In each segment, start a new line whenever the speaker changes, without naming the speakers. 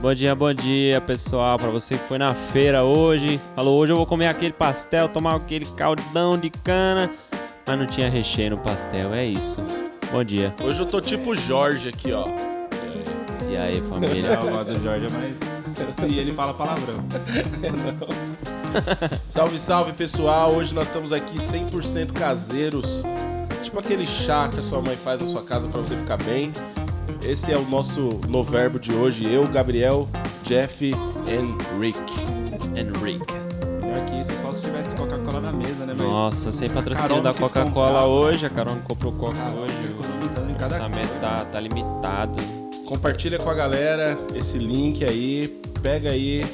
Bom dia, bom dia, pessoal. Pra você que foi na feira hoje, falou hoje eu vou comer aquele pastel, tomar aquele caldão de cana, mas não tinha recheio no pastel. É isso. Bom dia.
Hoje eu tô tipo Jorge aqui, ó.
E aí, família?
Eu gosto do Jorge, mas se ele fala palavrão.
Salve, salve, pessoal. Hoje nós estamos aqui 100% caseiros. Tipo aquele chá que a sua mãe faz na sua casa pra você ficar bem. Esse é o nosso noverbo de hoje. Eu, Gabriel, Jeff and Rick.
Enrique.
Melhor que isso, só se tivesse Coca-Cola na mesa, né? Mas
Nossa, sem patrocínio
Carol
da
não quis
Coca-Cola
comprar.
hoje, a Carol não comprou Coca
Ah,
hoje.
economizando em
O
cada
orçamento tá, tá limitado.
Compartilha com a galera esse link aí. Pega aí.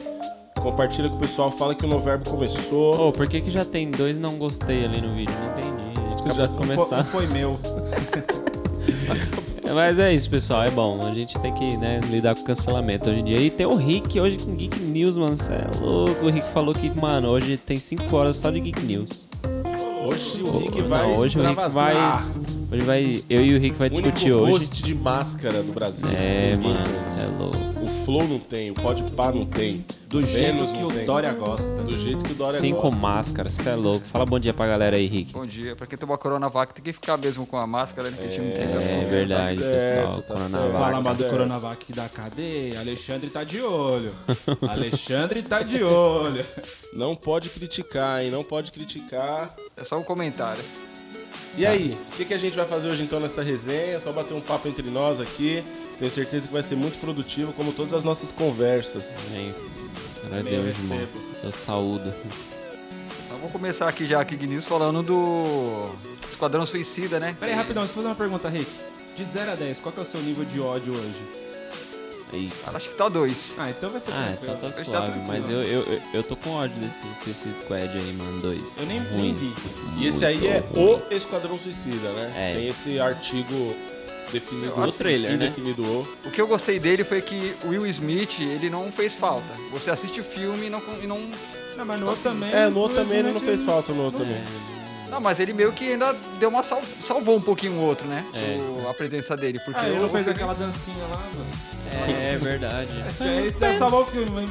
Compartilha com o pessoal. Fala que o noverbo começou.
Ô, por que que já tem dois não gostei ali no vídeo? Não entendi. A gente acabou
Já
de
Não
começar.
foi meu.
Mas é isso, pessoal. É bom. A gente tem que né, lidar com cancelamento hoje em dia. E tem o Rick hoje com Geek News, mano. Você é louco. O Rick falou que, mano, hoje tem 5 horas só de Geek News.
Hoje o Rick vai
Não, hoje o Rick vai.
extravasar.
Hoje vai. Eu e o Rick vai
O
É discutir
único
hoje.
host de máscara do Brasil.
É,
Ninguém
mano,
tem
você
isso.
é louco.
O Flow não tem, o Pode Pá não tem.
Do jeito
Vênus
que
não
o
tem.
Dória gosta.
Do jeito que o Dória
Cinco
gosta.
máscaras, você é louco. Fala bom dia pra galera aí, Rick.
Bom dia. Pra quem tomou a Coronavac, tem que ficar mesmo com a máscara, né? Porque a gente não tem tanta
É
confiança.
verdade, pessoal.
Tá certo, tá
Coronavac.
certo.
Fala mal do
certo.
Coronavac que dá cadeia. Alexandre tá de olho. Alexandre tá de olho.
Não pode criticar, hein? Não pode criticar.
É só um comentário.
Tá.
E aí, o que, que a gente vai fazer hoje então nessa resenha? Só bater um papo entre nós aqui. Tenho certeza que vai ser muito produtivo, como todas as nossas conversas.
Amém. Glória a
Amém, eu
Deus, irmão.
recebo.
Eu saúdo.
Então vou começar aqui já, aqui News, falando do Esquadrão Suicida, né?
Pera aí, rapidão, deixa eu fazer uma pergunta, Rick. De 0 a 10, qual que é o seu nível de ódio hoje?
Eita.
Acho que tá dois.
Ah, então vai ser
Ah,
tranquilo.
tá, tá
tá
suave,
tranquilo.
mas eu, eu, eu- eu tô com ódio desse Suicide Squad aí, mano, dois.
Eu nem, nem
Ruim.
vi.
E esse aí é o Esquadrão Suicida, né?
É.
Tem esse artigo definido
Eu acho-
trailer, né?
indefinido o.
O que eu gostei dele foi que o Will Smith, ele não fez falta. Você assiste o filme e não... con- E não...
Não, mas no outro também.
É, no outro
no
um
também ele não
Resident-
fez falta, no outro também.
não, mas ele meio que ainda deu uma sal- salvou um pouquinho o outro, né?
É.
O- A presença dele. Porque um
Ah, ele
o-
não fez
o-
aquela dancinha lá, mano.
É, é verdade.
É, Isso é salvar o filme, hein?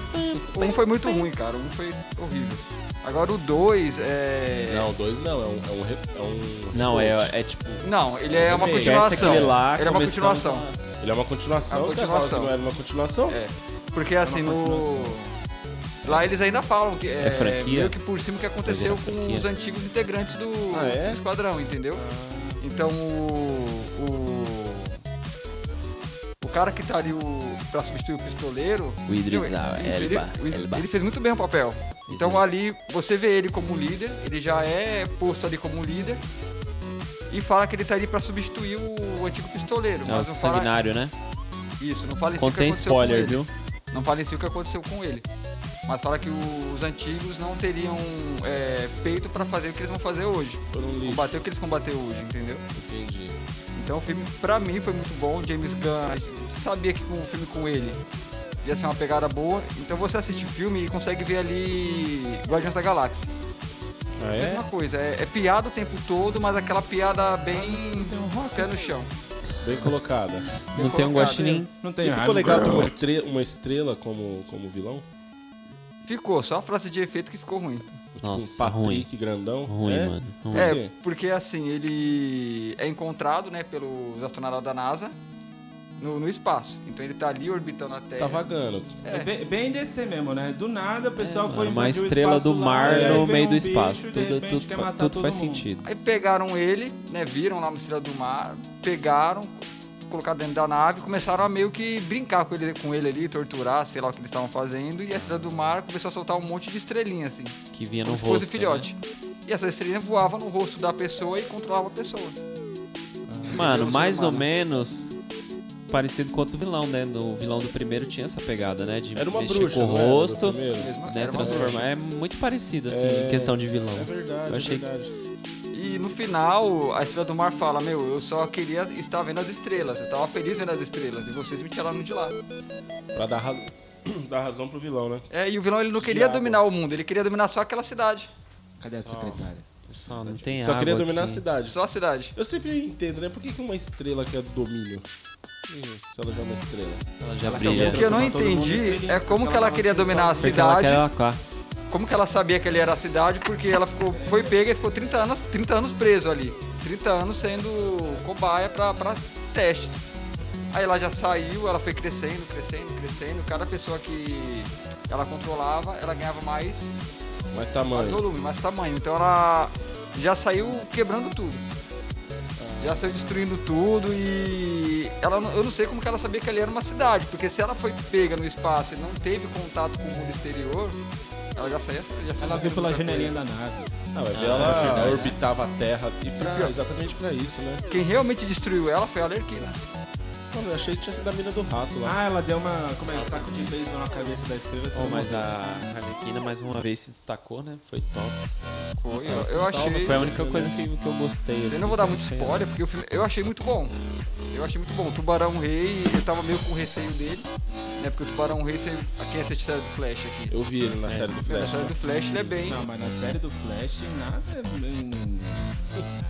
Um foi muito ruim, cara. Um foi horrível. Agora o dois é...
Não, dois não, é um. É um, re- é um
Não, é,
reboot.
é tipo.
Não, ele é uma
Bem, essa
continuação.
aquele lá,
ele é uma
começando
continuação.
Ele é uma continuação,
É uma
os caras falam que
continuação.
não era uma continuação.
É. Porque assim, no.
assim.
Lá eles ainda falam que é,
É franquia?
meio que por cima o que aconteceu
Mas era
com
franquia?
os antigos integrantes do,
Ah, é?
do esquadrão, entendeu? Então o, o. O cara que tá ali o, pra substituir o pistoleiro.
O Idris
meu,
Elba,
isso, ele,
Elba,
o Id-
Elba.
ele fez muito bem o papel. Então
mesmo.
ali você vê ele como líder, ele já é posto ali como líder. E fala que ele tá ali pra substituir o antigo pistoleiro.
É o
mas não fala
sanguinário, né?
isso, não fala em si o que
Contém
aconteceu com
spoiler,
ele.
viu?
Não fala em si o que aconteceu com ele. Mas fala que o- os antigos não teriam é, peito pra fazer o que eles vão fazer hoje.
Foram um lixo.
Combater o que eles combateram hoje, entendeu?
Entendi.
Então o filme, pra mim, foi muito bom. James Gunn, a gente sabia que com o filme com ele ia ser uma pegada boa. Então você assiste o filme e consegue ver ali Guardiões da Galáxia.
Ah, é?
Mesma coisa, é, é piada o tempo todo, mas aquela piada bem pé no chão.
Bem colocada.
Não tem um
colocado.
guaxinim.
Não tem
E ficou
I'm
legal ter
Groot.
uma estrela, uma estrela como, como vilão?
Ficou, só a frase de efeito que ficou ruim.
um
Nossa, ruim.
Patrick grandão?
Ruim,
é?
mano. Ruim.
Por
É,
quê?
porque assim, ele é encontrado, né, pelos astronautas da NASA no, no espaço. Então ele tá ali orbitando a Terra.
Tá vagando.
É bem, bem DC mesmo, né? Do nada
É.
o pessoal foi
Mano, uma
invadir o
estrela
espaço
do
lá,
mar
e aí
no
veio
meio
um
do
bicho
espaço.
e de
tudo
repente
tudo,
quer
fa-
matar
tudo
todo
faz
mundo.
sentido.
Aí pegaram ele, né, viram lá uma estrela do mar, pegaram, co- colocaram dentro da nave, começaram a meio que brincar com ele, com ele ali, torturar, sei lá o que eles estavam fazendo, e a estrela do mar começou a soltar um monte de estrelinha, assim,
Que vinha no
como se
rosto.
fosse filhote. E essas estrelinhas voavam no rosto da pessoa e controlavam a pessoa.
né? Mano,
Deus
mais ou
humano.
menos parecido com outro vilão, né? No vilão do primeiro tinha essa pegada, né? De
Era uma
mexer
bruxa,
com o
não era, do
rosto,
primeiro?
Mesma-
né?
era uma
Transformar. É muito parecido, assim, em questão de vilão.
É verdade,
Eu achei
é verdade.
E no final, a Estrela do Mar fala: Meu, eu só queria estar vendo as estrelas. Eu tava feliz vendo as estrelas. E vocês me tiraram de lá.
Pra dar, ra... dar razão pro vilão, né?
É, e o vilão ele não queria
Diabo.
dominar o mundo, ele queria dominar só aquela cidade.
Cadê a secretária?
Pessoal, não tem
Só queria
água
dominar
aqui.
a cidade.
Só a cidade.
Eu sempre entendo, né? Por que, que uma estrela quer domínio? Se ela já é uma estrela.
Ela já
O
brilha.
que eu não
transformar todo mundo em
entendi
estrelinha,
é como
porque
que ela
ela
queria
nasceu
dominar a
Porque ela
cidade,
quer evacuar.
como que ela sabia que ele era a cidade, porque ela ficou, foi pega e ficou 30 anos, 30 anos preso ali. 30 anos sendo cobaia pra, pra testes. Aí ela já saiu, ela foi crescendo, crescendo, crescendo. Cada pessoa que ela controlava, ela ganhava mais
Mas tá,
mais
tamanho.
volume, mais tamanho. Então ela já saiu quebrando tudo. Já saiu destruindo tudo e ela, não- eu não sei como que ela sabia que ali era uma cidade, porque se ela foi pega no espaço e não teve contato com o mundo exterior, ela já saía.
Ela
Já saiu
viu
sabendo
pela
outra
janelinha
coisa.
da nave.
Ah, vai ver, ela orbitava a Terra e pra, exatamente pra isso, né?
Quem realmente destruiu ela foi a Lerquina.
Mano, eu achei que tinha sido a mina do rato lá.
Ah, ela deu uma. Como é? Um saco de beisebol na cabeça da estrela.
Bom, mas a Arlequina mais uma vez se destacou, né? Foi top.
Foi, eu, eu achei.
Foi um a única coisa que, que eu gostei.
Eu
assim,
não vou dar muito
achei-
spoiler, porque o filme eu achei muito bom. Eu achei muito bom. O Tubarão Rei, eu tava meio com receio dele, né? Porque o Tubarão Rei, você- aqui é essa série do Flash aqui.
Eu vi ele na série do
A
Flash.
história do Flash ele é bem.
Não, mas na série do Flash, nada. é bem-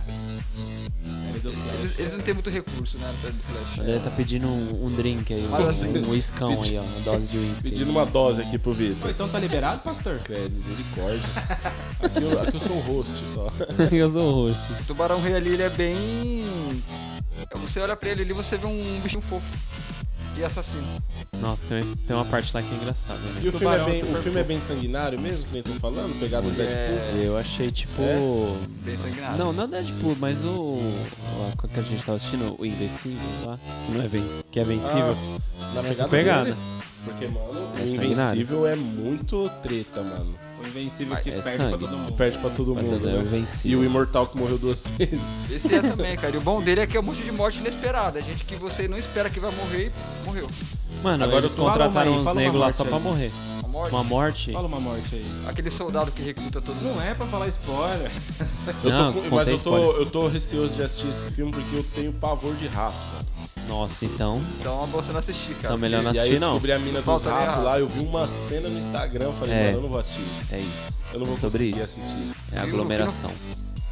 série do Flash.
Eles, eles não têm muito recurso, né, na série do Flash.
André tá pedindo um, um drink aí,
Mas assim,
um, um whiskão aí, ó, uma dose de whisky.
Pedindo uma dose aqui pro
Pô,
Vitor.
então tá liberado, pastor?
É, misericórdia. Aqui eu, aqui eu sou o host só.
eu sou roxo.
O Tubarão Rei ali, ele é bem... é, Você olha pra ele ali, você vê um bichinho fofo. E assassino.
Nossa, tem, tem uma parte lá que é engraçada, né?
E o filme, é
Tubarão
bem, o
super
filme é bem sanguinário mesmo, que nem estão falando? Pegado do Deadpool.
Eu achei, tipo...
Bem sanguinário.
Não, não é Deadpool, mas o... o- Qual que a gente tava assistindo? O Invencível lá, que não é vencível, que é vencível.
Ah, Na
Nessa pegada.
dele? Porque, mano,
É
o
sanguinário.
Invencível é muito treta, mano.
O invencível que
é
perde
sangue.
pra todo mundo.
Perde pra todo
Mas
mundo.
é o
né? E
Invencível.
o Imortal que morreu duas vezes.
Esse é também, cara. E o bom dele é que é um monte de morte inesperada. É gente que você não espera que vai morrer e morreu.
Mano,
Agora
eles
eu tô-
Fala
contrataram
uma aí,
uns
fala uma
negros lá
morte
só
aí.
pra morrer.
Uma morte.
Uma morte?
Fala uma morte aí.
Aquele soldado que recruta todo mundo.
Não é pra falar spoiler.
Eu tô
Não,
com-
contei
mas eu tô,
spoiler.
eu tô receoso de assistir esse filme porque eu tenho pavor de rato.
Nossa, então,
Então é uma boa você não assistir, cara.
tá melhor não
e aí
assistir,
eu
não.
descobri a mina dos
Falta ver
ratos
rato.
lá, eu vi uma cena no Instagram, eu falei,
É.
mano, eu não vou assistir isso.
É isso.
Eu não vou
é sobre
conseguir
isso.
assistir isso.
É
E o-
aglomeração.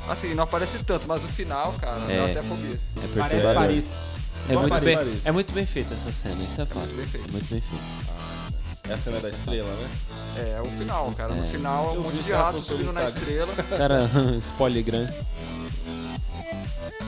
Assim, não aparece tanto, mas no final, cara, dá
É.
até fobia.
É
Parece
perturbador.
Paris.
É
Igual
muito,
Paris.
bem,
Paris.
é muito bem feita essa cena, isso é fato.
muito bem feito.
É muito bem feito.
É a cena da estrela, né?
É, é o final, cara. No final, é um
Eu vi
monte
os
de
caras
ratos
postando no
subindo na estrela.
Cara, spoiler grande.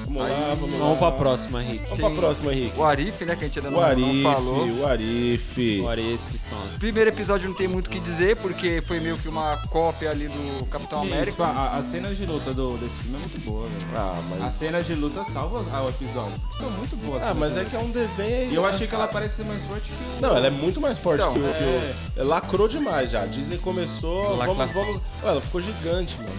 Vamos lá, vamos lá.
Vamos pra próxima, Rick.
Vamos pra próxima, Henrique.
O Arif, né, que a gente ainda não,
O Arif,
não falou.
o Arif.
Agora esse Pissons.
Primeiro episódio não tem muito o que dizer, porque foi meio que uma cópia ali do Capitão
Que isso,
América.
tipo, a- a- As cenas de luta do, desse filme é muito boa, velho.
Ah,
As
mas...
cenas de luta salvam a- o episódio. porque São muito boas.
Ah, mas é que é um desenho...
E eu achei que ela parece ser mais forte que o.
Não, ela é muito mais forte
Então,
que o... que
é.
o- é, Lacrou demais já. A Disney começou... Vamos,
Lacração.
vamos... Ué, ela ficou gigante, mano.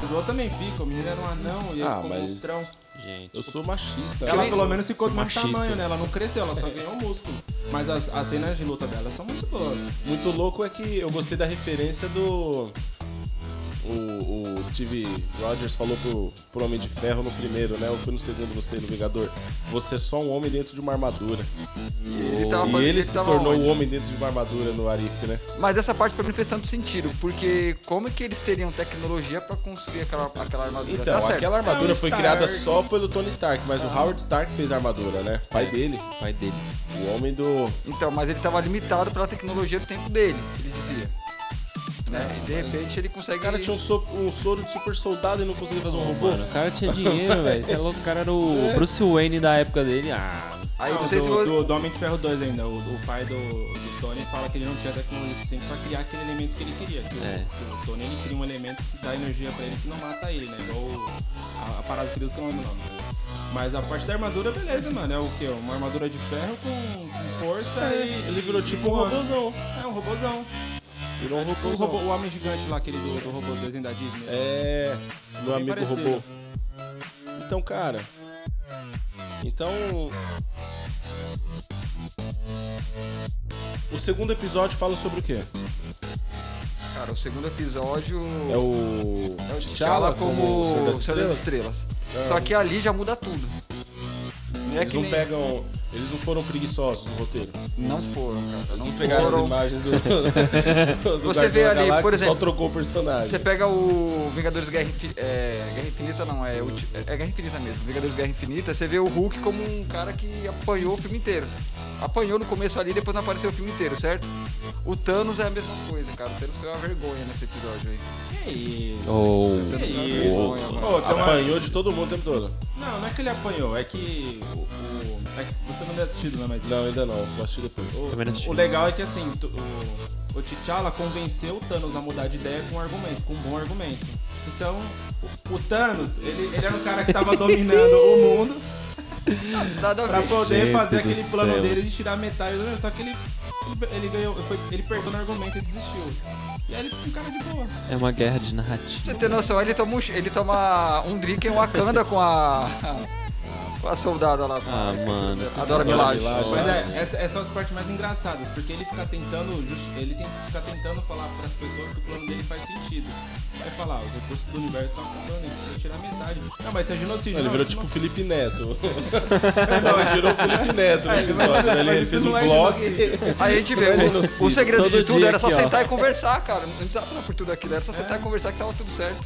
Mas o outro também fica. O menino era um anão e ele
Ah,
ficou um
mas-
monstrão.
Gente.
Eu sou machista.
Ela
né?
pelo menos ficou do
sou
mesmo
machista.
tamanho, né? Ela não cresceu, ela só ganhou músculo. Mas as, as cenas de luta dela são muito boas.
Muito louco é que eu gostei da referência do. O, o Steve Rogers falou pro, pro Homem de Ferro no primeiro, né? Eu fui no segundo, você no Vingador. Você é só um homem dentro de uma armadura.
ele tava
e
falando-
ele
ele
se
tava
tornou
onde?
o homem dentro de uma armadura no Arif, né?
Mas essa parte pra mim não fez tanto sentido, porque como é que eles teriam tecnologia pra construir aquela, aquela armadura?
Então,
tá certo.
aquela armadura
É o
foi
Stark.
criada só pelo Tony Stark, mas o Howard Stark fez a armadura, né? Pai dele.
Pai dele.
O homem do.
Então, mas ele tava limitado pela tecnologia do tempo dele, ele dizia. Né? E de repente ele consegue.
O cara tinha um, so- um soro de super soldado e não conseguia fazer um robô.
Mano, o cara tinha dinheiro, velho. Esse é louco, o cara era o Bruce Wayne da época dele. Ah,
Aí não,
Não,
sei
do,
se você.
do, do Homem de Ferro 2 ainda. O, o pai do, do Tony fala que ele não tinha tecnologia suficiente pra criar aquele elemento que ele queria. Que o-
É.
que o, Tony ele cria um elemento que dá energia pra ele que não mata ele, né? Igual o- a, a parada que Deus que eu não lembro o nome. né? Mas a parte da armadura, beleza, mano. É o quê? Uma armadura de ferro com, com força e.
Ele virou tipo
e
um
voando.
robôzão.
É, um robôzão.
Virou um
É tipo o,
robôzão.
robô, o homem gigante lá, aquele do, do robô do desenho da Disney.
É, meu
Bem
amigo
parecido.
robô. Então, cara. Então. O segundo episódio fala sobre o quê?
Cara, o segundo episódio
É o.
é o
T'Challa
T'Challa como o Senhor das
Estrelas? É.
Estrelas. Só que ali já muda tudo. Não é
Eles
que
não
nem...
pegam. Eles não foram preguiçosos no roteiro.
Não foram, cara. Não
Eles não pegaram as
foram.
imagens do. do
Você
Guardião
vê
da
ali, por
Galáxia e Só
exemplo,
trocou o personagem.
Você pega o Vingadores Guerra, Infi- é, Guerra Infinita, não, é, ulti- é Guerra Infinita mesmo. Vingadores Guerra Infinita, você vê o Hulk como um cara que apanhou o filme inteiro. Apanhou no começo ali, depois não apareceu o filme inteiro, certo? O Thanos é a mesma coisa, cara. O Thanos foi uma vergonha nesse episódio aí.
Que isso?
Oh.
É
O Thanos foi uma
isso?
vergonha, mano.
Ô, tem uma-
Apanhou de todo mundo o tempo todo.
Não, não é que ele apanhou, é que o, o- é que você não deve assistido, né? Mas
Não, ainda não. Vou assistir depois.
Também não
o,
assisti.
o legal é que assim, tu- o, o T'Challa convenceu o Thanos a mudar de ideia com um argumento, com um bom argumento. Então, o, o Thanos, ele, ele era um cara que tava dominando o mundo
Nada a
pra
ver.
poder
Gente
fazer
do
aquele plano
céu.
dele de tirar metade do Só que ele, ele ganhou, foi- ele perdeu no argumento e desistiu. E aí ele ficou um cara de boa.
É uma guerra de
Pra
narrativa.
você ter noção, ele toma um, ele toma um drink em Wakanda com a. com a soldada lá. Com
Ah,
a,
mano.
Adora Milagre.
Milagre.
Mas é, essa- essas são as partes mais engraçadas, porque ele fica tentando, justi- ele tem que ficar tentando falar para as pessoas que o plano dele faz sentido. Vai falar, "Ah, os recursos do universo estão acabando, ele precisa tirar metade. Não, mas isso é genocídio.
Ele
não,
virou
isso
tipo
não-
Felipe Neto.
não,
Ele virou Felipe Neto no
É,
episódio. né? Ele
mas
fez
isso
um
não é
vlog.
genocídio.
Aí a gente vê,
Não é
o,
genocídio.
o segredo
assim, Todo
de tudo
dia
era só
aqui, ó. É.
sentar e conversar, cara. Não precisava passar por tudo aquilo, era só sentar e conversar que tava tudo certo.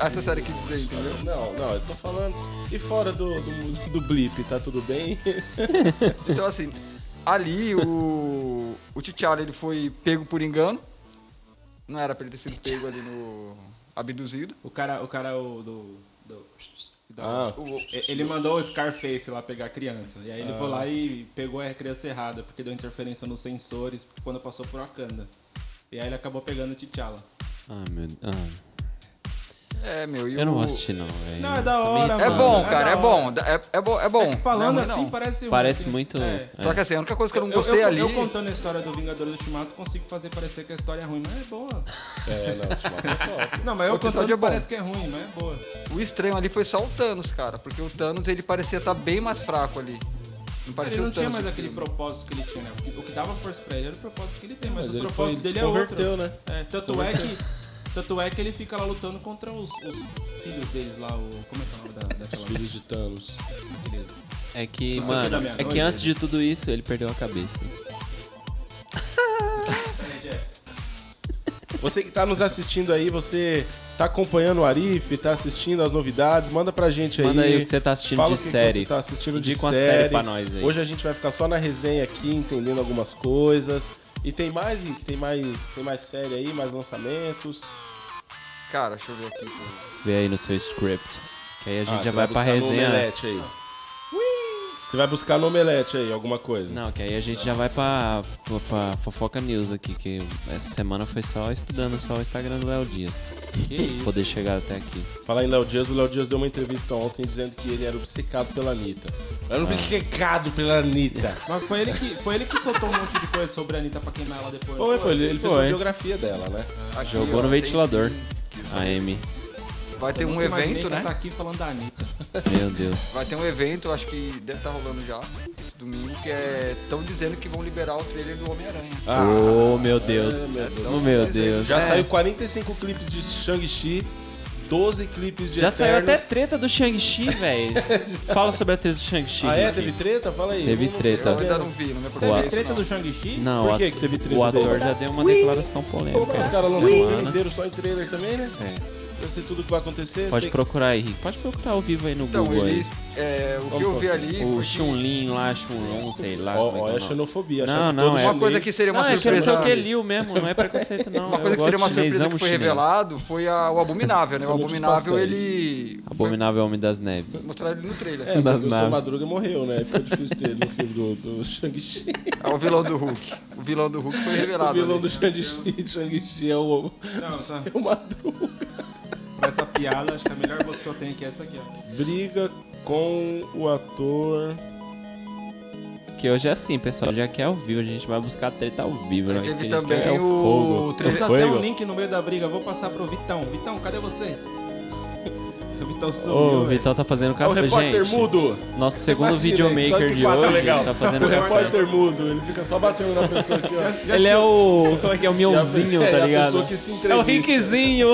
Essa série que dizer, entendeu?
Não, não, eu tô falando. E fora do, do, do blip, tá tudo bem?
Então assim, ali o. O T'Challa ele foi pego por engano. Não era pra ele ter sido pego ali no. abduzido.
O cara, o cara o, do, do- do-
Ah.
O-
e- Ele mandou o Scarface lá pegar a criança. E aí ele foi
Ah.
lá e pegou a criança errada, porque deu interferência nos sensores quando passou por Wakanda. E aí ele acabou pegando o T'Challa.
Ah, meu Deus. Ah,
É, meu, e
eu não
o-
vou assistir, não, velho. Tá
Não, é da hora,
Também-
É
mano.
bom,
É da
cara, é
hora.
bom. É, é bom, é bom.
Falando
Não, é
assim,
não.
parece um-
Parece muito.
É.
Só que assim, a única coisa que eu não
Eu-
gostei
eu, eu,
ali.
Eu contando a história do Vingadores Ultimato, consigo fazer parecer que a história é ruim, mas é boa.
É, não, tipo, tá top.
Não, mas
O
eu
episódio
contando
é bom.
parece que é ruim, mas é boa.
O estranho ali foi só o Thanos, cara, porque o Thanos ele parecia estar bem mais fraco ali. Não parecia
ele não
o Thanos.
tinha mais
do
aquele
filme.
propósito que ele tinha, né? O que- O que dava força pra ele era o propósito que ele tem, mas,
Mas
o
ele
propósito
foi- ele
dele é
se
outro.
converteu, né?
É, tanto é que. Tanto é que ele fica lá lutando contra os, os filhos deles lá, o. Como é que é o nome da, daquela.
Os filhos de Thanos.
daqueles-
É que, mano,
da minha
é que
noite.
antes de tudo isso, ele perdeu a cabeça.
Você que tá nos assistindo aí, você tá acompanhando o Arif, tá assistindo as novidades, manda pra gente aí.
Manda aí o que você tá assistindo
Fala
de
o que que
série.
Você tá assistindo de
Indica uma
série.
série pra nós aí.
Hoje a gente vai ficar só na resenha aqui, entendendo algumas coisas. E tem mais, Rick? Tem mais, tem mais série aí, mais lançamentos.
Cara, deixa eu ver aqui. pô.
Vê aí no seu script. Que aí a
Ah,
gente
você
já vai, pra
buscar no
resenha.
Omelete aí. Você vai buscar no Omelete aí alguma coisa.
Não, que aí a gente já vai pra, pra, pra Fofoca News aqui, que essa semana foi só estudando só o Instagram do Léo Dias.
Que isso.
Poder chegar até aqui.
Falar em Léo Dias, o Léo Dias deu uma entrevista ontem dizendo que ele era obcecado pela Anitta. Eu
Ah.
era obcecado pela Anitta.
Mas foi ele, que, foi ele que soltou um monte de coisa sobre a Anitta pra queimar ela depois.
Foi, foi, ele, ele fez
Foi.
uma biografia dela, né?
Aqui,
Jogou
ó,
no
tem
ventilador.
sim.
A M.
Vai ter
Eu
um
nunca imaginei
evento,
que ela
né?
Tá aqui falando da Anitta.
Meu Deus.
Vai ter um evento, acho que deve estar rolando já, esse domingo, que é. Estão dizendo que vão liberar o trailer do Homem-Aranha.
Ah.
oh, meu Deus.
é, meu Deus.
Oh, meu
Mas aí,
Deus.
Já
É.
saiu 45 clipes de Shang-Chi, 12 clipes de
Já
Eternos.
saiu até treta do Shang-Chi, velho. Fala sobre a treta do Shang-Chi.
Ah, é?
Rick.
Teve treta? Fala aí.
Teve
Não- não
treta.
fiquei
Eu ainda
sabendo.
não vi, não me
Boa.
aproveitei. disso,
Treta
não.
do Shang-Chi?
Não,
Por
o
que
ato-
que teve treta
o ator
dele?
já deu uma declaração polêmica.
Os
essa
caras lançaram o filme
semana.
inteiro só em trailer também, né?
É.
Eu sei tudo o que vai acontecer.
Pode
sei-
procurar aí, Rick. Pode procurar ao vivo aí no
Então,
Google aí.
eles. é, o que
Vamos
eu vi
procurar.
ali.
O
foi que-
Chun-Lin lá, Chun-Lon, sei lá.
Ó,
como é que é
ó,
o
é
nome.
xenofobia.
Não,
achar que
não,
todos
é.
Uma
os
coisa
chineses-
que seria uma
Não, é que ele
surpresa.
só que é Liu mesmo, não é preconceito não.
Uma coisa
Eu
que seria uma
gosto de chinês,
surpresa
amo
que foi
chinês.
revelado foi a- o Abominável, né? O
São muitos
Abominável,
pastéis.
ele. foi-
Abominável Homem das Neves.
Mostraram ele no trailer.
É,
das
porque o seu
naves.
Madruga morreu, né? Ficou difícil ter ele no filme do, do Shang-Chi.
É o vilão do Hulk. O vilão do Hulk foi revelado.
O vilão
ali.
do Shang-Chi Shang-Chi é o,
Não, essa,
é o Madruga.
pra essa piada, acho que a melhor música que eu tenho aqui é essa aqui, ó.
Briga com o ator...
Que hoje é assim, pessoal, já que é ao vivo, a gente vai buscar treta ao vivo, né?
Teve
Que a gente
também
quer é
o
fogo.
o
Eu
trailer.
já tem
Igor?
um link no meio da briga, vou passar pro Vitão. Vitão, cadê você? Vital sumiu.
Ô, o
velho.
Vital tá fazendo
É o
capa.
repórter
Gente,
mudo.
nosso segundo
Bate direito, olha
videomaker
que
de
quadro
hoje
legal.
tá fazendo
O
capa.
repórter mudo, ele fica só batendo na pessoa aqui, ó.
Ele é o. Como é que é? O Mionzinho,
é, é
tá
a
ligado?
pessoa que se
É o
entrevista.
Rickzinho.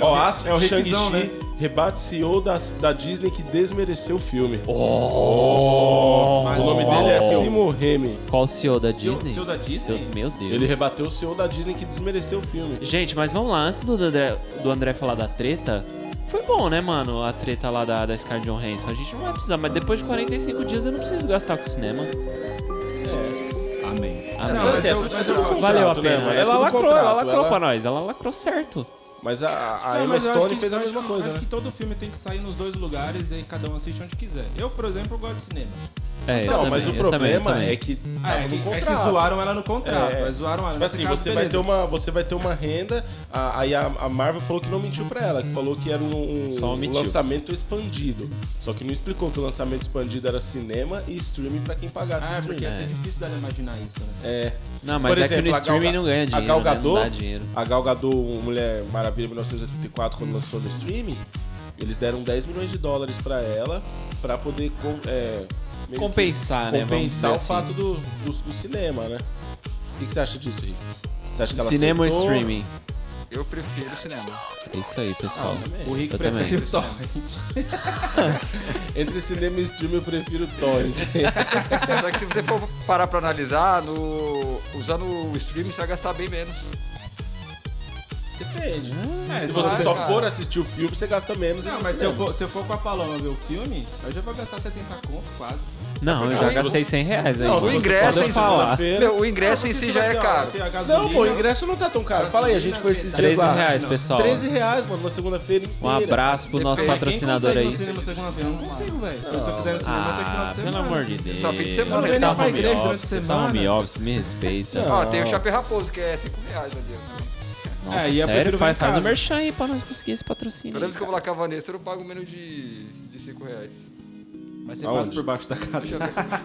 Ó, Astro
é o
de
Rickzão,
Shang-Chi
né?
rebate CEO da, da Disney que desmereceu o filme.
Oh.
o nome dele é Simo Remy.
Qual o CEO da
Seu-
Disney?
seu da Disney?
Seu- Meu Deus.
Ele rebateu o CEO da Disney que desmereceu o filme.
Gente, mas vamos lá, antes do André, do André falar da treta, foi bom, né, mano, a treta lá da, da Scarlett Johansson. A gente não vai precisar, mas depois de 45 dias eu não preciso gastar com cinema.
É.
Amém.
Ah,
Não,
não,
mas
assim,
eu-
é só-
mas
é
eu-
tudo
eu-
contrato,
valeu a
né,
pena.
mano? É
ela
tudo
lacrou,
contrato,
ela lacrou
ela-
pra nós, ela lacrou certo.
Mas a, a
Não,
Emma
mas eu acho
Stone
que-
fez a
acho-
mesma
acho
coisa, né?
que todo filme tem que sair nos dois lugares e aí cada um assiste onde quiser. Eu, por exemplo, gosto de cinema.
É, eu
Não,
também,
mas
eu
o
também, eu
problema
também.
é que
Ah,
tava
é,
no
que, é que
contrato.
zoaram ela no contrato.
É.
aí zoaram ela.
Tipo
Nesse
assim,
caso,
você vai,
beleza.
ter uma, você vai ter uma renda. a- Aí a, a Marvel falou que não mentiu pra ela, que falou que era um,
Só
um
omitiu.
lançamento expandido. Só que não explicou que o lançamento expandido era cinema e streaming pra quem pagasse
Ah,
o
é porque
streaming.
ia ser difícil dela imaginar isso, né?
É.
Não, mas
Por
é que no
exemplo, a Gal
streaming
Ga-
não ganha dinheiro,
A Gal
né? Não
Gadot,
dá dinheiro.
A Gal Gadot, Mulher Maravilha 1984, quando lançou no streaming, eles deram 10 milhões de dólares pra ela pra poder com- é, meio que
Compensar, né? Vamos dizer
Compensar o
assim.
fato do, do, do cinema, né? O que, que você acha disso, Rick? Você acha que ela
Cinema ou
acertou?
streaming?
Eu prefiro cinema.
É isso aí, pessoal.
Ah,
O Rick
Eu também.
prefere o torrent.
Entre cinema e streaming eu prefiro Torrent.
Só é que se você for parar pra analisar, no... usando o streaming você vai gastar bem menos.
Depende. se
é,
você
claro,
só
cara.
for assistir o filme, você gasta menos.
Não,
no
mas se eu,
cinema.
for, se eu for com a Paloma ver o filme, eu já vou gastar 70 conto, quase.
Não, eu já gastei 100 reais aí.
Não,
é só
é
O
se você
ingresso
de eu
em
falar.
segunda-feira-
Meu, o ingresso em si já é caro.
Não, pô, o ingresso não tá tão caro. Fala aí, a gente foi esses dias
13
lá.
reais, pessoal.
13 reais, mano, uma segunda-feira inteira.
Um abraço pro nosso
Depende.
patrocinador aí.
No cinema segunda-feira, eu não consigo, velho. Se eu quiser ir no cinema, até final
Ah,
de
pelo
semana.
amor de Deus.
Só fim de semana.
Você
Não,
tá
não vai
home
igreja
office,
durante a
você tá
semana.
home office, me respeita.
Ó, tem o Chapé Raposo, que é 5 reais, meu Deus.
Nossa,
É, e eu
sério,
prefiro
faz,
ver em
faz o
casa.
merchan aí pra nós conseguir esse patrocínio.
Toda vez que eu
aí,
vou lá com a Vanessa, eu não pago menos de, de 5 reais.
Mas você
Aonde?
passa por baixo da cara.
cara.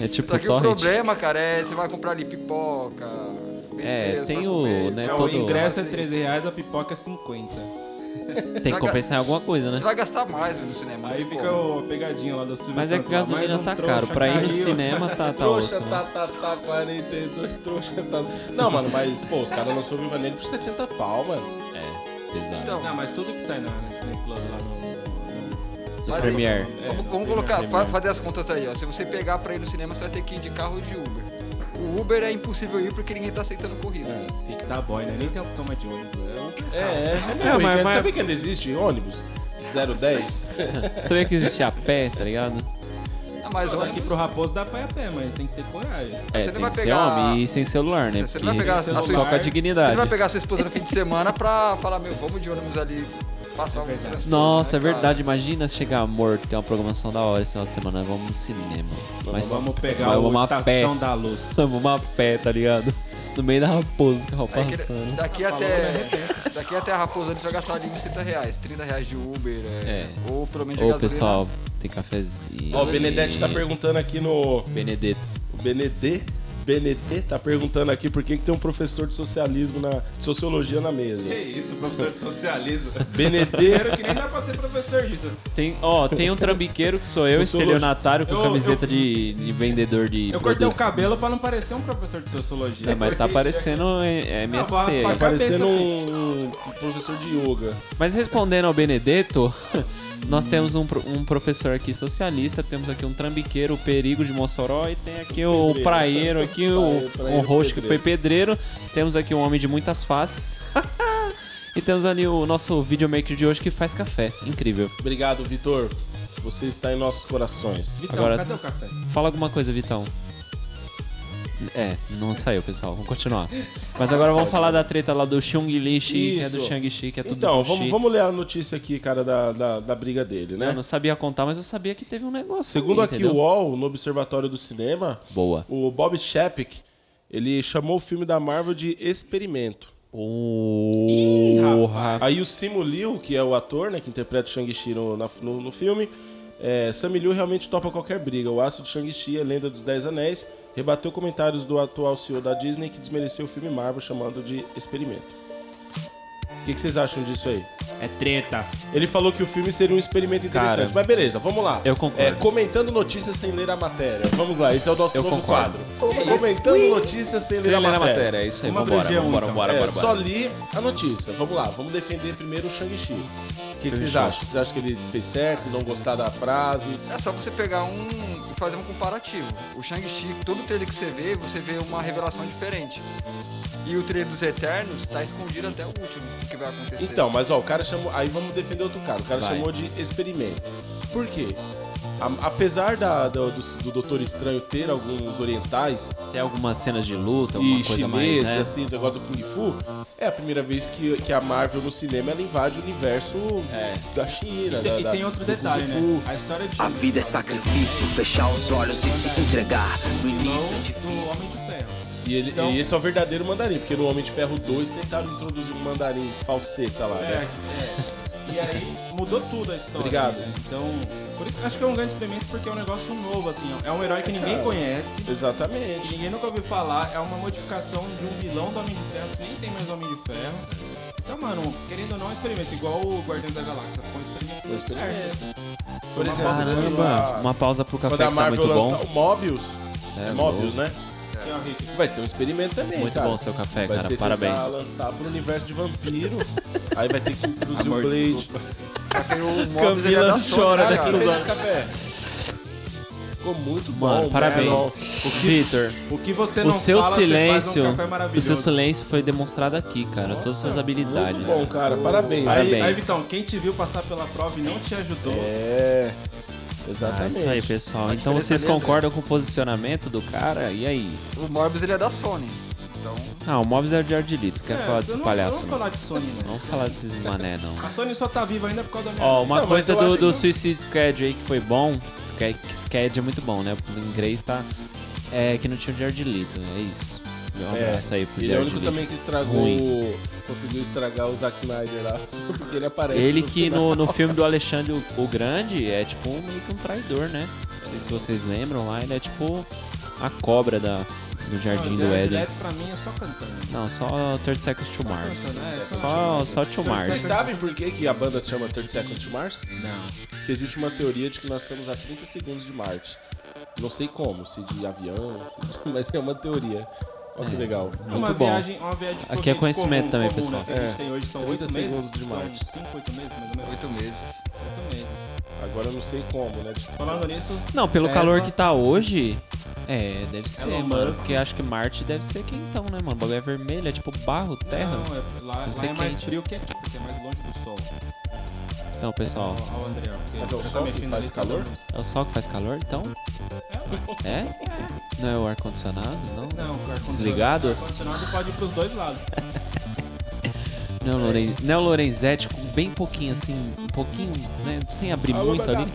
É tipo
Só que o
torrent.
problema, cara, é você vai comprar ali pipoca,
É,
besteira
tem
pra
o,
comer,
né,
pra-
todo-
O ingresso é
Assim,
13 reais, a pipoca é 50.
Tem que compensar em alguma coisa,
Você
né?
é vai gastar mais no cinema.
Aí
né,
fica
pô?
o- a pegadinha lá do Silvio
Mas é que
Santos lá, mais
gasolina
um
tá
trouxa
caro. Pra ir no
caiu.
cinema tá, tá
Trouxa,
osso, mano.
tá, tá, tá, 42, trouxa, tá... Não, mano, mas, pô, os caras lançou o Viva Negro por 70 pau, mano.
É, pesado.
Então,
Não, mas tudo que sai na Disney Plus lá no...
Seu Premiere.
vamos,
É,
vamos colocar, fa- fazer as contas aí, ó. Se você pegar pra ir no cinema, você vai ter que ir de carro ou de Uber. O Uber é impossível ir porque ninguém tá aceitando corrida.
Tem que dar boy, né? Nem tem opção mais de ônibus. né?
É, é.
É,
Meu,
mas-
Ricardo,
mas-
Sabe que ainda existe ônibus? 010?
Sabia que existia a pé, tá ligado?
Ah, mas
Só daqui
ônibus-
pro Raposo dá pra ir a pé, mas tem que ter coragem.
É,
não
tem
vai
que ser
pegar-
homem e sem celular, né?
Você
Porque
não vai pegar a sua
só com a
esposa- Você
dignidade.
não vai pegar sua esposa no fim de semana pra falar, meu, vamos de ônibus ali, passar um transporte,
Nossa, é
né, cara?
verdade. Imagina chegar morto, ter uma programação da hora esse final de semana. né? Vamos no cinema. Mas
Então
mas
Vamos pegar o
vamos a pé.
Estação da Luz.
Vamos a pé, tá ligado? No meio da raposa, carro
Aí que-
tá passando.
Daqui até, daqui até a Raposa você vai gastar ali uns 30 reais, 30 reais de Uber, é,
É.
ou pelo menos de
Ô,
gasolina.
pessoal, tem cafezinho.
Ó, o Benedetti tá
aí.
perguntando aqui no...
Benedetto.
O Benedê... Benedê tá perguntando aqui por que, que tem um professor de socialismo na... de sociologia na mesa.
Que isso, professor de socialismo.
Benedê...
Primeiro que nem dá pra ser professor disso.
Tem, ó, tem um trambiqueiro que sou eu,
Sociologia.
estelionatário, com
Eu-
camiseta de, de vendedor de
Eu cortei o
produtos.
cabelo pra não parecer um professor de sociologia.
É, mas tá
Porque-
parecendo é, é MST.
vou raspar
aí.
a
tá Parecendo
Cabeça,
um professor de yoga.
Mas respondendo ao Benedetto, nós temos um, pro- um professor aqui socialista, temos aqui um trambiqueiro, o Perigo de Mossoró, e tem aqui o
Pedreiro.
praieiro, aqui o,
Praieiro, praieiro,
o roxo que foi
pedreiro.
pedreiro, temos aqui um homem de muitas faces. E temos ali o nosso videomaker de hoje que faz café. Incrível.
Obrigado, Vitor. Você está em nossos corações.
Vitão,
Agora-
então, cadê o café?
Fala alguma coisa, Vitão. É, não saiu, pessoal. Vamos continuar. Mas agora vamos falar da treta lá do Xiong Li Shi, que é do
Isso.
Shang-Chi, que é tudo
Então,
do Xi.
vamos, vamos ler a notícia aqui, cara, da, da, da briga dele,
Eu
né?
não sabia contar, mas eu sabia que teve um negócio.
Segundo
aí,
aqui
entendeu?
o UOL, no Observatório do Cinema,
Boa.
o Bob Shepik, ele chamou o filme da Marvel de experimento.
Porra.
Aí o Simu Liu, que é o ator, né, que interpreta o Shang-Chi no, na- no, no filme, é, Sammy Liu realmente topa qualquer briga. O aço de Shang-Chi, a lenda dos Dez Anéis, rebateu comentários do atual CEO da Disney que desmereceu o filme Marvel, chamando de experimento. O que, que vocês acham disso aí?
É treta.
Ele falou que o filme seria um experimento interessante.
Cara,
mas beleza, vamos lá.
eu concordo.
É, comentando notícias sem ler a matéria. Vamos lá, esse é o nosso
Eu
novo
concordo.
quadro. Comentando notícias sem,
Sem
ler a
ler
matéria.
a matéria, é isso aí.
Uma
Vambora,
brejão,
vambora,
então.
vambora,
É,
vambora.
só li a notícia. Vamos lá, vamos defender primeiro o Shang-Chi. O que, que vocês
Shang-Chi.
acham? Vocês acham que ele fez certo? Não gostar da frase?
É só você pegar um e fazer um comparativo. O Shang-Chi, todo trailer que você vê, você vê uma revelação diferente. E o trailer dos Eternos tá escondido até o último, o que vai acontecer.
Então, mas ó, o cara chamou. Aí vamos defender outro cara. O cara
Vai.
chamou de experimento. Por quê? A- apesar da- do, do, do Doutor Estranho ter alguns orientais
Tem algumas cenas de luta, alguma
e
Então, coisa
chineses,
mais, né?
assim, o negócio do Kung Fu, é a primeira vez que, que a Marvel no cinema ela invade o universo da China. da-
E tem, e
da-
tem outro
do
detalhe,
Kung Fu.
né? A história de
A vida é sacrifício, fechar os olhos e se entregar. No início é
do,
difícil.
do Homem de Ferro.
E, ele,
Então-
e esse é o verdadeiro mandarim, porque no Homem de Ferro 2 tentaram introduzir um mandarim falseta lá,
É,
né?
é. E aí mudou tudo a história.
Obrigado.
né? Então, por isso que eu acho que é um grande experimento, porque é um negócio novo, assim. É um herói que ninguém
Cara.
conhece, que
Exatamente.
ninguém nunca ouviu falar. É uma modificação de um vilão do Homem de Ferro, que nem tem mais Homem de Ferro. Então, mano, querendo ou não, é um experimento. Igual o Guardiões da Galáxia. Foi um experimento. que deu certo.
Por exemplo, quando
Caramba,
a-
uma pausa pro café
quando a
que tá
Marvel
muito
lançar
bom.
o Mobius,
Cê
é
é
Mobius, né?
Aqui, ó, Rick.
Vai ser um experimento também,
Muito
cara.
bom seu café,
Vai
cara,
ser
parabéns.
tentar lançar pro universo de vampiro, aí vai ter que introduzir
Amor,
o Blade.
desculpa. Só que o Mobius, ele é da Sony,
chora
né,
daqui
cara?
Quem fez esse café? Ficou muito bom,
Mano,
velho.
parabéns. Vitor,
O que você
o
não
seu
fala, você
silêncio,
faz um café
o seu
maravilhoso.
silêncio foi demonstrado aqui, cara. Todas as suas habilidades.
Muito bom, cara, parabéns.
Parabéns.
Aí, aí, Vitão, quem te viu passar pela prova e não te ajudou,
É,
Ah,
exatamente.
isso aí, pessoal. Então vocês concordam com o posicionamento do cara? E aí?
O Morbius, ele é da Sony. Então,
Ah, o Mobius é o Jardilito. Quer
É,
falar
você
desse
não-
palhaço,
Vamos
não?
falar de Sony, né?
Vamos falar desses mané, não.
A Sony só tá viva ainda por causa da minha.
Ó, uma
Não, mas
coisa
eu
do,
acho
do
que-
Suicide Squad aí que foi bom. Squad, Squad é muito bom, né? O inglês tá. É que não tinha o Jared Leto, é isso. Um
É,
abraço aí pro
Ele é o
Jared
único
Leto.
também que estragou.
Ruim.
Conseguiu estragar o Zack Snyder lá. Porque ele aparece.
Ele
no
que
final.
no, no filme do Alexandre o- o Grande é tipo um- meio que um traidor, né? Não sei se vocês lembram lá, ele é tipo a cobra da, do Jardim do Éden.
Direto pra mim é só cantando.
Não, só 30 Seconds to Mars.
né?
Só, só to
Vocês
Mars.
sabem por que, que a banda se chama 30 Seconds to Mars? Não. Porque existe uma teoria de que nós estamos a 30 segundos de Marte. Não sei como, se de avião, mas é uma teoria. Olha que legal.
É uma
Muito bom.
viagem, uma viagem
Aqui é
foguete
conhecimento
comum,
também,
comum,
pessoal.
Né? Que a gente tem hoje são
30
oito
segundos
meses.
de Marte.
São 5, 8 meses, mais ou menos.
oito meses.
Oito meses.
Agora eu não sei como, né?
Falando nisso,
Não, pelo
Tesla-
calor que tá hoje. É, deve ser,
Elon
mano.
Musk.
Porque acho que Marte deve ser quentão, né, mano? O bagulho é vermelho, é tipo barro, terra.
não, é, lá,
Deve
lá
ser
é mais
quente.
frio que aqui, porque é mais longe do sol.
Então, pessoal,
Ó, ó o André, ó, porque
Mas é o
você
sol que faz
ali, tá
calor?
dando-
é o sol que faz calor, então? É? Não é o ar-condicionado, não?
Não, o ar-condicionado-
Desligado?
O ar-condicionado pode ir pros dois lados.
Não, Loren... não é o Lorenzetti com bem pouquinho, assim, um pouquinho, né? Sem abrir muito ali.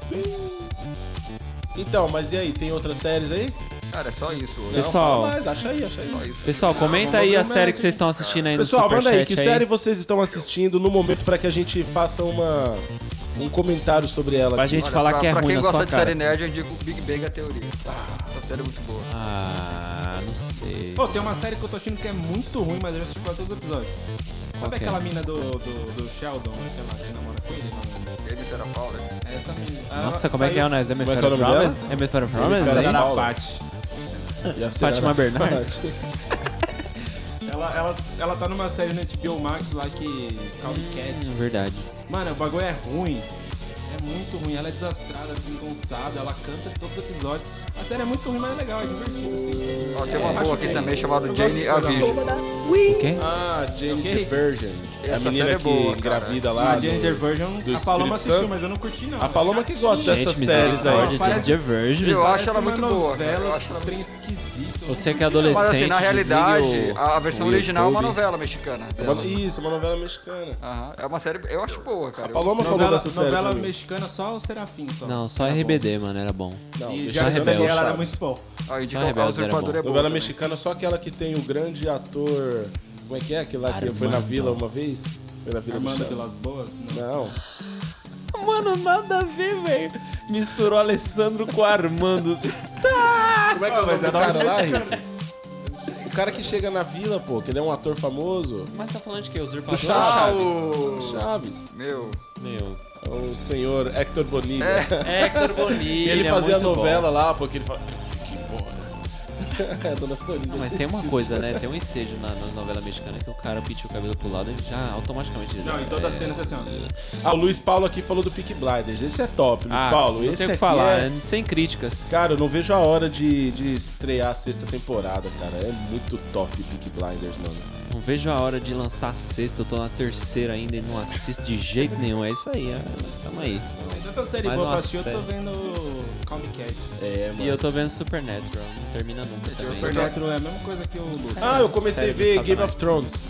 Então, mas e aí? Tem outras séries aí?
Cara, é só isso. hoje.
Pessoal,
Não, fala mais, acha aí, acha aí.
Só isso.
Pessoal, comenta aí a
vamos
série
ver
que vocês estão assistindo aí
Pessoal,
no
manda
Superchat
aí, que série vocês estão assistindo no momento pra que a gente faça uma, um comentário sobre ela.
Pra
aqui.
gente
Olha,
falar
pra,
que é
pra
ruim
quem
na
gosta
sua
de
cara.
série nerd, eu indico Big Bang a Teoria. Ah, essa série é muito boa.
Ah, não sei.
Pô, tem uma série que eu tô achando que é muito ruim, mas eu já assisti quase todos os episódios. Sabe
Qual que é?
aquela mina do, do, do Sheldon, aquela que namora com ele? mano?
Ele era Paula.
Essa mina.
Nossa,
ela
como é que é o
saiu-
nós? É
Como é que é o
Meteora
nome dela?
Promise? É Meteora Promise?
Cara,
hein?
da
Sarah
Paula.
Paty.
E a Sarah
Fátima Bernardes?
Ela, ela, ela tá numa série no HBO Max lá que. Copycat.
Hum, Verdade.
Mano, o bagulho é ruim. É muito ruim. Ela é desastrada, desengonçada. Ela canta em todos os episódios. A série é muito ruim, mas é legal, é divertido, assim.
Ó, tem uma
acho
boa aqui
que é
também
isso.
chamada
Eu
Jane
gosto de coisa
Avision.
O quê?
Ah, Jane the Virgin.
Essa
a menina
série é
que
boa, cara.
engravida
Ah,
lá.
a Jane
do-
the Virgin,
do
a Paloma
Espírito
assistiu,
Santo.
mas eu não curti, não.
A Paloma que gosta dessas
Gente,
séries aí.
misericórdia,
Parece-
Jane the Virgin.
Eu acho
Parece
ela
uma
muito boa,
novela,
cara. Eu acho ela
um trem esquisito.
Você
Não
que é
curti, não.
Mas
adolescente.
assim,
desliga
na realidade,
o-
a, a versão
o
original é uma
YouTube.
novela mexicana. dela.
Uma- Isso, uma novela mexicana.
Aham, É uma série, eu acho boa, cara.
A Paloma falou
Novela,
dessa série.
novela
pra mim.
mexicana, só o Serafim, só.
Não, só RBD, mano, era bom.
Não,
E
mexicana
já
Só
eu não
Rebelde.
ela era
gostava.
muito bom.
Ah,
Só
indica,
Rebelde
a Usurpadora
era
é
bom.
boa.
Novela
também.
mexicana, só aquela que tem o grande ator. Como é que é? Aquele lá que foi na
Armando.
vila uma vez? Foi na vila
Armando
mexicana.
pelas boas. né? Não.
Não.
Mano, nada a ver, velho. Misturou Alessandro com Armando. Tá!
Como é que é o
mas
nome do
é novela
cara lá, Rick? cara que chega na vila, pô, que ele é um ator famoso.
Mas tá falando de quê? Usurpador?
Do Chaves.
o-
Do Chaves.
Ah, Meu,
Meu.
O senhor Hector Bonilha.
Hector Bonilha.
ele fazia a
muito bom.
novela lá, pô, que ele fala. Que porra. É, Dona Florinda.
Não, mas tem
tipo
uma coisa, né? Tem um ensejo na, na novela mexicana que o cara pinta o cabelo pro lado e já automaticamente...
Não, em
é...
toda a cena tá assim, ó.
Ah, o Luiz Paulo aqui falou do Peak Blinders. Esse é top, Luiz
Ah,
Paulo.
não
esse
tem o que
aqui
falar,
é-
né? sem críticas.
Cara, eu não vejo a hora de, de estrear a sexta temporada, cara. É muito top Peak Blinders, mano.
Não vejo a hora de lançar a sexta, eu tô na terceira ainda e não assisto de jeito nenhum. É isso aí, é- tamo aí.
Tem tanta série
Mais
boa pra
uma
assistir, eu tô
série.
vendo Calm Cat.
É,
E eu tô vendo Supernatural, não termina nunca também.
Supernatural é a mesma coisa que o Lúcio.
Ah, eu comecei a
Sério,
ver
satanás.
Game of Thrones.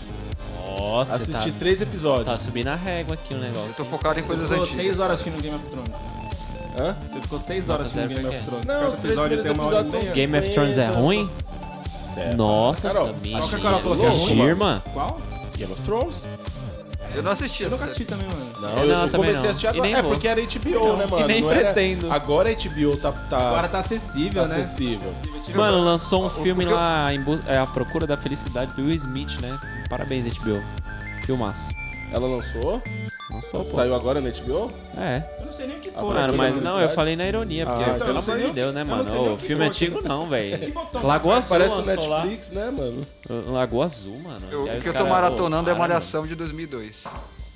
Nossa,
Assisti
tá,
três episódios.
tá subindo a régua aqui o negócio.
eu tô
hein?
focado em coisas
Ficou
antigas.
6 horas assistindo Game of Thrones.
Hã?
Você ficou 6 horas
Nota zero
assistindo Game
pra
of
quê?
Thrones.
Não,
Cada
os três primeiros
tem uma hora e
episódios são
meia.
assim.
Game of Thrones é ruim?
Sério.
Nossa, tá
Carol, ah,
essa minha
qual que a Carol falou que é ruim,
Girma?
Qual?
Game of Thrones?
Eu não assisti
Eu
essa
nunca assisti
série.
também, mano.
Não,
Não,
eu
eu também
comecei
não.
a assistir
E
agora.
nem
É
vou.
porque era HBO, né, mano?
nem
Não era-
pretendo.
Agora a HBO tá, tá
Agora tá acessível, né?
acessível.
Mano, lançou um
o
filme
que eu-
lá em bus... é, A Procura da Felicidade do Will Smith, né? Parabéns, HBO. Filmaço.
Ela lançou?
Lançou, pô.
Saiu agora na HBO?
É.
Eu não sei nem o que pôr.
Mano,
Procura
aqui,
mas
da
não, eu
Felicidade?
falei na ironia, porque
Ah, então,
pelo
eu não sei
amor de
nem o
Deus,
que-
né,
eu não
mano?
sei nem
Ô,
o que
filme
pôr aqui.
antigo não, velho.
botão?
Lagoa Azul
Parece o
lançou lá.
Netflix, né, mano?
Lagoa Azul, mano.
Eu-
E aí
o
os
que eu tô
cara-
maratonando
Pô,
é
para,
Malhação de 2002.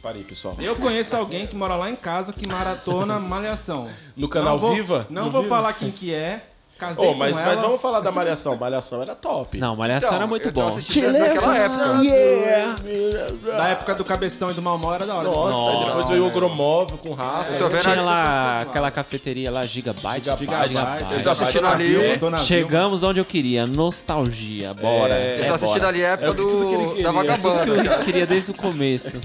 Parei, pessoal.
Eu conheço alguém que mora lá em casa que maratona Malhação.
No canal
não vou,
Viva?
Não
No
vou
Viva?
falar quem que é. Casei
Oh,
com
mas,
ela.
mas vamos falar da Malhação. Malhação era top.
Não, Malhação era é muito
Então, eu tava
bom.
assistindo naquela
um
época.
Da época do Cabeção e do Malmor era da hora.
Nossa,
Nossa,
depois veio o Gromóvel com o Rafa.
Eu tô vendo
Tinha
ali-
lá aquela cafeteria lá, Gigabyte.
Gigabyte. é,
Eu tô assistindo ali.
Eu tô na Viva.
Chegamos onde eu queria, nostalgia, bora.
É,
É,
Eu tô assistindo
bora.
ali a época
É tudo que ele
do,
queria.
da Vagabanda.
Tudo que
cara.
eu queria desde o começo.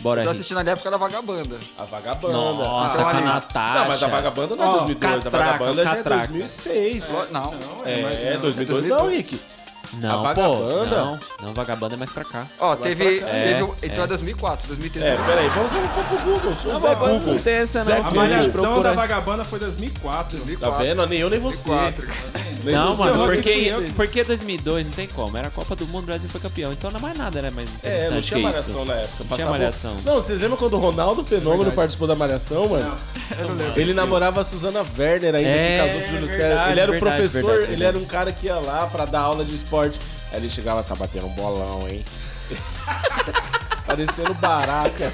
Bora,
Eu tô
Henrique.
assistindo ali a época da Vagabanda.
A Vagabanda.
Nossa,
Então,
com a
ali-
Natasha.
Não, mas a Vagabanda não é
Ó,
2002, a
catraca,
Vagabanda já é
catraca.
2006.
Não,
É, é 2002
2002.
não, Rick.
Não,
a
pô,
Vagabanda?
não. Não, Vagabanda é mais pra cá.
Ó, teve.
pra
teve um- então é 2004, 2003.
É, peraí, vamos, vamos, vamos pro Google. Eu
Tá
Sou o Zé
Vagabanda
Google.
não tem essa, não,
Zé
filho.
A
Google.
Malhação da
Procura.
Vagabanda foi 2004.
2004.
Tá vendo? Nem eu, nem você.
2004.
Nem
Não,
você.
mano,
pior que
porque,
eu fiz.
porque é 2002 não tem como. Era a Copa do Mundo, o Brasil foi campeão. Então não é mais nada, né? Mais
É, não
interessante
tinha
que
malhação
isso.
na época.
tinha Malhação.
Não, vocês lembram quando o Ronaldo Fenômeno participou da Malhação, mano? Ele namorava a Suzana Werner ainda,
É,
que casou com o Júlio
verdade,
César. Ele era o
verdade,
professor,
verdade,
ele era um cara que ia lá pra dar aula de esporte. Aí ele chegava, tá batendo um bolão, hein? Parecendo baraca.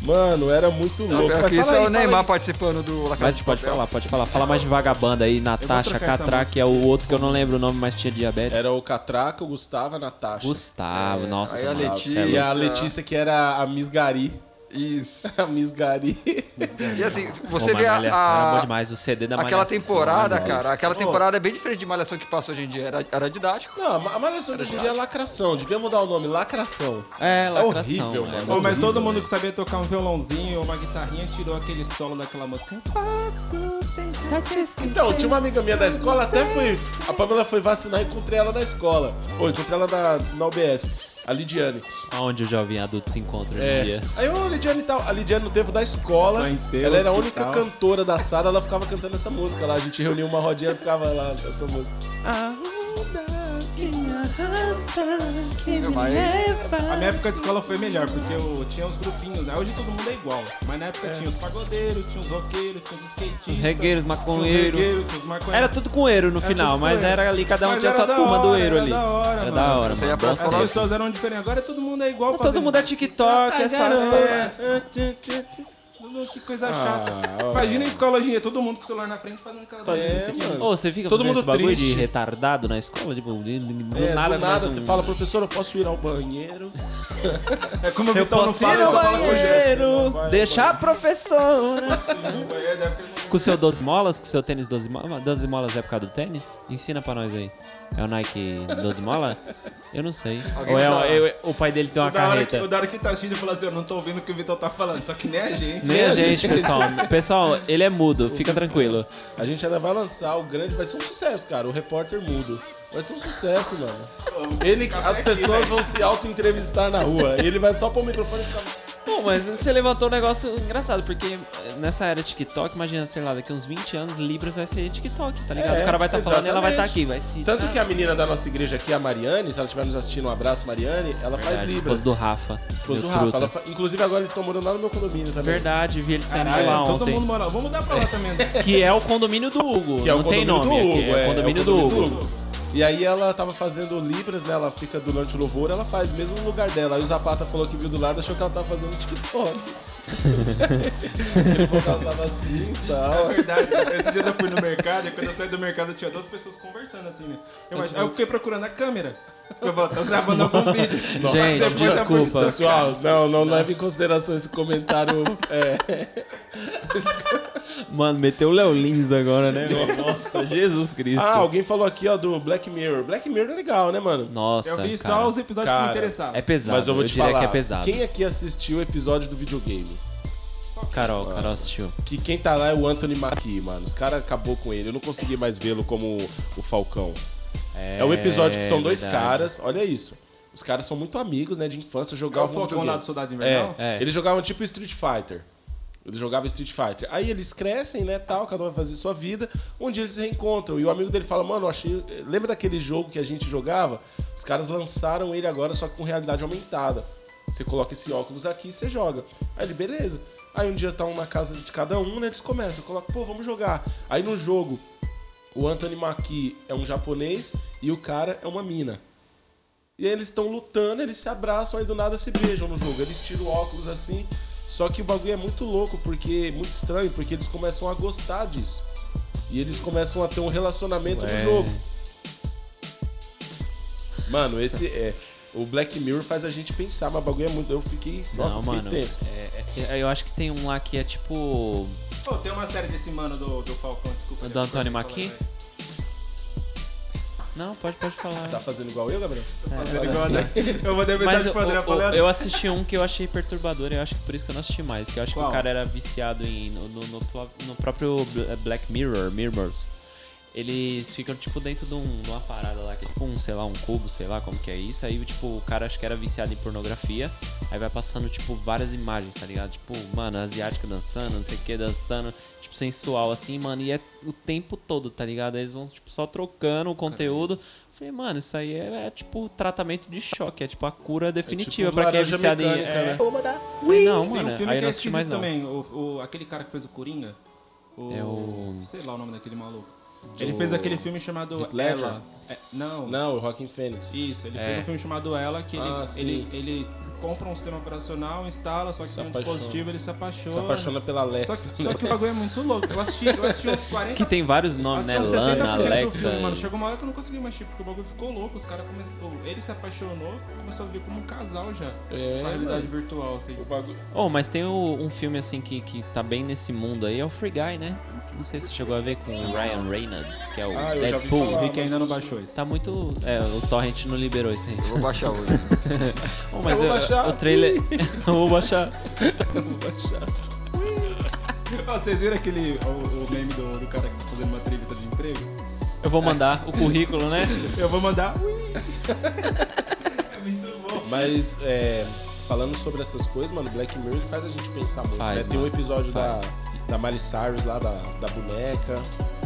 Mano, era muito louco.
Pior
Mas
que isso
fala
é
aí,
o
fala aí.
Neymar participando do La Casa
Mas
de
pode
Papel.
falar, pode falar. Fala mais de Vagabanda aí, Natasha
trocar essa
Catraque, é o outro que eu não lembro o nome, mas tinha diabetes.
Era o Catraca, o Gustavo, a Natasha.
Gustavo, nossa.
aí a
mano,
Letícia.
cê é
E
louco.
a Letícia, que era a Miss Gari.
Isso.
A Miss Gari.
E assim, se
Pô,
você
mas
vê a,
Malhação é era bom
a,
demais, o CD da
aquela
Malhação, né?
temporada,
nossa.
cara. Aquela temporada é bem diferente de Malhação que passa hoje em dia. Era, era didático.
Não, a a Malhação de hoje em dia é lacração. Devia mudar o nome, lacração.
É, lacração. é.
horrível, mano.
Pô, mas todo mundo que sabia tocar um violãozinho ou uma guitarrinha tirou aquele solo daquela música.
Então, tinha uma amiga minha da escola, até foi. A Pamela foi vacinar e encontrei ela na escola. Ou encontrei ela na, na UBS. A Lidiane.
Onde o jovem adulto se encontra hoje em
É.
dia.
Aí eu, a Lidiane e tal. A Lidiane no tempo da escola.
Só inteiro,
Ela era a
que
única
tal.
cantora da sala, ela ficava cantando essa música lá. A gente reuniu uma rodinha e ficava lá essa música.
Meu, mas
A minha época de escola foi melhor, porque eu tinha os grupinhos, né? Hoje todo mundo é igual. Mas na época tinha os pagodeiros, tinha os roqueiros, tinha os skatistas.
Os regueiros,
Tinha
maconheiro.
os regueiros, tinha os maconheiros.
Era tudo com eiro no final,
tudo com
mas
eiro.
era ali, cada um
Mas
tinha
era
sua
da
turma do
hora,
eiro
era
ali.
da hora,
Era
mano.
da hora,
Você ia
mano.
pra
Nossa,
escola-
As pessoas Tá eram diferentes. Agora todo mundo é igual.
Todo mundo é TikTok, essa
hora. Que coisa
Ah,
chata.
ó.
Imagina a escola hoje em dia, todo mundo com o celular na frente fazendo aquela dança aqui.
Ô, você fica
Todo
fazendo
mundo
esse bagulho de
triste.
retardado na escola? Tipo, de- de- do
É,
nada,
do nada
mais
você
um-
fala, professor, eu posso ir ao banheiro?
É como o
né? Eu
Vitão não
posso ir
fala, eu
no
só fala com o gesto.
banheiro, deixar a professora.
É, deve ter-
Com seu 12 molas, com seu tênis 12 molas. 12 molas é por causa do tênis? Ensina pra nós aí. É o Nike 12 mola? Eu não sei.
Alguém
Ou é,
precisa-
eu- eu- o pai dele tem uma
O da, hora que, o
carreta.
da hora que tá assistindo falou assim, eu não tô ouvindo o que o Vitor tá falando, só que nem a gente.
Nem a gente, pessoal. Pessoal, ele é mudo, fica tranquilo.
A gente ainda vai lançar o grande. Vai ser um sucesso, cara. O repórter mudo. Vai ser um sucesso, mano. Ele, as pessoas vão se auto-entrevistar na rua. Ele vai só pôr o microfone e ficar.
Bom, mas você levantou um negócio engraçado, porque nessa era TikTok, imagina, sei lá, daqui uns 20 anos, Libras vai ser TikTok, tá ligado?
É,
o cara vai estar falando e ela vai estar
exatamente.
aqui, vai se.
Tanto que a menina da nossa igreja aqui, a Mariane, se ela estiver nos assistindo, um abraço, Mariane, ela
Verdade,
faz
esposa
Libras.
do Rafa.
Esposa do
meu
Rafa.
truta.
Ela fa- Inclusive agora eles estão morando lá no meu condomínio também.
Verdade, vi ele saindo
Caralho,
de lá
todo
ontem.
mundo mora lá. Vamos mudar pra lá também. né?
Que é o condomínio do Hugo.
Que é o
não tem
condomínio
nome.
do
aqui,
Hugo,
é, o condomínio do Hugo.
E aí ela tava fazendo Libras, né? Ela fica durante o louvor, ela faz mesmo no lugar dela. Aí o Zapata falou que viu do lado, achou que ela tava fazendo TikTok. Ele falou que ela tava assim e
É
tal.
verdade. Esse dia eu fui no mercado e quando eu saí do mercado tinha duas pessoas conversando assim, né? Eu, acho- aí eu fiquei procurando a câmera. Eu falei, tô gravando algum vídeo.
Gente,
Depois eu fui-
desculpa.
Pessoal, não, não,
é
leve em consideração esse comentário. é,
Mano, meteu o Léo Lins agora, né? meu? Nossa, Jesus Cristo.
Ah, alguém falou aqui, ó, do Black Mirror. Black Mirror é legal, né, mano?
Nossa,
Eu vi
cara.
só os episódios que
Cara,
me interessavam.
É pesado.
Mas eu vou te
diria
falar.
que é pesado.
Quem aqui assistiu o episódio do videogame?
Carol, Carol assistiu.
Que quem tá lá é o Anthony Mackie, mano. Os caras acabou com ele. Eu não consegui mais vê-lo como o Falcão. É, um episódio que são dois
verdade.
caras. Olha isso. Os caras são muito amigos, né, de infância,
É o
jogavam
Falcão
videogame.
lá do Soldado
É,
Invernal?
É.
eles jogavam tipo Street Fighter. Eles jogavam Street Fighter. Aí eles crescem, né, tal, cada um vai fazer sua vida. Um dia eles se reencontram e o amigo dele fala: "Mano, eu achei, lembra daquele jogo que a gente jogava? Os caras lançaram ele agora só que com realidade aumentada. Você coloca esse óculos aqui e você joga. Aí ele, beleza. Aí um dia tá um na casa de cada um, né? Eles começam, colocam, pô, vamos jogar. Aí no jogo, o Anthony Mackie é um japonês e o cara é uma mina. E aí eles estão lutando, eles se abraçam, aí do nada se beijam no jogo. Eles tiram o óculos assim. Só que o bagulho é muito louco, porque. Muito estranho, porque eles começam a gostar disso. E eles começam a ter um relacionamento no jogo. Mano, esse é. O Black Mirror faz a gente pensar, mas o bagulho é muito. Eu fiquei. Nossa,
Não,
eu fiquei
mano.
tenso.
é- é- eu acho que tem um lá que é tipo.
Pô, tem uma série desse mano do, do Falcão, né? desculpa.
É Do Antônio Mackie?
Maquin?
Não, pode, pode falar.
Tá fazendo igual eu, Gabriel?
né? Eu mandei
É. Mas
mensagem
eu,
pro André, eu
eu,
falei, André,
eu assisti um que eu achei perturbador, eu acho que por isso que eu não assisti mais, que eu acho que
Qual?
o cara era viciado em, no, no- no plo- no próprio Bl- é, Black Mirror, Mirrors. Eles ficam, tipo, dentro de, um- de uma parada lá, que é tipo um, sei lá, um cubo, sei lá como que é isso. Aí, tipo, o cara acho que era viciado em pornografia. Aí vai passando, tipo, várias imagens, tá ligado? Tipo, mano, asiática dançando, não sei o que, dançando, tipo, sensual, assim, mano. E é o tempo todo, tá ligado? Aí Eles vão, tipo, só trocando o conteúdo. Falei, mano, isso aí é, é, tipo tratamento de choque, é tipo a cura definitiva
tipo
pra quem é
laranja
viciado em.
mecânica,
É,
né?
Falei, não,
tem
mano,
um filme
aí
que
não
é
assisti
esquisito
mais não.
também, o, o- aquele cara que fez o Coringa. O,
É o-
Sei lá o nome daquele maluco. Ele fez aquele filme chamado
Heath Ledger?
Ela. É, não,
Não, o Rockin' Fênix.
Isso, ele
É.
fez um filme chamado Ela, que ele,
Ah, sim.
ele, ele compra um sistema operacional, instala, só que tem um
apaixona.
dispositivo, ele se apaixona.
Se apaixona pela
Só
Alexa.
que, só que o bagulho é muito louco. Eu assisti, eu assisti uns 40
Que tem vários nomes, né?
Assisti uns
Lana,
70% do
Alexa.
filme, mano. Chegou uma hora que eu não consegui mais assistir, porque o bagulho ficou louco. Os caras começaram. Ele se apaixonou, começou a viver como um casal já.
É,
na realidade virtual, assim.
O bagulho.
Oh, mas tem o- um filme assim que, que tá bem nesse mundo aí, é o Free Guy, né? Não sei se você chegou a ver com o Ryan Reynolds, que é o
Ah, eu já ouvi
Deadpool.
falar.
O Rick ainda não baixou isso.
Tá muito. É, o Torrent não liberou isso aí.
Vou baixar hoje.
Oh, mas
Eu vou
eu-
baixar.
o trailer. eu vou baixar.
Ó, Ah, vocês viram aquele. O, o meme do, do cara que tá fazendo uma entrevista de emprego?
Eu vou mandar o currículo, né?
Eu vou mandar. Ui, É
Mas é, falando sobre essas coisas, mano, Black Mirror faz a gente pensar muito.
Faz,
né? Tem um
mano.
episódio da,
Faz.
da Miley Cyrus lá, da, da boneca,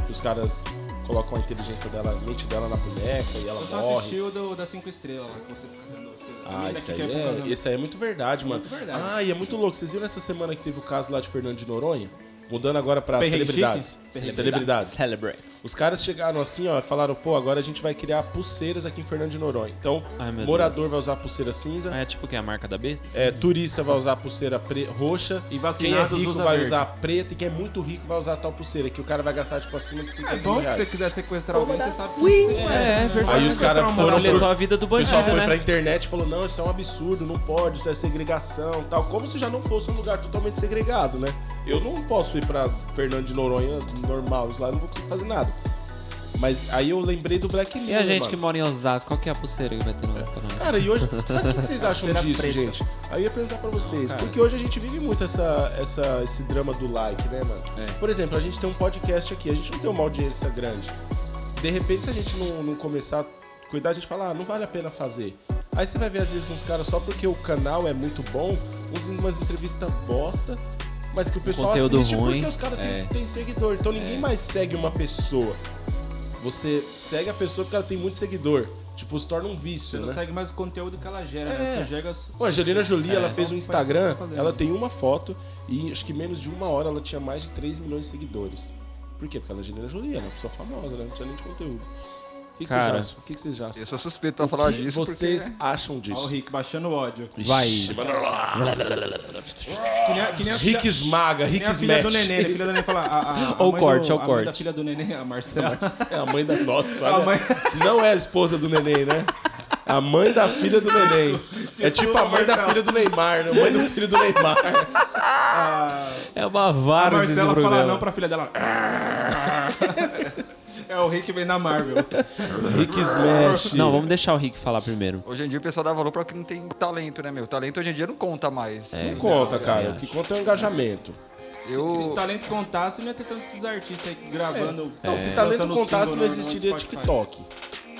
que os caras colocam a inteligência dela, a mente dela na boneca e ela
eu só assisti
morre.
o do, das 5 estrelas lá, que você fica dando. Você,
Ah,
Menina,
isso
que
aí,
quer pro
é,
programa.
isso aí é muito verdade, mano.
verdade.
Ah, e é muito louco. Vocês viram essa semana que teve o caso lá de Fernando de Noronha? Mudando agora pra
Perrengue
celebridades.
chique?
Celebridades. celebridades.
Celebrates.
Os caras chegaram assim, ó, e falaram, pô, agora a gente vai criar pulseiras aqui em Fernando de Noronha. Então,
Ai, meu
morador
Deus.
vai usar pulseira cinza,
Ah, é tipo que é a marca da besta?
É, turista vai usar a pulseira pre- roxa.
E
Quem é
vacinados
rico
usa
vai
verde.
usar a preta. E quem é muito rico vai usar a tal pulseira. Que o cara vai gastar, tipo, acima de 50
É
mil
bom que se
reais.
você quiser sequestrar alguém, você sabe que você sequestra.
É, é verdade.
Aí os caras foram
Facilitou
pro-
a vida do
O
bandido,
pessoal foi
né?
pra internet e falou, não, isso é um absurdo, não pode, isso é segregação tal. Como se já não fosse um lugar totalmente segregado, né? Eu não posso ir pra Fernando de Noronha normal, lá eu não vou conseguir fazer nada. Mas aí eu lembrei do Black Mirror,
E a gente
mano.
que mora em Osasco, qual que é a pulseira que vai ter no Torrent?
Cara, e hoje. Mas o que vocês acham
Será
disso,
preta.
gente? Aí eu ia perguntar pra vocês. porque hoje a gente vive muito essa, essa, esse drama do like, né, mano?
É.
Por exemplo, a gente tem um podcast aqui, a gente não tem uma audiência grande. De repente, se a gente não, não começar a cuidar, a gente fala, ah, não vale a pena fazer. Aí você vai ver, às vezes, uns caras só porque o canal é muito bom, uns, umas entrevistas bosta, mas
Um
que o pessoal
Conteúdo
assiste
ruim,
porque os caras
é.
têm tem seguidor. Então
É.
ninguém mais segue uma pessoa. Você segue a pessoa porque ela tem muito seguidor. Tipo, se torna um vício,
Você não
né?
segue mais o conteúdo que ela gera, né?
É.
Você chega.
Pô, a Angelina Jolie, ela fez um
Então,
Instagram,
tá fazendo.
ela tem uma foto e acho que menos de uma hora ela tinha mais de 3 milhões de seguidores. Por quê? Porque ela é Angelina Jolie, ela é uma pessoa famosa, né? Não precisa nem de conteúdo. O que, que vocês
Cara,
acham? O que, que vocês acham?
Eu sou suspeito pra falar
O que
disso
vocês
porque...
acham
Olha o
disso?
Rick baixando o ódio.
Vai.
Que nem a- que nem a filha-
Rick esmaga,
que nem
Rick
a filha do
smash.
neném, né? a filha do neném fala. a- a- a
Ou
mãe
corte,
do-
ou
a mãe
corte.
da filha do neném, a Marcela.
É a mãe da nossa,
A
olha.
mãe-
Não é a esposa do neném, né? A mãe da filha do neném. É tipo a mãe da
Marcelo.
filha do Neymar, né? Mãe do filho do Neymar.
É uma
A
vara esse
Marcela fala não
programa.
pra filha dela. É o Rick vem na Marvel.
Rick smash.
Não, vamos deixar o Rick falar primeiro.
Hoje em dia o pessoal dá valor pra que não tem talento, né, meu? Talento hoje em dia não conta mais.
É.
Não conta, cara. O que conta é o engajamento.
Eu...
Se
tá.
o talento contasse, não ia ter tantos esses artistas aí gravando.
Não, se
lançando
talento
single
contasse,
no-
não
no
existiria
Spotify.
TikTok.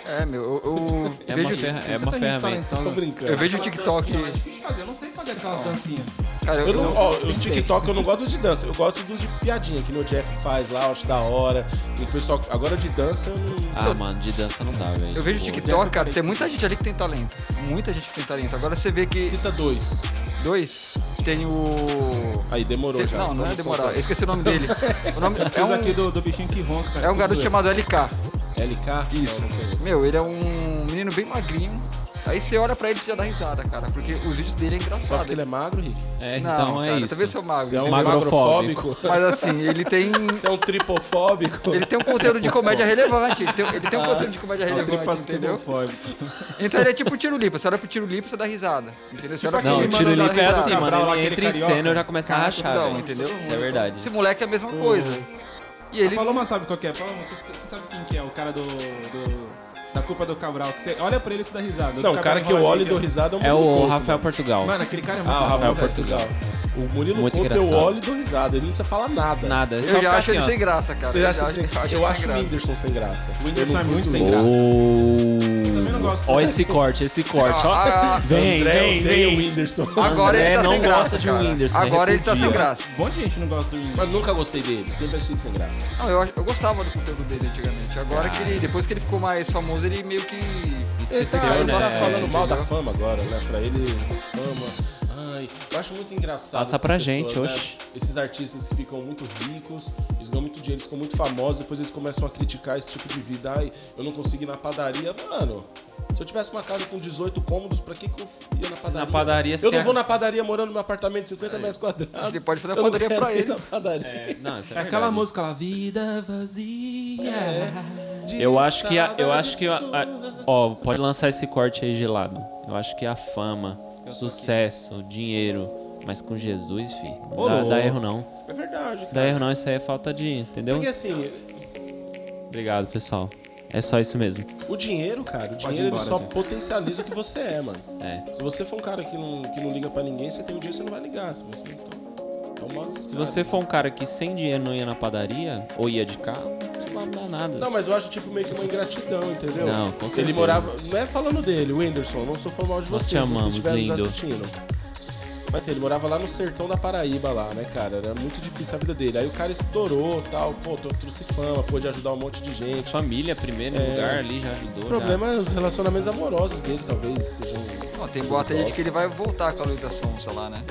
É, meu, eu, eu
É uma,
vejo,
ferra- é uma
tá
Tanta gente
ferramenta.
então.
talentosa.
Tô brincando.
eu vejo o TikTok. né? É
Não, é difícil fazer, eu não sei fazer aquelas dancinhas.
Cara, eu,
Eu não,
eu-
ó, os TikTok eu não gosto dos de dança, eu gosto dos de piadinha, que meu Jeff faz lá, eu acho da hora. E o pessoal, agora de dança eu não.
Ah, mano, de dança não dá, velho.
Então, eu vejo o
Pô.
TikTok, cara, tem muita gente ali que tem talento. Muita gente que tem talento. Agora você vê que.
Cita dois.
Dois, tem o.
Aí demorou
Tem-
já.
não, não é
Então,
demorar.
são
Eu esqueci o nome dele. O nome é
Fiz aqui
um,
do, do bichinho que ronca, cara.
é um garoto chamado LK.
LK?
Isso.
Não, não conheço.
Meu, ele é um menino bem magrinho. Aí você olha pra ele e já dá risada, cara. Porque os vídeos dele é
Só porque
engraçado.
ele é magro, Rick?
É,
Não,
então é
cara,
isso.
Talvez seu magro.
Você é um
entendeu?
Magrofóbico.
magrofóbico?
Mas assim, ele tem.
Você é um tripofóbico?
Ele tem um conteúdo de comédia relevante. Ele tem, ele
Ah,
tem um conteúdo de
é
É
comédia relevante,
assim,
entendeu? Então ele é tipo o Tiro Lipa. Você olha pro Tiro Lipa, você dá risada. Entendeu? Você olha pra
Não,
ele,
o
mano,
tiro
você dá
limpo é
risada.
assim,
Cabral,
mano.
lá,
Ele
aquele
entra em
carioca.
cena eu já começo a rachar,
então,
velho.
entendeu?
Isso é verdade.
Esse moleque é a mesma coisa. E ele.
A Paloma sabe qual que é. Paloma, você, você sabe quem que é? O cara do. do- da culpa do Cabral. Que você olha pra ele e você dá risada.
Não, o
Cabral
cara que eu olho e
enroladinho,
dou risada é o
É
Murilo
o
Couto,
Rafael
mano.
Portugal.
Mano, aquele cara é muito
Ah, o Rafael
bom, velho.
Portugal. O Murilo
Muito
Couto eu
engraçado.
olho e dou risada, ele não precisa falar nada.
Nada, é só
Eu já
ficar
acho
assim,
ele
ó.
sem graça, cara.
Você
Eu
acha
já
que sem-
acho
Eu
ele
acho o
é graça.
Whindersson sem graça.
O Whindersson é muito sem
Ô,
graça.
Ou-
também não gosto.
Ó esse corte, esse corte, ó.
Ah, ah,
Vem,
André
vem,
odeia o
vem.
Whindersson.
Agora
André
É,
ele tá
não
sem graça.
gosta de
cara.
Whindersson, ele
Agora ele tá sem
repudia.
graça.
Um monte de gente não gosta do Whindersson.
Mas nunca gostei dele, sempre achei ele sem graça.
Não, eu, ach- eu gostava do conteúdo dele antigamente. Agora que ele. Depois que ele ficou mais famoso, ele meio que.
Ele
Esqueceu,
tá, ele
né?
tá falando mal da
entendeu?
fama agora, né? Pra ele, fama. Ai, eu acho muito engraçado.
Passa
essas
pra gente,
pessoas, né?
oxe.
Esses artistas que ficam muito ricos, eles ganham muito dinheiro, eles ficam muito famosos, depois eles começam a criticar esse tipo de vida. Ai, eu não consegui ir na padaria. Mano, se eu tivesse uma casa com 18 cômodos, pra que, que eu ia na padaria?
Na padaria, você
Eu
tem
não
a-
vou na padaria morando num apartamento de 50 metros quadrados.
Ele pode fazer a
Eu não
padaria
quero
pra
ir
ele.
na padaria.
Não, isso é
É aquela
verdade.
música lá, Vida Vazia. É.
Eu acho que a, eu acho que a, a- ó, pode lançar esse corte aí gelado. Eu acho que a fama, sucesso, dinheiro, mas com Jesus, fi. Não
Ô,
dá,
louco.
dá erro não.
É verdade,
Dá
cara.
erro não, isso aí é falta de, entendeu?
Porque assim,
Obrigado, pessoal. É só isso mesmo.
O dinheiro, cara, o
ir
dinheiro ele
embora,
só
gente.
potencializa o que você é, mano.
É.
Se você for um cara que não, que não liga pra ninguém, você tem um dinheiro, você não vai ligar. Se você então, é o mal desses
Se você for um cara que sem dinheiro não ia na padaria ou ia de carro, isso não vai mudar nada.
Não, mas eu acho tipo meio que uma ingratidão, entendeu?
Não, com
Ele
certeza.
morava. Não é falando dele, o Whindersson, não estou falando mal de
Nós te
vocês, vocês
amamos,
estiverem nos
lindo.
assistindo. Mas assim, ele morava lá no sertão da Paraíba lá, né, cara? Era muito difícil a vida dele. Aí o cara estourou tal, pô, trouxe fama, pôde ajudar um monte de gente.
Família, primeiro lugar ali, já ajudou.
O É. problema é os relacionamentos amorosos dele, talvez sejam.
Não, tem boato aí de que ele vai voltar com a Luísa Sonsa lá, né?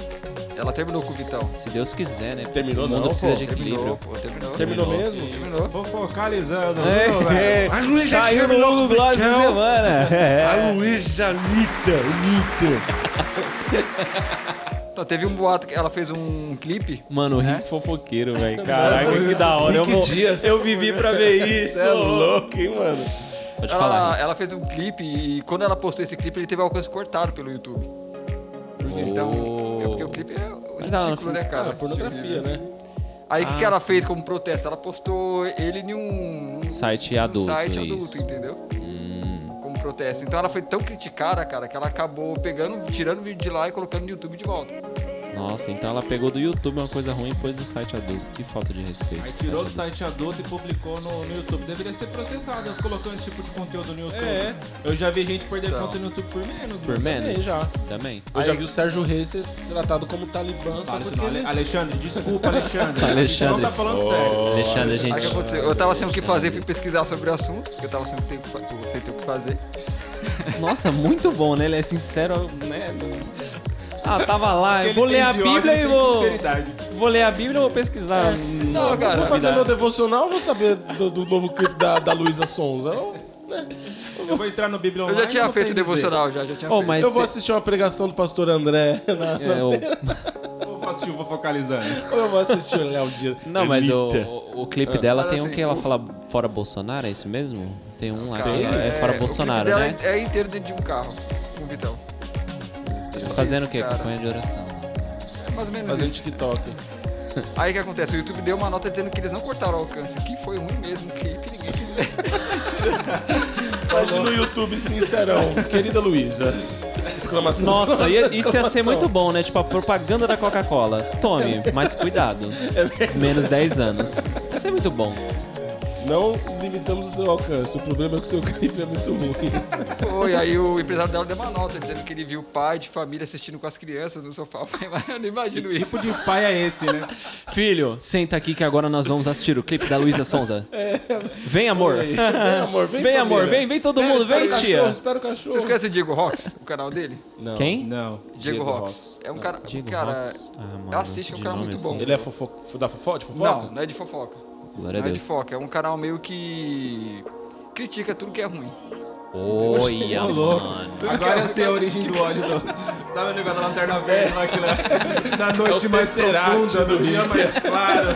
Ela terminou com o Vitão.
Já. Se Deus quiser, né?
Terminou
o mundo
não,
precisa
pô.
de
Terminou,
equilíbrio.
pô, terminou.
Terminou,
Terminou.
mesmo?
Terminou.
Vou focalizando. viu, velho?
É, saiu no novo vlog da semana.
A Luísa Anitta, Anitta.
Então, teve um boato que ela fez um clipe.
Mano, o Rick fofoqueiro, velho. Caraca, que da hora.
Rick
eu, vou-
Dias.
eu vivi pra ver isso.
Você é louco, hein, mano?
Pode falar.
Ela, ela fez um clipe e quando ela postou esse clipe, ele teve alcance cortado pelo YouTube. Então, é porque o clipe é
Mas ela não
ridículo, né,
Cara,
cara?
pornografia, né?
Aí o que, que ela fez como protesto? Ela postou ele em um
Site
um
adulto, é
site adulto,
isso.
entendeu? Como protesto. Então ela foi tão criticada, cara, que ela acabou pegando, tirando o vídeo de lá e colocando no YouTube de volta.
Nossa, então ela pegou do YouTube uma coisa ruim e pôs do site adulto. Que falta de respeito.
Aí tirou do
site
site adulto e publicou no, no YouTube. Deveria ser processado colocando esse tipo de conteúdo no YouTube. É, eu já vi gente perder
Então.
conta no YouTube por menos.
adulto. Por
mano.
menos?
Também já.
Também.
Eu já vi o Sérgio Reis ser tratado como talibã, só
Fala isso
porque
não,
ele... tá
Ale- Alexandre, desculpa, Alexandre.
Alexandre.
A gente não tá falando sério.
Alexandre,
Aí o que
gente.
aconteceu? Eu tava sem o que fazer, fui pesquisar sobre o assunto, porque eu tava sem o que ter- sem ter o que fazer.
Nossa, muito bom, né? Ele é sincero, né? Ah, tava lá. Eu
Ele
vou ler
tem
a
de ódio,
Bíblia
ele
e
tem
vou.
sinceridade.
Vou ler a Bíblia ou vou pesquisar?
Não,
Vou
cara.
fazer meu devocional ou vou saber do, do novo clipe da, da Luísa Sonza? Eu, né?
Eu vou entrar no Bíblia
Eu
Online.
já tinha
não
feito
tem
o
dizer.
devocional, já, já tinha
Oh,
feito.
mas
Eu vou
te-
assistir uma pregação do pastor André. na- na-
é, o-
Eu vou assistir, eu vou focalizando.
Ou eu vou assistir o Léo Dias.
Não, mas o,
Anitta.
o, o clipe dela
Mas
tem um
assim,
que ela
o-
fala fora Bolsonaro, é isso mesmo? Tem um lá que
Cara,
é, fora
né? o
Bolsonaro,
clipe
né?
dela É inteiro dentro de um carro, com o Vitão. É só
Fazendo
isso,
o quê?
cara.
Campanha de oração.
É mais ou menos
Fazer
isso.
TikTok.
Aí o que acontece? O YouTube deu uma nota dizendo que eles não cortaram o alcance, que foi ruim mesmo, o clipe, ninguém quis ver.
Hoje no YouTube, sincerão. Querida Luísa. Exclamação.
Nossa,
exclamação,
e- é- isso ia ser
exclamação.
muito bom, né? Tipo, a propaganda da Coca-Cola. Tome, mas cuidado. Menos 10 anos. Ia ser muito bom.
Não limitamos o seu alcance. O problema é que o seu clipe é muito ruim.
Foi, aí o empresário dela deu uma nota dizendo que ele viu pai de família assistindo com as crianças no sofá. Eu falei, mas eu não imagino
Que
isso.
tipo de pai é esse, né?
Filho, senta aqui que agora nós vamos assistir o clipe da Luísa Sonza. Vem, amor.
Vem, amor, vem.
Vem, amor,
família.
vem, vem todo mundo,
Espera
vem,
o cachorro,
tia.
Espera o cachorro.
Vocês conhecem o Diego Rox, o canal dele?
Não.
Quem?
Não.
Diego,
Diego
Rox.
Rox.
É um cara.
Diego
cara
Rox? Ah, mano,
assiste, é um
de
cara
nome
muito
assim.
bom.
Ele é fofo... da fofo... de fofoca?
Não, não é de fofoca.
Glória a
Não é de
Deus.
fofoca. É um canal meio que. critica tudo que é ruim.
Oi,
Ô,
mano.
louco. Agora eu sei a origem do ódio do. É. Sabe o negócio da lanterna verde lá que lá? Na noite
É o
mais
Tesseract
profunda,
do
no dia
Rio.
mais claro.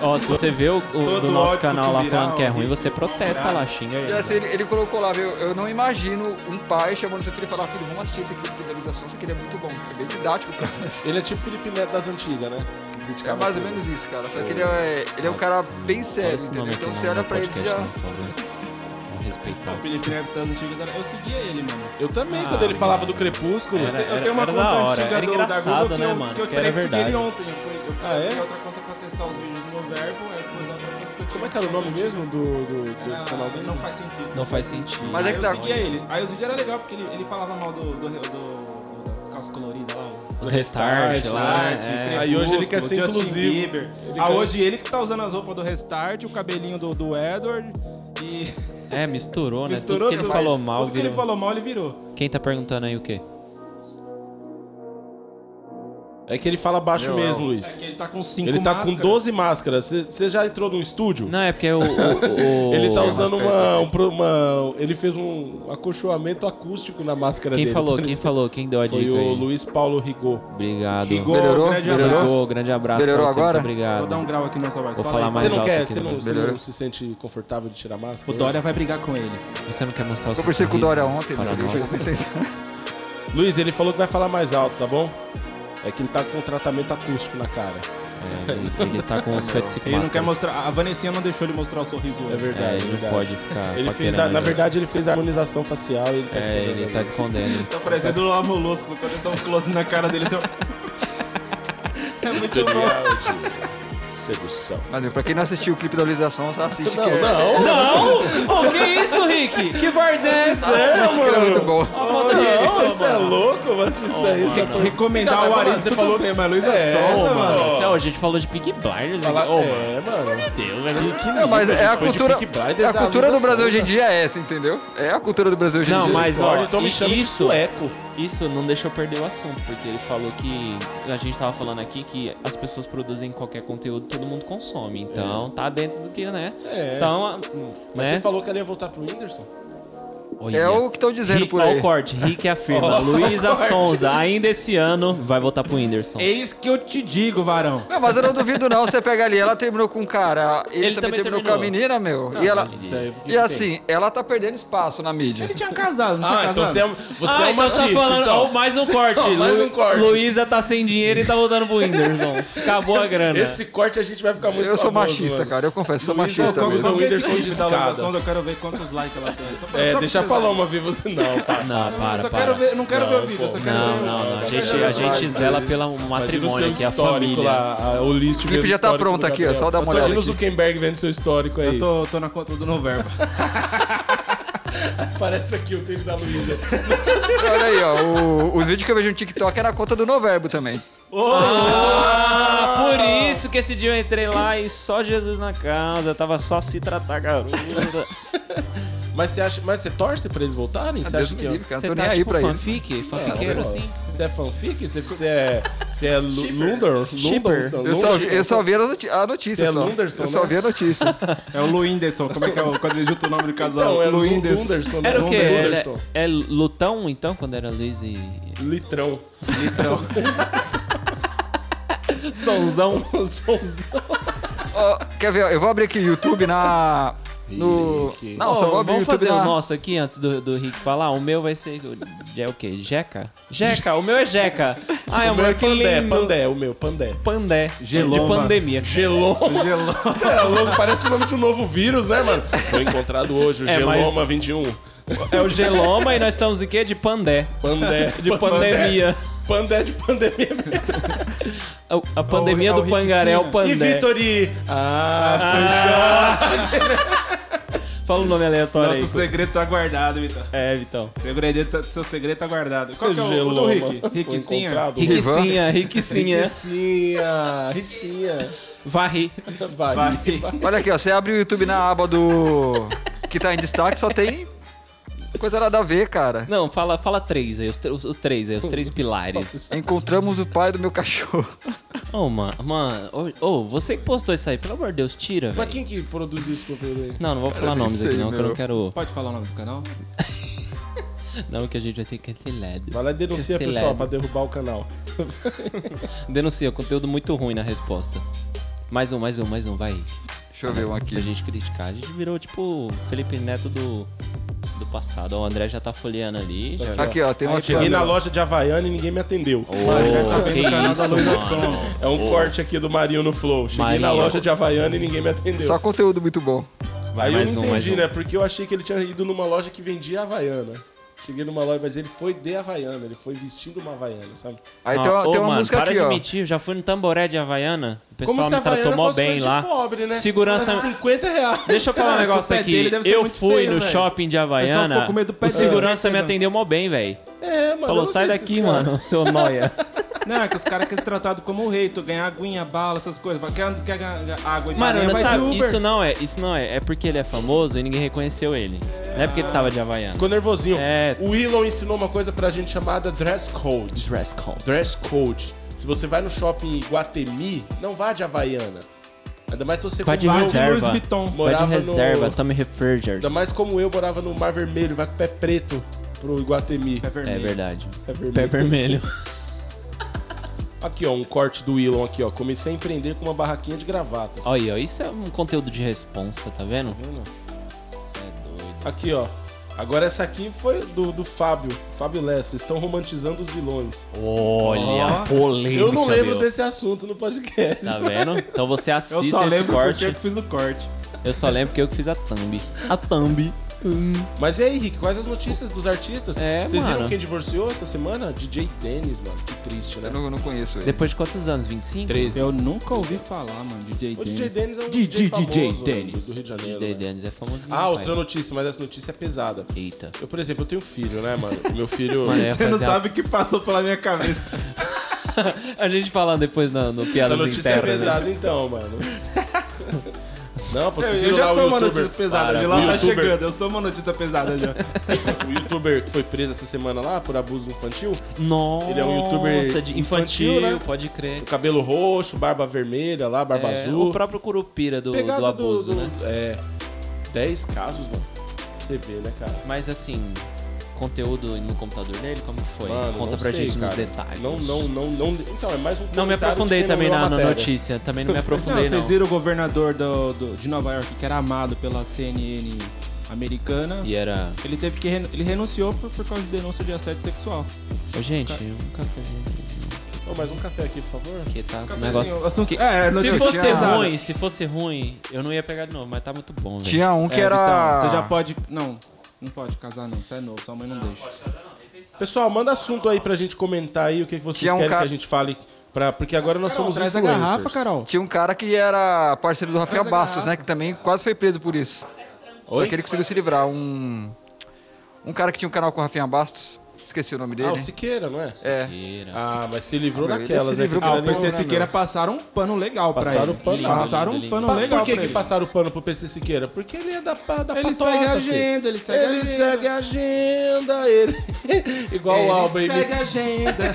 Ó, se você vê o, o
Todo
do nosso
ódio
canal lá
subirá
falando que é
ao
ruim,
rio.
você protesta lá, xinga
E
ele.
assim, ele, ele colocou lá, meu, eu não imagino um pai chamando seu filho e falar, filho, vamos assistir esse clipe de visualização, que ele é muito bom. É bem didático pra você.
Ele é tipo Felipe Neto das antigas, né? Que
É
criticava
mais ou
tudo.
menos isso, cara. Só que ele é, ele é um cara bem sério, entendeu? Então você olha pra ele e já.
né,
né?
Respeitar.
O Felipe Neto das antigas era- Eu seguia ele, mano.
Eu também, quando ele falava do Crepúsculo.
Ah, Era-
Eu tenho uma
era da
conta
hora,
antiga
era
do, da
engraçado,
Google que
né,
eu,
mano?
que eu
Que era
terei que seguir ele
verdade.
ontem. Eu fui, eu fui
Ah, é?
criei outra conta pra testar os vídeos do meu verbo, aí eu fui usar pra tudo que eu tinha.
Como é que era o nome mesmo do, do, do
Era-
canal dele?
Não faz sentido.
Não faz sentido.
Mas é
Aí
que
eu
dá.
seguia ele. Aí os vídeos eram legal, porque ele, ele falava mal do, do, do- das calças coloridas lá. o-
Os restart lá.
Restart,
é.
Crepúsculo,
Aí hoje ele quer ser
Justin
inclusivo.
Bieber.
Ele
ah,
quer-
hoje ele que tá usando as roupas do Restart, o cabelinho do, do Edward e
É, misturou, né?
misturou
tudo que ele
tudo.
falou
Mas
mal
Tudo que ele
virou.
falou mal, ele virou.
Quem tá perguntando aí o quê?
É que ele fala baixo mesmo,
É
Luiz.
que ele tá com cinco
Ele tá com
máscaras.
12 máscaras. Você já entrou num estúdio?
Não, é porque o. o- o-
Ele tá usando uma, um pro- uma- Ele fez um acolchoamento acústico na máscara
Quem
dele.
falou? Quem falou? Quem deu a
Foi
dica?
o
aí?
Luiz Paulo Rigor.
Obrigado.
Rigor,
Melhorou?
grande abraço.
Melhorou?
Rigor, grande abraço
Melhorou
pra você.
agora?
Muito obrigado.
Vou dar um grau aqui na sua voz.
Vou
Fala
falar
aí.
mais.
Você não
alto
quer?
aqui
Você
no-
não, você
Melhorou.
não se sente confortável de tirar a máscara?
O Dória vai brigar com ele.
Você não quer mostrar o seu
Eu conversei com o Dória
sorriso
ontem, mas
para
ele
nós?
chegou com intenção.
Luiz, ele falou que vai falar mais alto, tá bom? É que ele tá com tratamento acústico na cara.
É, ele- ele tá com uns 55
Ele não quer
máscaras.
mostrar. A Vanessinha não deixou ele mostrar o sorriso hoje.
É verdade.
É, ele não
verdade.
pode ficar.
Ele fez
paquerando
a-
a
na
gente.
verdade, ele fez a harmonização facial e ele tá
É,
escondendo
ele tá
aqui.
escondendo.
Tá parecendo o Molusco, quando eu dou um close na cara dele. assim, ó. É muito bom.
de sedução.
Mas meu, pra quem não assistiu o clipe da visualização, só assiste que é.
Não, não,
Não! Oh, que isso, Rick? Que farsa é essa?
Mas que era muito bom.
não, isso é louco, mas isso aí. isso é por- Não,
Recomendar o
mas
Ari.
você
Você
falou-
falou bem, mas Luiz é,
É,
só, mano.
Céu, a gente falou de Pig Blinders.
Fala-
aqui. Ô, mano.
é, mano.
Deus, velho.
Não, mas é a
Foi de
cultura.
Peaky
É
Blinders né?
a
à
cultura do
Luísa
Brasil hoje em
Sonza.
dia é essa, entendeu? É a cultura do Brasil hoje em
Não,
dia.
mas ó,
Então me
i-
chama de
isso,
sueco.
isso não deixa eu perder o assunto, porque ele falou que. A gente tava falando aqui que as pessoas produzem qualquer conteúdo todo mundo consome. Então tá dentro do que, né?
É.
Então, a-
Mas
né?
você falou que ela ia voltar pro Whindersson?
Olha.
É o que estão dizendo
Rick,
por
ó,
aí.
o corte, Rick afirma. Luísa Sonza, ainda esse ano, vai votar pro Whindersson.
Eis que eu te digo, varão.
Não, mas eu não duvido não, você pega ali, ela terminou com um cara, ele,
Ele
também,
também
terminou com a
terminou.
menina, meu. e ela,
isso aí, porque
e
tem.
assim, ela tá perdendo espaço na mídia.
Ele tinha casado, não tinha casado.
um, você
ah, então tá falando.
então.
ó, mais um corte.
Ó, mais
Lu-
um corte.
Luísa tá sem dinheiro e tá voltando pro Whindersson. Acabou a grana.
Esse corte a gente vai ficar muito
Eu sou
famoso,
machista,
mano.
cara, eu confesso, sou
Luiz,
machista
eu
mesmo.
Usa o
Vamos ver esse
Whindersson
clipe
de
da
escada.
Luísa Sonza, Eu quero ver quantos likes ela tem. Só pra-
É,
só
deixa
pra-
Paloma ver você. Não, tá.
Não, para,
só
para.
quero ver, não quero
Não,
ver o vídeo, eu só
pô,
quero
Não,
ver o-
não, não. A
eu
gente,
quero ver
a
o
gente
vídeo.
zela pelo matrimônio aqui, a família.
lá, a- o list
clipe
vendo
já tá
histórico do
pronto aqui, ó,
Gabriel.
só dá uma
Eu tô
olhada
Imagina o
aqui.
Zuckerberg vendo seu histórico aí.
Eu tô, tô na conta do Noverba.
Parece aqui o clipe da Luísa.
Olha aí, ó. o- os vídeos que eu vejo no TikTok é na conta do Noverbo também.
Ah, por isso que esse dia eu entrei lá e só Jesus na causa. Tava só se tratar, garoto.
Mas você acha, mas você torce pra eles voltarem? Você
Deus
acha
me
que eu-
livre, cara.
Você
Não tô
tá
nem aí
tipo
pra É, isso.
fanfic, fanfiqueiro,
Não,
assim.
Você é fanfic? Você, você é. Você é Lu- Lundor? Lunderson?
Eu só,
Lunderson?
eu só vi a noti- a notícia.
Você é
só.
Lunderson,
eu só
né?
vi a notícia.
É o Lu Whindersson, como é que é o, quando ele junta o nome do casal?
Não, é
Lu
Lu-
Whindersson.
Lunderson.
Era o quê? Era-
Lunderson.
É Lutão, então, quando era Luiz e...
Litrão. Então.
Sonzão.
Sonzão.
Ó, quer ver? ó, Eu vou abrir aqui o YouTube na. No... Não, só vou abrir o
vamos
YouTube
fazer
na...
o nosso aqui antes do, do Rick falar. O meu vai ser. É o quê? Jeca? Jeca, o meu é Jeca. Ai,
O meu é
amor, que
Pandé,
lindo.
Pandé, é o meu, Pandé.
Pandé.
Geloma.
De pandemia.
Geloma.
Gelou.
Você é louco, parece o nome de um novo vírus, né, mano? Foi encontrado hoje, o
É, mas-
Geloma 21.
É o geloma e nós estamos em quê? De pandé.
Pandé.
De pandemia.
Pandé de pandemia.
A, a pandemia
é o
do pangaré é o
Rickzinho.
E
pandé.
Vitori? Ah,
Fala o nome aleatório
Nosso
aí.
segredo tá guardado, Vitor.
É, Vitão.
Segredo tá- seu segredo tá guardado. Qual que é o, o do
Geloma.
Rick?
Foi
Rickzinho?
encontrado.
Riquicinha, riquicinha.
Ricinha, Ricinha.
Varri.
Vai.
Olha aqui, ó. Você abre o YouTube na aba do. que tá em destaque, só tem. Coisa nada a ver, cara.
Não, fala, fala três aí. Os, tr- os- os três aí. Os três pilares.
Encontramos o pai do meu cachorro.
Ô, mano. Mano. Ô, ô, você que postou isso aí. Pelo amor de Deus, tira,
Mas
velho.
quem que produziu esse conteúdo aí?
Não, não vou falar
nem
nomes aqui
sei,
não, que eu
meu.
não quero...
Pode falar o nome do canal?
Não, que a gente vai ter cancelado.
Vai lá e denuncia,
Cancelado.
pessoal, pra derrubar o canal.
Denuncia, conteúdo muito ruim na resposta. Mais um, mais um, mais um, vai.
Deixa eu ver um
Pra
aqui.
gente criticar. A gente virou tipo Felipe Neto do, do passado. Ó, O André já tá folheando ali. Já...
Aqui, ó, tem um aqui. ó.
Cheguei na loja de Havaiana e ninguém me atendeu. tá
Ô, Ah, que
canal da
isso, mano.
Lunderson.
É um corte aqui do Marinho no Flow. Cheguei na
Marinho.
loja de Havaiana e ninguém me atendeu.
Só conteúdo muito bom.
Vai,
Aí eu
mais
não
um, mais
entendi,
um.
né? Porque eu achei que ele tinha ido numa loja que vendia Havaiana. Cheguei numa loja, mas ele foi de Havaiana, ele foi vestindo uma Havaiana, sabe?
Aí
Ó,
tem, uma-
ô,
tem uma
mano,
música
para
aqui,
de
ó.
mentir, eu já fui no tamboré de Havaiana. O pessoal
Como se a
me tratou
Havaiana
mó
fosse
bem
coisa
lá.
de pobre, né?
Segurança.
Era 50 reais.
Deixa eu falar um
Cara,
negócio
o pé dele
aqui.
deve ser
Eu
muito
fui
feio,
no
velho.
shopping de
pessoal
Havaiana.
ficou com medo do pé
o
dele,
segurança
certeza.
me atendeu mó bem, velho.
É, mano. eu
Falou,
não
sai
sei se
daqui,
esse cara-
mano, seu noia.
Não, é que os caras querem se tratar do como rei, tu ganhar aguinha, bala, essas coisas. Vai, Quer, quer ganhar água de
Mano,
marinha, vai de
sabe,
Uber.
isso não é, isso não é. É porque ele é famoso e ninguém reconheceu ele. Não é porque ele tava de Havaiana.
Ficou nervosinho.
É.
O Elon ensinou uma coisa pra gente chamada dress code.
Dress code.
dress code. Se você vai no shopping Guatemi, não vá de Havaiana. Ainda mais se você
Vai Tá de
como eu-
reserva.
Louis Vuitton.
Vai de
Morava no-
reserva, tá Tommy Refrigerators.
Ainda mais como eu morava no Mar Vermelho, vai com o pé preto pro Iguatemi.
É
É
vermelho.
verdade.
Pé vermelho.
Pé vermelho.
Aqui, ó, um corte do Elon aqui, ó. Comecei a empreender com uma barraquinha de gravatas.
Olha aí, ó, isso é um conteúdo de responsa, tá vendo? Isso é doido.
Aqui, ó. Agora essa aqui foi do, do Fábio. Fábio Lessa. Estão romantizando os vilões.
Olha, polêmica,
eu não lembro
meu.
desse assunto no podcast.
Tá vendo? Então você
Eu
assiste
só
esse
lembro
corte.
porque eu que fiz o corte.
Eu só lembro que eu que fiz a thumb. A thumb.
Mas e aí, Rick, quais as notícias dos artistas?
É,
Vocês
mano.
viram quem divorciou essa semana? DJ Dennis, mano. Que triste, né?
Eu não, não conheço ele.
Depois de quantos anos? 25?
13.
Eu nunca ouvi falar, mano, DJ
O
Dennis.
DJ Dennis é um
DJ
DJ,
DJ
famoso
Dennis.
do Rio de Janeiro.
DJ
né?
Dennis é famosinho.
Ah,
pai.
outra notícia, mas essa notícia é pesada.
Eita.
Eu, por exemplo, eu tenho filho, né, mano? O meu filho.
Mano, é
Você não
fazer a-
sabe o que passou pela minha cabeça.
A gente fala depois no, no
Essa
Piadas
notícia é
Internas. né?
pesada, então, mano. Não, pô, você
Eu
viu lá
já
o
sou uma
youtuber-
notícia pesada,
Para,
de lá
o
tá
youtuber-
chegando. Eu sou uma notícia pesada já.
O youtuber que foi preso essa semana lá por abuso infantil.
Nossa,
Ele é um youtuber
de infantil,
infantil, né?
pode crer.
O cabelo roxo, barba vermelha lá, barba
É,
azul.
O próprio Curupira do,
Pegada
do abuso,
do-
né?
É. 10 casos, mano. Pra Você vê, né, cara?
Mas assim, conteúdo no computador dele, como que foi?
Mano,
Conta
não
pra
sei,
gente nos
cara.
detalhes.
Não, não, não, não. Então, é mais um
Não me
comentário de
aprofundei
quem
também
leu a
na, na
matéria.
notícia. Também não me
Não,
aprofundei, não.
vocês viram o governador do- do- de Nova York, que era amado pela CNN americana.
E era.
Ele teve que renu- ele renunciou por, por causa de denúncia de assédio sexual.
Ô, gente, um cafezinho aqui.
Ô, mais um café aqui, por favor.
Porque tá um negócio.
O assunto-
que-
é, é
Se
notícia
fosse
pesada.
ruim, se fosse ruim, eu não ia pegar de novo, mas tá muito bom, velho.
Tinha um que
É,
era.
Vitão, você já pode. Não. Não pode casar, não. Você é novo, sua mãe não, deixa.
Pessoal, manda assunto aí pra gente comentar aí o que que vocês
é
Tinha um
querem
cara-
que a gente fale. Pra... Porque agora nós somos
traz a
influencers.
garrafa, Carol.
Tinha um cara que era parceiro do Rafael Bastos, né? Que também quase foi preso por isso. Só que ele conseguiu se livrar. Um, um cara que tinha um canal com o Rafinha Bastos. Esqueci o nome dele.
Ah, o Siqueira, não é?
É.
Ah, mas se livrou
Ah, mas
daquelas,
ele se
né?
livrou
Que não
né?
era
Ah, o
nem
PC
morar,
Siqueira
não.
passaram um pano legal pra
Passaram
eles.
pano.
passaram um
lindo,
pano
Pa-
legal
Por que,
pra
que
ele.
passaram o pano pro PC Siqueira? Porque ele é da, pa- da
Ele
patota,
segue a
filho.
agenda, ele segue a
Ele
agenda.
segue a agenda, ele... Igual o Alba,
Ele
ele...
segue a agenda.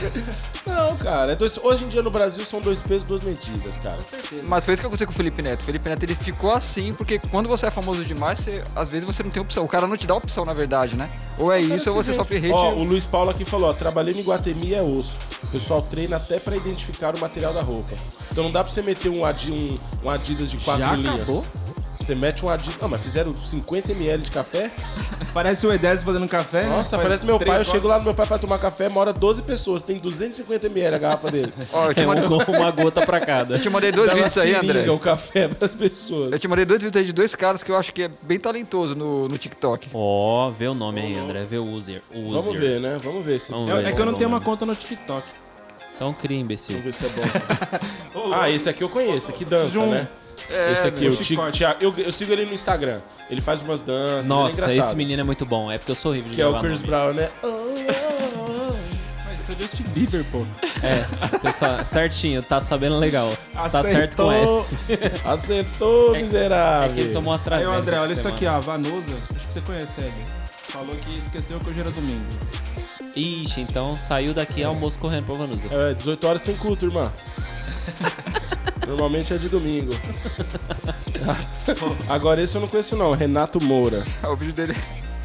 Não, cara, é dois... hoje em dia no Brasil são dois pesos, duas medidas, cara.
Mas foi isso que aconteceu com o Felipe Neto. O Felipe Neto ele ficou assim, porque quando você é famoso demais, você- às vezes você não tem opção. O cara não te dá opção, na verdade, né? Ou é isso, ou você sofre hate.
Ó, o Luiz Paulo aqui falou, ó, trabalhei no Iguatemi é osso. O pessoal treina até pra identificar o material da roupa. Então não dá pra você meter um, Adi- um- um Adidas de quatro
Já
linhas.
acabou?
Você mete um Adidas... Não, mas fizeram 50ml de café?
parece o Edésio fazendo café. né?
Nossa,
Faz
parece meu
três
pai. Eu
horas.
chego lá no meu pai pra tomar café, mora 12 pessoas. Tem 250ml a garrafa dele.
Ó, eu, te
É
mandei,
um go- uma gota pra cada.
eu
Tipo,
te mandei dois
Dá então. uma
vídeos aí,
seringa
André.
o café das pessoas.
Eu te mandei dois vídeos aí de dois caras que eu acho que é bem talentoso no, no TikTok.
Ó, vê o nome aí, André. Vê o user. o user.
Vamos ver, né? Vamos ver se,
Vamos
É,
ver
é
se
que eu não
bom
tenho uma
mesmo.
conta no TikTok.
Então cria, imbecil.
Vamos ver se é bom. ah, esse aqui eu conheço. Aqui dança,
Zoom.
né? esse aqui,
meu.
o Ti-
Chicote.
Thiago- eu, eu sigo ele no Instagram. Ele faz umas danças. ele é
Nossa,
engraçado.
esse menino é muito bom. É porque eu sou horrível de
Que é o
gravar
Chris
nome.
Brown, né? Oh, oh,
Mas isso é Justin Bieber, pô.
É, pessoal, certinho, tá sabendo legal. Tá
Acertou.
certo com S.
oh. Acertou,
É que-
miserável.
É que ele tomou as
Aí,
traseras.
ô, André, olha isso aqui, ó. A Vanusa, acho que você conhece ele. Falou que esqueceu que hoje era domingo.
Ixi, então saiu daqui almoço correndo pra Vanusa.
É, 18 horas tem culto, irmã. Normalmente é de domingo. Agora esse eu não conheço não, Renato Moura.
O vídeo dele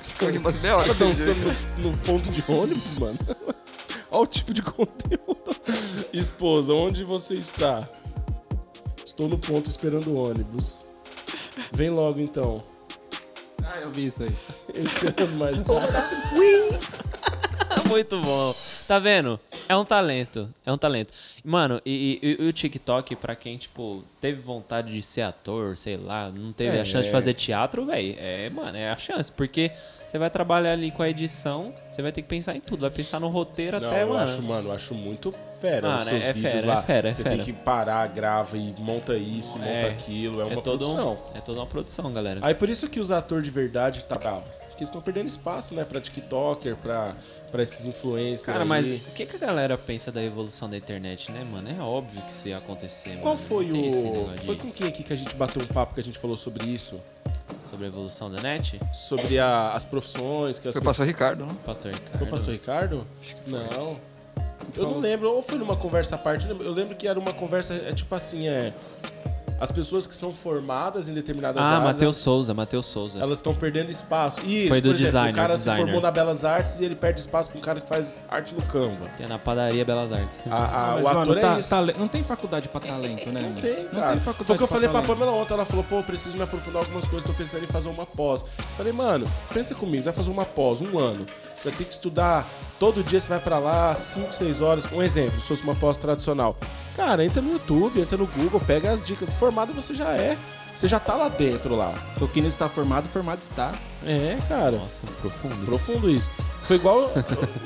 ficou aqui umas meia hora.
Tá dançando no, no ponto de ônibus, mano? Olha o tipo de conteúdo. Esposa, onde você está? Estou no ponto esperando o ônibus. Vem logo então.
Ah, eu vi isso aí.
Eu esperando mais.
Muito bom. Tá vendo? É um talento. É um talento. Mano, e, e- e o TikTok, pra quem, tipo, teve vontade de ser ator, sei lá, não teve
É.
a chance de fazer teatro, velho, é, mano, é a chance. Porque você vai trabalhar ali com a edição, você vai ter que pensar em tudo. Vai pensar no roteiro
Não,
até,
eu
mano.
acho, mano, eu acho muito fera
Mano,
os seus
é
vídeos
fera,
lá.
é fera, é
você tem
fera.
que parar, grava e monta isso, monta aquilo. É uma
todo um-
produção.
é toda uma produção, galera.
Aí por isso que os atores de verdade tá bravo. Porque eles estão perdendo espaço, né? Pra TikToker, pra, pra esses influencers.
Cara,
aí.
mas o que, que a galera pensa da evolução da internet, né, mano? É óbvio que isso ia acontecer, mano.
Qual
Não
foi
tem esse
o.
negócio
Foi
de-
com quem aqui que a gente bateu um papo que a gente falou sobre isso?
Sobre a evolução da net?
Sobre a- as profissões que as
Foi passou o Ricardo, né?
Pastor Ricardo.
Foi o pastor Ricardo? Não.
Então
Eu não lembro, ou foi numa conversa à parte, eu lembro que era uma conversa, é tipo assim, é. As pessoas que são formadas em determinadas
Ah,
áreas.
Matheus Souza, Matheus Souza.
Elas estão perdendo espaço. Isso,
Foi do
por exemplo,
designer,
o cara
designer.
se formou na Belas Artes e ele perde espaço pra um cara que faz arte no Canva.
Que é na padaria Belas Artes.
A- a-
Mas,
o ator
mano,
é
tá-
isso.
tale- não tem faculdade pra talento, né?
Não tem, cara.
Não tem
Foi
faculdade
o que eu falei pra
talento.
Pamela ontem. Ela falou, pô, eu preciso me aprofundar em algumas coisas, tô pensando em fazer uma pós. Falei, mano, pensa comigo, você vai fazer uma pós, um ano. Você vai ter que estudar todo dia, você vai pra lá, 5, 6 horas. Um exemplo, se fosse uma pós tradicional. Cara, entra no YouTube, entra no Google, pega as dicas. Formado você já é. Você já tá lá dentro lá.
O que não está formado, formado está.
É, cara.
Nossa, profundo.
Profundo isso. Foi igual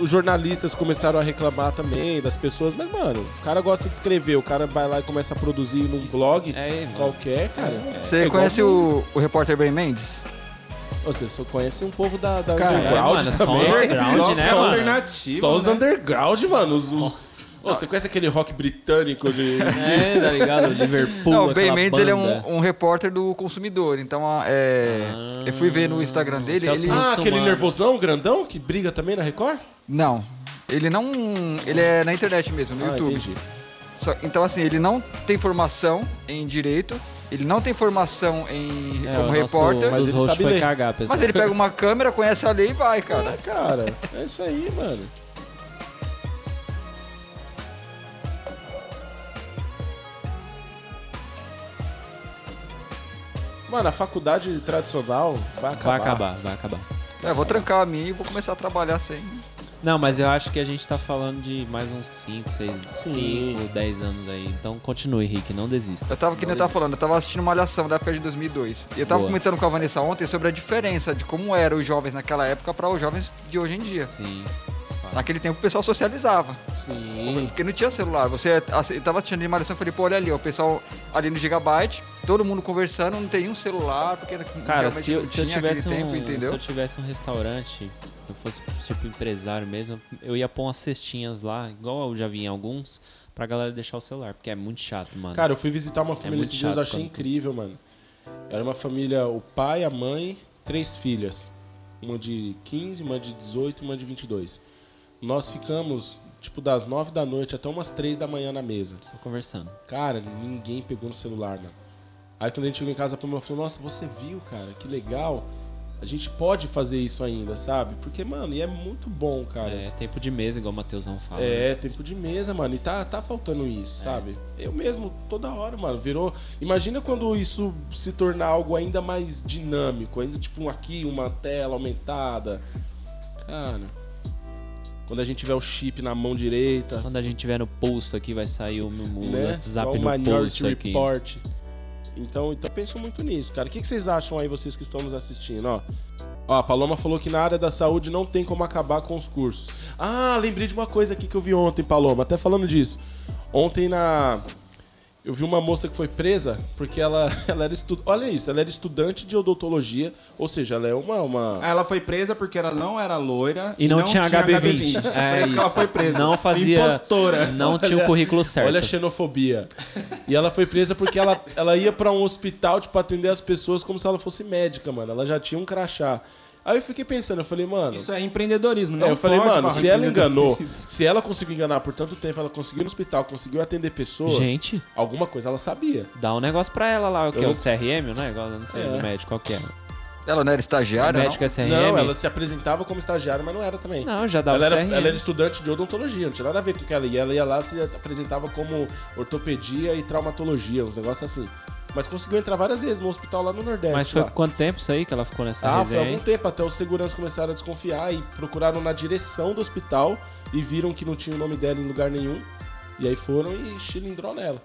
os jornalistas começaram a reclamar também das pessoas, mas, mano, o cara gosta de escrever, o cara vai lá e começa a produzir num blog
é, mano.
qualquer, cara. É
Você
igual
conhece
música.
o, o repórter Ben Mendes?
Você só conhece um povo da, da
Cara,
underground
é, mano, só
também.
underground,
Só
né,
os
mano?
alternativo,
Só os
né?
underground, mano. Os, os- Ô, você conhece aquele rock britânico de...
É, tá ligado? Liverpool,
não, o Ben
aquela
Mendes ele é
banda.
um, um repórter do consumidor. Então, ah, é, eu fui ver no Instagram dele.
Celso
Ele,
Ah,
Nossa,
aquele
mano.
nervosão grandão que briga também na Record? Ah,
não, ele não. Ele é na internet mesmo, no
Ah,
YouTube.
entendi.
Só- então, assim, ele não tem formação em direito, ele não tem formação em,
É,
como
o nosso-
um- repórter,
Mas
mas,
os
ele
rostos
sabe
foi
ler.
cagar, pessoal.
ele pega um- uma câmera, conhece a lei e vai, cara.
É, cara. É isso aí, mano. Mano, a faculdade tradicional vai acabar.
Vai acabar, vai acabar.
É, vou trancar a minha e vou começar a trabalhar sem.
Não, mas eu acho que a gente tá falando de mais uns 5, 6, 5, 10 anos aí. Então continue, Rick, não desista.
Eu tava, que nem eu tava falando, eu tava assistindo Malhação da época de 2002. E eu tava
Boa.
comentando com a Vanessa ontem sobre a diferença de como eram os jovens naquela época para os jovens de hoje em dia.
Sim.
Naquele tempo o pessoal socializava.
Sim.
Porque não tinha celular. Você assi- eu tava assistindo Malhação e falei, pô, olha ali, ó, o pessoal ali no Gigabyte, todo mundo conversando, não tem um celular, porque
Cara,
realmente
se eu,
não
se eu
tinha aquele
tivesse
tempo,
um, se
entendeu?
eu tivesse um restaurante, eu fosse tipo empresário mesmo, eu ia pôr umas cestinhas lá, igual eu já vi em alguns, pra galera deixar o celular, porque é muito chato, mano.
Cara, eu fui visitar uma
É
família
muito
esses dias,
chato
achei
quando-
incrível, mano. Era uma família, o pai, a mãe, três filhas. Uma de 15, uma de 18, uma de 22. Nós ficamos, tipo, das 9 da noite até umas 3 da manhã na mesa.
Só conversando.
Cara, ninguém pegou no celular, mano. Aí quando a gente chegou em casa, a Pamela falou: Nossa, você viu, cara, que legal. A gente pode fazer isso ainda, sabe? Porque, mano, e é muito bom, cara.
É tempo de mesa, igual o Matheusão fala. né?
É, tempo de mesa, mano. E tá, tá faltando isso, sabe? Eu mesmo, toda hora, mano, virou. Imagina quando isso se tornar algo ainda mais dinâmico, ainda tipo um aqui, uma tela aumentada. Cara. Quando a gente tiver o chip na mão direita,
né? Quando a gente tiver no pulso aqui, vai sair o, o
né?
WhatsApp
Igual
no
Minority
pulso aqui.
Report. Então, então eu penso muito nisso, cara. O que, que vocês acham aí, vocês que estão nos assistindo, ó? Ó, a Paloma falou que na área da saúde não tem como acabar com os cursos. Ah, lembrei de uma coisa aqui que eu vi ontem, Paloma, até falando disso. Ontem na. Eu vi uma moça que foi presa porque ela, ela era estu... Olha isso, ela era estudante de odontologia, ou seja, ela é uma. uma...
Ah, Ela foi presa porque ela não era loira
E não, tinha HB20.
Por
É
isso que ela
isso.
foi presa.
Não fazia.
Impostora.
Não tinha o currículo certo.
Olha a xenofobia. E ela foi presa porque ela, ela ia pra um hospital, tipo, atender as pessoas como se ela fosse médica, mano. Ela já tinha um crachá. Aí eu fiquei pensando, eu falei, mano.
Isso é empreendedorismo, né?
É, eu falei, mano, se ela enganou,
Isso.
se ela conseguiu enganar por tanto tempo, ela conseguiu ir no hospital, conseguiu atender pessoas,
Gente.
alguma coisa ela sabia.
Dá um negócio pra ela lá, o que é
Eu-
o CRM, o negócio, eu não sei, do médico, qual que é?
Ela não era estagiária, não?
médico é CRM?
Não, ela se apresentava como estagiária, mas não era também.
Não, é já dava
Ela era,
CRM.
ela era estudante de odontologia, não tinha nada a ver com o que ela ia. Ela ia lá se apresentava como ortopedia e traumatologia, uns negócios assim. Mas conseguiu entrar várias vezes no hospital lá no Nordeste.
Mas foi
lá.
quanto tempo isso aí que ela ficou nessa
Ah, foi
resenha?
algum
aí?
tempo, até os seguranças começaram a desconfiar e procuraram na direção do hospital e viram que não tinha o nome dela em lugar nenhum. E aí foram e chilindrou nela.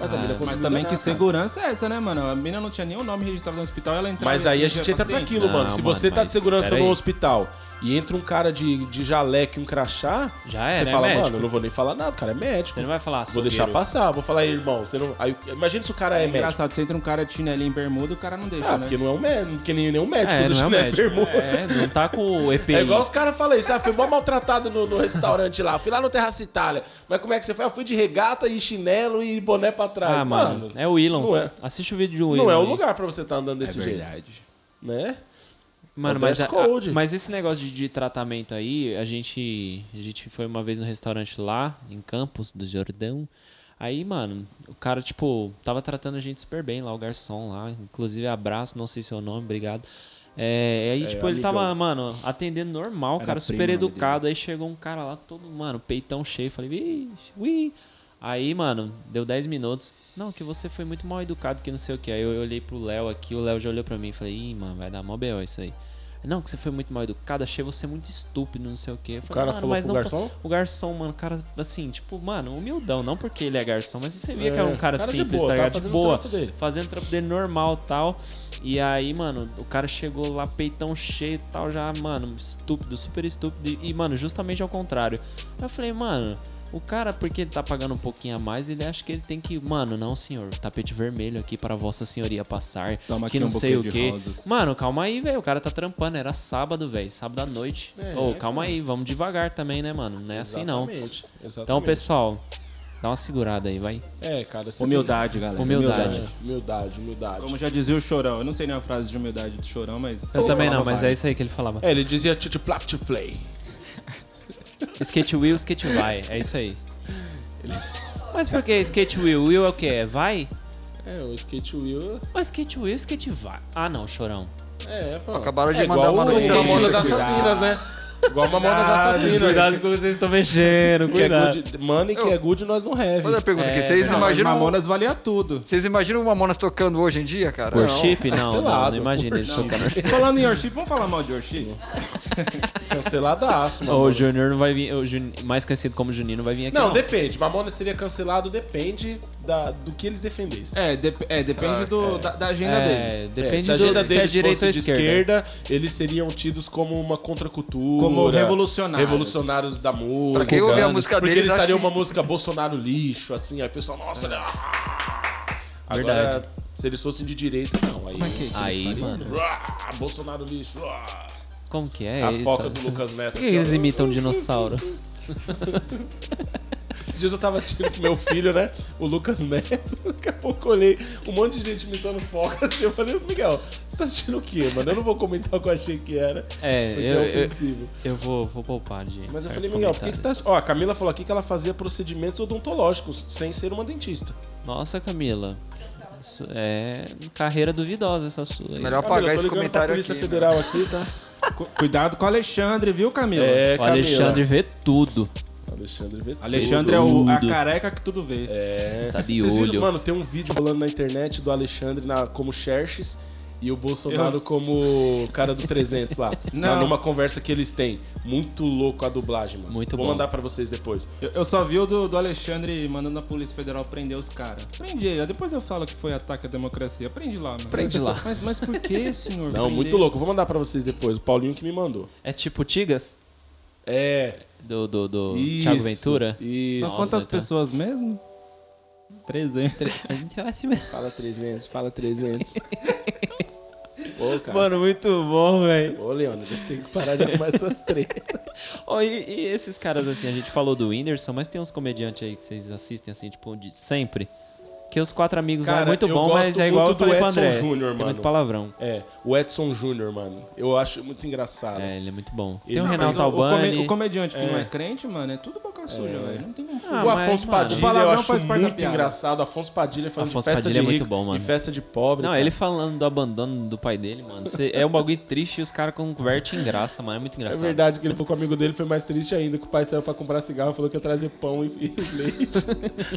Mas a
Ah,
mina
mas
conseguiu.
Mas também
enganar, cara.
que segurança é essa, né, mano? A mina não tinha nem o nome registrado no hospital, ela entrava...
Mas
e
aí a
atendia
gente entra pra
paciente.
aquilo, mano.
Não,
Se
mano,
você tá de
mas
segurança
peraí.
no hospital e entra um cara de, de jaleco e um crachá,
Já é,
você
né?
fala,
Médico.
mano, eu não vou nem falar nada, o cara é médico.
Você não vai falar
Vou deixar
açougueiro.
passar, vou falar, irmão, você não. aí, imagina se o cara é,
É
médico.
engraçado, você entra um cara de chinelinho em bermuda, o cara não deixa,
Ah,
né?
porque não é um médico, porque nem, nem um médico
É, não é
usa
o
chinelo e
médico.
bermuda.
É, não tá com o EPI.
É igual os caras falam isso, ah, fui mó maltratado no, no restaurante lá, fui lá no Terraça Itália. Mas como é que você foi? Eu fui de regata e chinelo e boné pra trás.
Ah, mano, é o Elon.
Não é,
Assiste o vídeo de um Elon.
não é um
aí. É
lugar pra você estar andando
É
desse jeito, né?
Mano,
É o
mas,
dress
a- a-
code.
mas esse negócio de, de tratamento aí, a gente, a gente foi uma vez no restaurante lá, em Campos do Jordão. Aí, mano, o cara, tipo, tava tratando a gente super bem lá, o garçom lá. Inclusive, abraço, não sei seu nome, obrigado. É, aí, tipo, ele
amigão.
tava, mano, atendendo normal,
Era
cara, super
primo o nome
educado. Aí chegou um cara lá, todo, mano, peitão cheio. Falei, vixe, ui. Aí, mano, deu 10 minutos. Não, que você foi muito mal educado, que não sei o que. Aí eu olhei pro Léo aqui, o Léo já olhou pra mim e falei, ih, mano, vai dar mó B.O. isso aí. Não, que você foi muito mal educado, achei você muito estúpido, não sei o que.
O cara falou pro garçom?
O garção, mano, o cara, assim, tipo, mano, humildão. Não porque ele é garção, mas você via que era um
É,
cara,
cara de
simples,
boa,
tá
tava
ligado? De
fazendo o
boa.
trampo dele.
Fazendo o trampo dele normal tal. E aí, mano, o cara chegou lá, peitão cheio tal, já, mano, estúpido, super estúpido. E, mano, justamente ao contrário. Aí eu falei, mano. O cara, porque ele tá pagando um pouquinho a mais, ele acha que ele tem que. Mano, não, senhor. Tapete vermelho aqui para Vossa Senhoria passar.
Toma
que
aqui
não
um
sei o
buquê de
quê.
rosas.
Mano, calma aí, velho. O cara tá trampando. Era sábado, velho. Sábado à noite.
É,
Ô, calma aí. Vamos devagar também, né, mano? Não é assim, não.
Exatamente, exatamente.
Então, pessoal, dá uma segurada aí, vai.
É, cara. você
Humildade, galera.
Humildade.
tem- Humildade, humildade.
Como já dizia o Chorão, eu não sei nem a frase de humildade do Chorão, mas...
Eu também não,
falava
mas é isso aí que ele falava.
É, ele dizia titiplap play.
Skate will, skate vai. É isso aí. Mas por que skate will? Will é o quê? É vai?
É, o skate wheel.
Mas skate will, skate vai. Ah, não, chorão.
É, pô.
Acabaram de
é
mandar uma
igual o
notícia da
Mamonas
Mônica.
Assassinas, né? Igual Mamonas Assassinas.
com vocês estão mexendo,
Que é good, money que
Eu-
é good, nós não have.
Fazer uma pergunta aqui,
É,
vocês
não,
Mas
imaginam...
Mamonas valia tudo.
Vocês imaginam o Mamonas tocando hoje em dia, cara?
Worship?
Não, é
Não, não, não,
cancelado.
imagina eles tocando.
Falando em worship, vamos falar mal de worship?
Canceladaço, mano.
O Junior não vai vir. O Jun- mais conhecido como Juninho não vai vir aqui.
Não,
Não,
depende. Mamona seria cancelado, depende da, do que eles defendessem.
É, dep- é, depende do, da, da agenda
É,
deles.
depende
É, se
do-
a agenda
se
deles
é direita
fosse
ou
de
esquerda.
esquerda. eles seriam tidos como uma contracultura.
Como revolucionários.
Revolucionários da música.
Pra quem ouvir a música
Porque
deles,
eles fariam
acho
uma música Bolsonaro lixo, assim. Aí o pessoal, nossa, olha. Agora,
Verdade.
se eles fossem de direita, não. Aí,
Aí, mano.
Uá, Bolsonaro lixo. uá.
Como que é
a
isso?
foca do Lucas Neto.
Por que eles imitam um dinossauro?
Esses dias eu tava assistindo com meu filho, né? O Lucas Neto. Daqui a pouco eu olhei um monte de gente imitando foca. Assim, eu falei, Miguel, você tá assistindo o quê, mano? Eu não vou comentar o que eu achei que era.
É,
porque
eu-
é
eu-
ofensivo.
Eu vou, vou poupar, gente.
Mas eu
certos
falei, Miguel, por que, que você tá.
comentários.
assistindo? Ó, a Camila falou aqui que ela fazia procedimentos odontológicos sem ser uma dentista.
Nossa, Camila. Isso é carreira duvidosa essa sua aí.
Camila,
Melhor apagar
eu
esse
ligando pra
comentário
Polícia
aqui. né?
Federal aqui, tá?
Cu- Cuidado com o Alexandre, viu, Camila?
É,
O
Camila.
Alexandre vê tudo.
Alexandre Vettel.
Alexandre é o, a
Tudo.
careca que tudo vê.
É.
Tá de
Vocês
olho.
Viram, mano, tem um vídeo rolando na internet do Alexandre na, como Xerxes e o Bolsonaro
Eu-
como o cara do 300 lá.
Não.
Não. Numa conversa que eles têm. Muito louco a dublagem, mano.
Muito
Vou
bom.
mandar pra vocês depois.
Eu, eu só vi o do, do Alexandre mandando a Polícia Federal prender os caras. Prende ele, depois eu falo que foi ataque à democracia. Prende lá, mano.
Prende lá.
Mas, mas por que, senhor?
Não,
prender?
muito louco. Vou mandar pra vocês depois. O Paulinho que me mandou.
É tipo Tigas?
É.
Do, do, do
Isso,
Thiago Ventura?
Isso.
São
Nossa,
quantas
então.
pessoas mesmo? 300.
Eu acho É assim mesmo.
Fala 300, fala 300. Pô, cara.
Mano, muito bom, velho.
Ô, Leandro, eles têm que parar de arrumar essas tretas.
Oh, e, e esses caras assim, a gente falou do Whindersson, mas tem uns comediantes aí que vocês assistem assim, tipo, de sempre. Que os quatro amigos lá é
Cara,
muito
eu
bom,
gosto
mas é igual eu
muito do
falei com o
Edson
André. tem
Júnior, mano.
muito palavrão.
É, o Edson Júnior, mano. Eu acho muito engraçado.
É, ele é muito bom. Tem
Ele-
tá o
Não,
Renato
Mas o, o, come-
Albani.
o comediante que não é crente, mano, é tudo boca suja, velho. Não tem como fugir.
Ah,
o
mas,
Afonso
mano,
Padilha,
o
eu
palavrão
acho
faz parte da
muito
piada.
engraçado. Afonso Padilha falando
Afonso
de festa
Padilha é
de
muito
rico
bom, mano.
e festa de pobre.
Não,
cara.
ele falando do abandono do pai dele, mano. Cê- é um bagulho triste e os caras convertem em graça, mano. É muito
É
engraçado.
verdade que ele foi com o amigo dele, foi mais triste ainda, que o pai saiu pra comprar cigarro, falou que ia trazer pão e, e leite.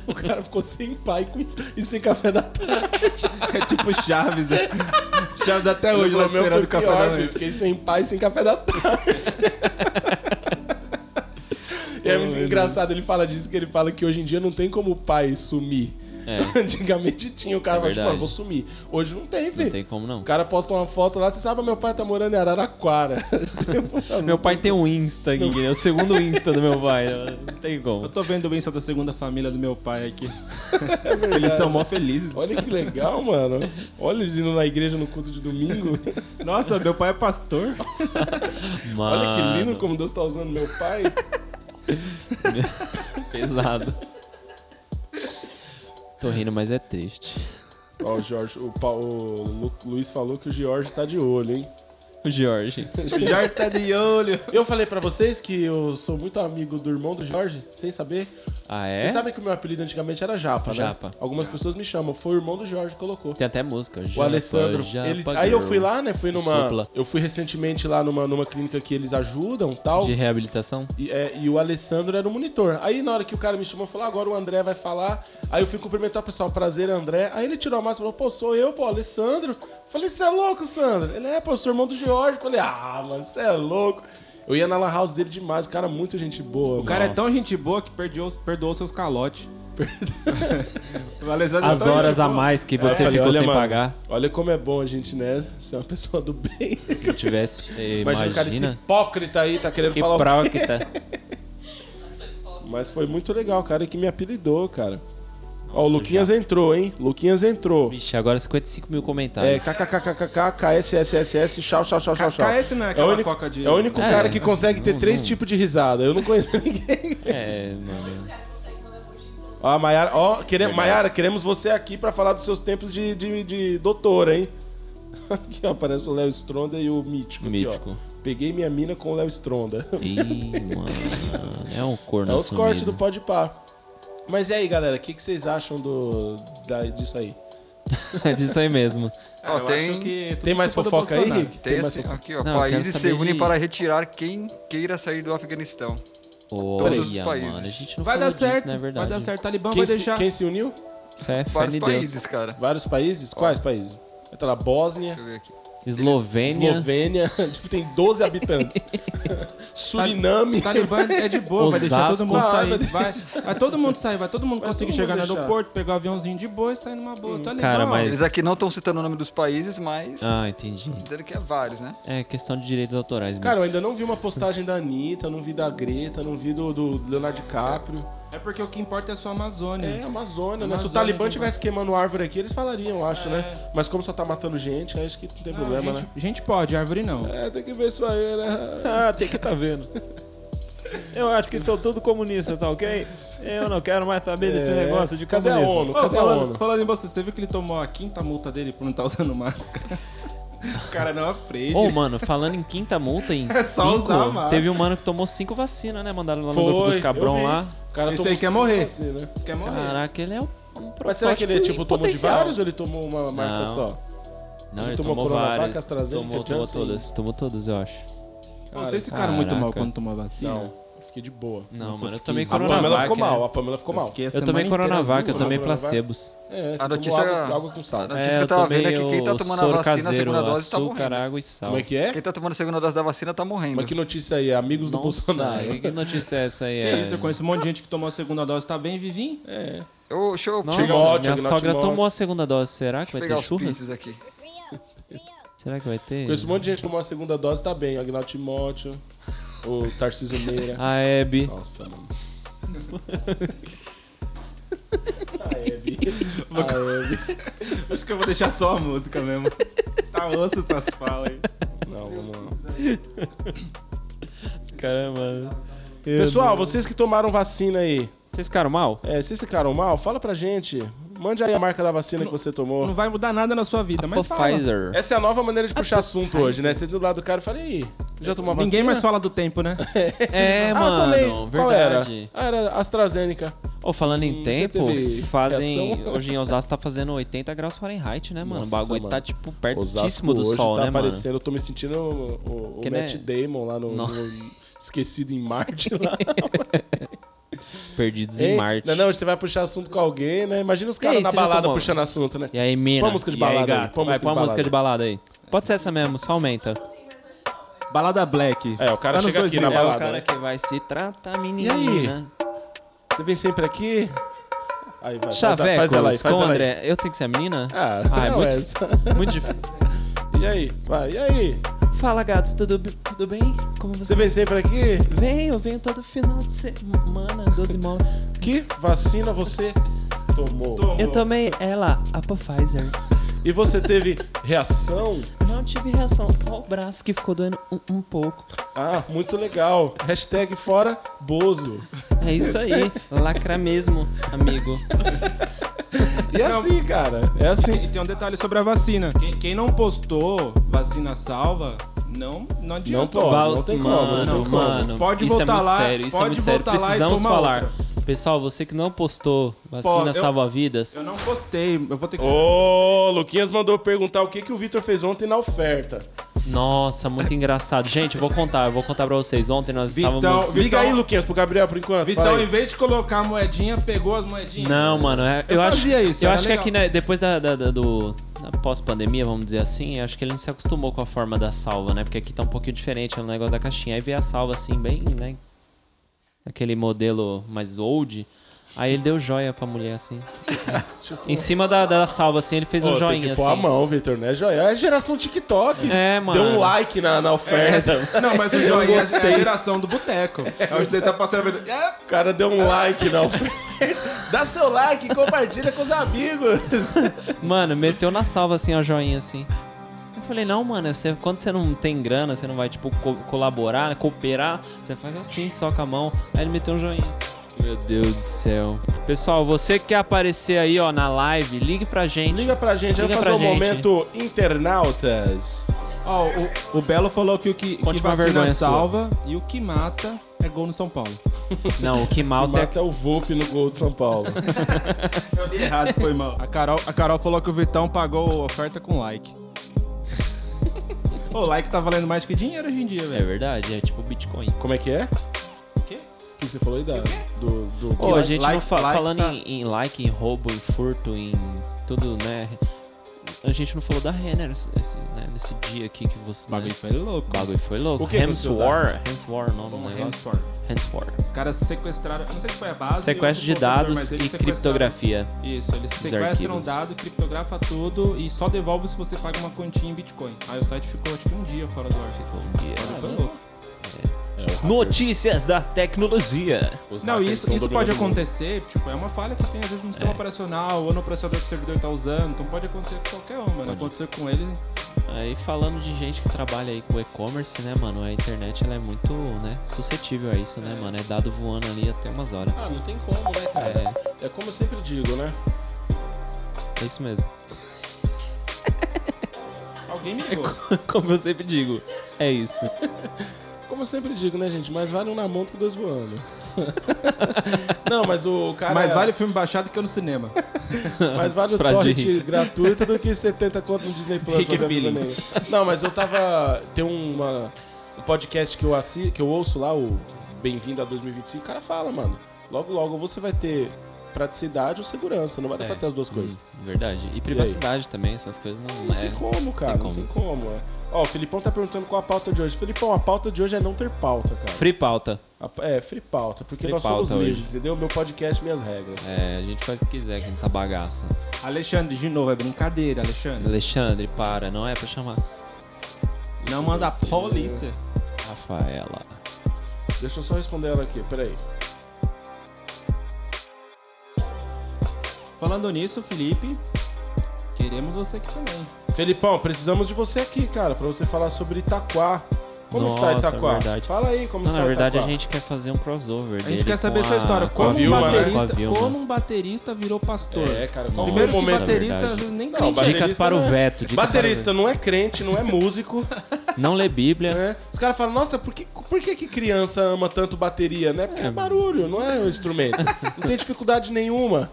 o cara ficou sem pai com- e sem café da tarde.
É tipo Chaves, né? Chaves até
Ele
hoje lá
falou, meu foi
esperando o café da
pior, filho,
manhã.
fiquei sem pai e sem café da tarde. E é muito engraçado, ele fala disso, que ele fala que hoje em dia não tem como o pai sumir.
É.
Antigamente tinha, o cara
É
fala, tipo,
verdade.
"Mano, vou sumir. Hoje não tem,
Não
filho.
tem como não.
O cara posta uma foto lá, você sabe, meu pai tá morando em Araraquara.
Meu pai tem um Insta, Gui, é o segundo Insta do meu pai.
né?
Não tem
Eu
como.
tô vendo bem só da segunda família do meu pai aqui. Eles são mó felizes.
Olha que legal, mano. Olha eles indo na igreja no culto de domingo.
Nossa, meu pai é pastor.
Mano,
Olha que lindo como Deus tá usando meu pai.
Pesado. Tô rindo, mas é triste.
Ó, o Jorge, o, Pau- o Lu- Luiz falou que o Jorge tá de olho, hein?
O Jorge.
Já tá de olho.
Eu falei pra vocês que eu sou muito amigo do irmão do Jorge, sem saber.
Ah, é?
Vocês sabem que o meu apelido antigamente era Japa, né?
Japa.
Algumas pessoas me chamam. Foi o irmão do Jorge que colocou.
Tem até música.
O Alessandro. ele- aí eu fui lá, né? Fui numa.
Supla.
Eu fui recentemente lá numa, numa clínica que eles ajudam tal.
De reabilitação?
E, é, e o Alessandro era o monitor. Aí na hora que o cara me chamou, falou: "Ah, agora o André vai falar. Aí eu fui cumprimentar o pessoal, prazer, André. Aí ele tirou a máscara e falou: pô, sou eu, pô, Alessandro. Falei: você é louco, Sandro? Ele é, pô, sou irmão do Jorge. Falei: ah, mano, você é louco. Eu ia na Lan House dele demais, o cara é muito gente boa.
O cara é tão gente boa que perdoou, perdoou seus calotes. o Alexandre é
As
tão
horas
gente
a
boa.
mais que você ficou sem pagar.
Olha como é bom a gente, né? Ser uma pessoa do bem.
Se tivesse. eh,
Imagina, o cara esse
Imagina.
hipócrita aí, tá querendo
Que
falar o
prova que tá.
Mas foi muito legal, cara, que me apelidou, cara. Ó, o Luquinhas entrou, hein? Luquinhas entrou.
Vixe, agora 55 mil
É,
comentários.
kkkkk, KSSSS, tchau, tchau, tchau, tchau, tchau.
KS não é aquela
o único,
coca de-
É o único
É,
cara que
não-
consegue ter
não-
três
não.
tipos de risada. Eu não conheço ninguém.
É, mano.
Ó, a Maiara, ó,
É.
quere, Maiara, queremos você aqui pra falar dos seus tempos de, de, de doutora, hein? Aqui, ó, aparece o Léo Stronda e o Mítico. aqui, ó.
Mítico.
Peguei minha mina com o Léo Stronda.
Ih, mano. É um corno
É os
assumido.
cortes do Pode Pá. Mas e aí, galera, o que, que vocês acham do, da, disso aí?
É disso aí mesmo.
É,
Ah,
Ó,
eu
tem-
acho que tudo
Tem mais
culpa do
fofoca aí,
Bolsonaro.
Rick?
Tem
mais
assim,
fofoca?
aqui, ó.
Não, eu quero
países se
saber
unem
de-
para retirar quem queira sair do Afeganistão. os
Olha,
países.
mano. A gente não falou
Vai dar
disso,
certo,
não é
vai
verdade.
dar certo. Talibã
né, Quem
vai
se,
deixar.
quem se uniu?
Fé, fé
Vários
em
países,
Deus.
cara.
Vários países? Quais países? Tá lá, Bósnia,
Deixa eu ver aqui.
Eslovênia.
Eslovênia, tipo, tem 12 habitantes. Suriname.
O
Tá,
Talibã é de boa, vai deixar todo
Osasco.
mundo
Vai,
sair.
vai
Vai, vai todo mundo sair, vai todo mundo conseguir
todo
chegar
mundo
no
deixar. Hum,
aeroporto, pegar o aviãozinho de boa e sair numa boa. Tá
Cara,
legal.
mas-
Eles aqui não estão citando o nome dos países, mas
Ah, entendi.
dizendo que é vários, né?
É questão de direitos autorais mesmo.
Cara, eu ainda não vi uma postagem da Anitta, não vi da Greta, não vi do, do Leonardo DiCaprio.
É porque o que importa é só a Amazônia.
É, Amazônia, né? Se o
Amazônia,
Talibã
né?
tivesse queimando árvore aqui, eles falariam, eu
É.
acho, né? Mas como só tá matando gente, aí acho que não tem
Não,
problema,
gente,
né?
gente pode, árvore não.
É, tem que ver isso aí, né?
Ah, tem que tá vendo. Eu acho que são tudo comunista, tá ok? Eu não quero mais saber desse
É.
negócio de
Cadê a
comunismo.
ONU?
Ô,
Cadê a
falando,
ONU?
falando em bolsa, você viu que ele tomou a quinta multa dele por não estar usando máscara? O cara não aprende.
Ô, mano, falando em quinta multa, em
É só
cinco,
usar a máscara.
teve um mano que tomou cinco vacinas, né? Mandaram lá no grupo dos
eu
cabrão
vi.
lá.
O cara
Esse
tomou
aí quer
cinco
morrer.
assim, né?
Você quer morrer.
Caraca, ele é um um
Mas será que ele,
protótipo
tipo,
em
tomou de
potencial.
vários ou ele tomou uma marca
Não.
só?
Não,
Ele
ele
tomou
tomou,
Coronavac,
vários.
AstraZeneca,
tomou, tomou
Janssen?
todas, tomou todas, eu acho.
Não sei se é cara muito
Caraca.
mal quando toma vacina.
Não, eu fiquei de boa.
Não,
Nossa,
mano,
eu
eu tomei
fiquei-
A Pamela
Coronavac,
ficou mal,
né?
a Pamela ficou mal.
Fiquei a
Eu
semana
tomei
inteira
Coronavac,
azul,
eu tomei
tomou Coronavac?
placebos.
É, você
A
tomou
notícia-
água, água com sal.
A
É,
notícia que eu
eu
tava vendo
tomei
é que quem tá
o
tomando a
soro
vacina, a
caseiro,
segunda dose, tá
açúcar,
morrendo.
água e sal.
Como é que é?
Quem tá tomando a segunda dose da vacina tá morrendo.
Mas que notícia aí? Amigos do
Nossa,
Bolsonaro.
que notícia é essa aí?
Que
é?
isso, eu conheço um monte de gente que tomou a segunda dose, tá bem vivinho?
Eu, deixa eu
Nossa,
Timóteo,
pegar,
minha
Agnaldo
sogra
Timóteo.
tomou a segunda dose. Será que vai
pegar
ter
os pieces
churras?
aqui.
Será que vai ter?
Conheço um monte de gente que tomou a segunda dose, tá bem. O Agnaldo Timóteo, o Tarcísio Meira.
A Hebe.
Nossa, mano.
é
é
Acho que eu vou deixar só a música mesmo. tá osso essas falas aí.
Não, não.
Caramba.
Pessoal, vocês que tomaram vacina aí,
Vocês ficaram mal?
é, vocês ficaram mal? Fala pra gente. Mande aí a marca da vacina que você tomou.
Não vai mudar nada na sua vida, mas fala.
Pfizer.
Essa é a nova maneira de puxar assunto hoje, né? Vocês do lado do cara, fala e aí, já tomou a vacina?
Ninguém mais fala do tempo, né?
É,
Ah,
mano.
também. Qual era?
Verdade. Hum,
Ah, era AstraZeneca.
Ô, falando em
você
tempo,
teve
fazem.
reação?
Hoje em Osasco tá fazendo 80 graus Fahrenheit, né, mano?
Nossa,
o bagulho
mano.
tá, tipo,
Osasco
pertíssimo do
hoje
sol,
tá
né,
aparecendo. Eu tô me sentindo o, o- o
Que, né?
Matt Damon lá no,
Não.
no Esquecido em Marte lá.
mano? Perdidos
Ei,
em Marte.
Não, não, você vai puxar assunto com alguém, né? Imagina os caras
aí,
na
você já
balada
tomou?
puxando assunto, né?
E aí, mina?
Põe a música de
E aí,
balada aí,
gato?
põe a
Vai,
música
põe
de
a música de balada
balada.
aí. Pode ser essa mesmo, só aumenta.
Balada Black.
É, o cara
Anos
chega aqui
É
na
2000.
o
balada.
cara
né?
que vai se tratar,
E aí?
menina.
Você vem sempre aqui? Aí vai, faz, a- faz ela aí,
Chavecos,
faz
com
ela aí.
André. Eu tenho que ser a menina?
Ah,
Ah, é
não,
muito-
essa.
Muito difícil.
E aí? Vai, e aí?
Fala, gatos, tudo, b- tudo bem? Como você
Você vem sempre aqui?
vem? Eu venho todo final de semana, 12 mãos.
Que vacina você tomou?
Eu tomei ela, a Pfizer.
E você teve reação?
Não tive reação, só o braço que ficou doendo um, um pouco.
Ah, muito legal. Hashtag fora Bozo.
É isso aí, lacra mesmo, amigo.
E é assim, cara. É assim.
E tem um detalhe sobre a vacina. Quem, quem não postou vacina salva, não, não adianta.
Não toma.
Val-
não tem como,
mano,
não tem como.
mano,
Pode
isso
voltar
é muito
lá,
sério, isso é
pode
muito sério.
voltar lá e
Precisamos
toma
falar.
outra.
Pessoal, você que não postou vacina
eu-
salva-vidas,
Eu não postei, eu vou ter que.
Ô, Luquinhas mandou perguntar o que, que o Vitor fez ontem na oferta.
nossa, muito engraçado. Gente, eu vou contar, eu vou contar pra vocês. Ontem nós
Vitão-
estávamos...
Liga
Vitão-
aí, Luquinhas, pro Gabriel por enquanto.
Vitão,
Fala aí.
em vez de colocar a moedinha, pegou as moedinhas.
Não, mano, é- eu,
Eu fazia
acho,
isso,
eu
era
acho que
legal.
aqui, né, depois da, da- da- do da pós-pandemia, vamos dizer assim, eu acho que ele não se acostumou com a forma da salva, né? Porque aqui tá um pouquinho diferente, é um negócio da caixinha. Aí veio a salva assim, bem, né? Aquele modelo mais old. Aí ele deu joia pra mulher, assim. em cima da, da salva, assim, ele fez
Ô,
um
tem
joinha,
que pôr a
assim.
mão, Vitor, né? Joia. É geração TikTok.
É, mano.
Deu um like na, na oferta.
É, Não, mas o joinha é a geração do boteco. É onde você tá passando a vida. É,
O cara deu um like na oferta. Dá seu like, compartilha com os amigos.
Mano, meteu na salva, assim, a joinha, assim. Eu falei, não, mano, você- quando você não tem grana, você não vai, tipo, co- colaborar, né, cooperar, você faz assim, só com a mão. Aí ele meteu um joinha assim. Meu Deus do céu. Pessoal, você que quer aparecer aí, ó, na live, ligue pra gente.
Liga pra gente,
Liga
vamos fazer
pra
um
gente.
momento internautas.
Ó, o, o Belo falou que o que,
Conte
que
uma
vacina
vergonha sua.
salva e o que mata é gol no São Paulo.
Não, o que malta é.
Mata o Volpe no gol de São Paulo.
Eu li errado, foi mal. A Carol, a Carol falou que o Vitão pagou a oferta com like. o like tá valendo mais que dinheiro hoje em dia,
É
velho.
verdade, é tipo Bitcoin.
Como é que é?
O quê? Oh,
O que que você falou aí da, do, do...
Ô, a
like-
gente não
like- tá
fa
like
falando
tá-
em, em like, em roubo, em furto, em tudo, né? a gente não falou da Renner esse, esse, né, nesse dia aqui que você. né?
O bagulho foi louco.
O bagulho foi louco.
O que
Hems
aconteceu,
War. Hems War, o nome do
Como
negócio.
Handstorm.
Hems War.
Os caras sequestraram, eu não sei se foi a base.
Sequestro
ou
de
se foi o servidor,
dados
mas eles
e
sequestraram-
criptografia.
Isso, eles sequestram
arquivos.
dado, criptografa tudo e só devolve se você paga uma quantia em Bitcoin. Aí o site ficou tipo um dia fora do ar.
Ficou um dia.
Olha, foi louco.
Notícias da tecnologia.
Os
Não,
hackers
isso,
tão
isso
dominando
pode
o Ah, mundo.
acontecer, tipo, é uma falha que tem às vezes no sistema operacional ou no processador que o servidor tá usando, então pode acontecer com qualquer um, mano. Aconteceu com ele,
Aí falando de gente que trabalha aí com e-commerce, né, mano? A internet ela é muito, né, suscetível a isso, né, mano? É dado voando ali até umas horas.
Ah, não tem como, né, cara? É. como eu sempre digo, né?
É isso mesmo.
alguém me ligou.
Como eu sempre digo, é isso.
Como eu sempre digo, né, gente? Mais vale um na mão do que dois voando. não, mas o cara.
Mas vale filme baixado que eu no cinema.
mais vale o
Frase de
torrent
Rick.
gratuito do que 70 conto no Disney Plus.
Rick
pra ver
Feelings.
filme nenhum. Não, mas eu tava. Tem uma, um podcast que eu, assi, que eu ouço lá, o Bem-vindo a 2025. O cara fala, mano. Logo, logo você vai ter praticidade ou segurança. Não vai dar
É.
pra ter as duas coisas.
Verdade. E privacidade também, essas coisas não
Não
Hum. é.
tem como, cara.
como.
Não tem como. é. Ó, o Filipão tá perguntando qual a pauta de hoje. Filipão, a pauta de hoje é não ter pauta, cara.
Free pauta.
A- É, free pauta, porque
Free
nós
pauta
somos livres,
hoje.
entendeu? Meu podcast, minhas regras.
É, a gente faz o que quiser com essa bagaça.
Alexandre, de novo, é brincadeira, Alexandre.
Alexandre, para, não é pra chamar.
Não manda a polícia.
Rafaela.
Deixa eu só responder ela aqui, peraí.
Falando nisso, Felipe, queremos você aqui também.
Felipão, precisamos de você aqui, cara, pra você falar sobre Itaquá. Como está
Nossa, é
Itaquá?
verdade.
Fala aí como
Não,
está
na verdade a
Itaquá.
gente quer fazer um crossover.
A gente quer saber sua história. Como,
Como
um
Vilma, né?
baterista,
Com a Vilma.
como um baterista virou pastor?
É, cara, qual
Primeiro
foi o
que
momento?
baterista
verdade.
às vezes, nem
Não,
crente
baterista
Dicas para o
não é-
veto. dicas para o
Baterista não é crente, não é músico,
veto. Não lê Bíblia.
né? Os caras falam, nossa, por que, por que, que criança ama tanto bateria, né? Porque é barulho, não é um instrumento. Não tem dificuldade nenhuma.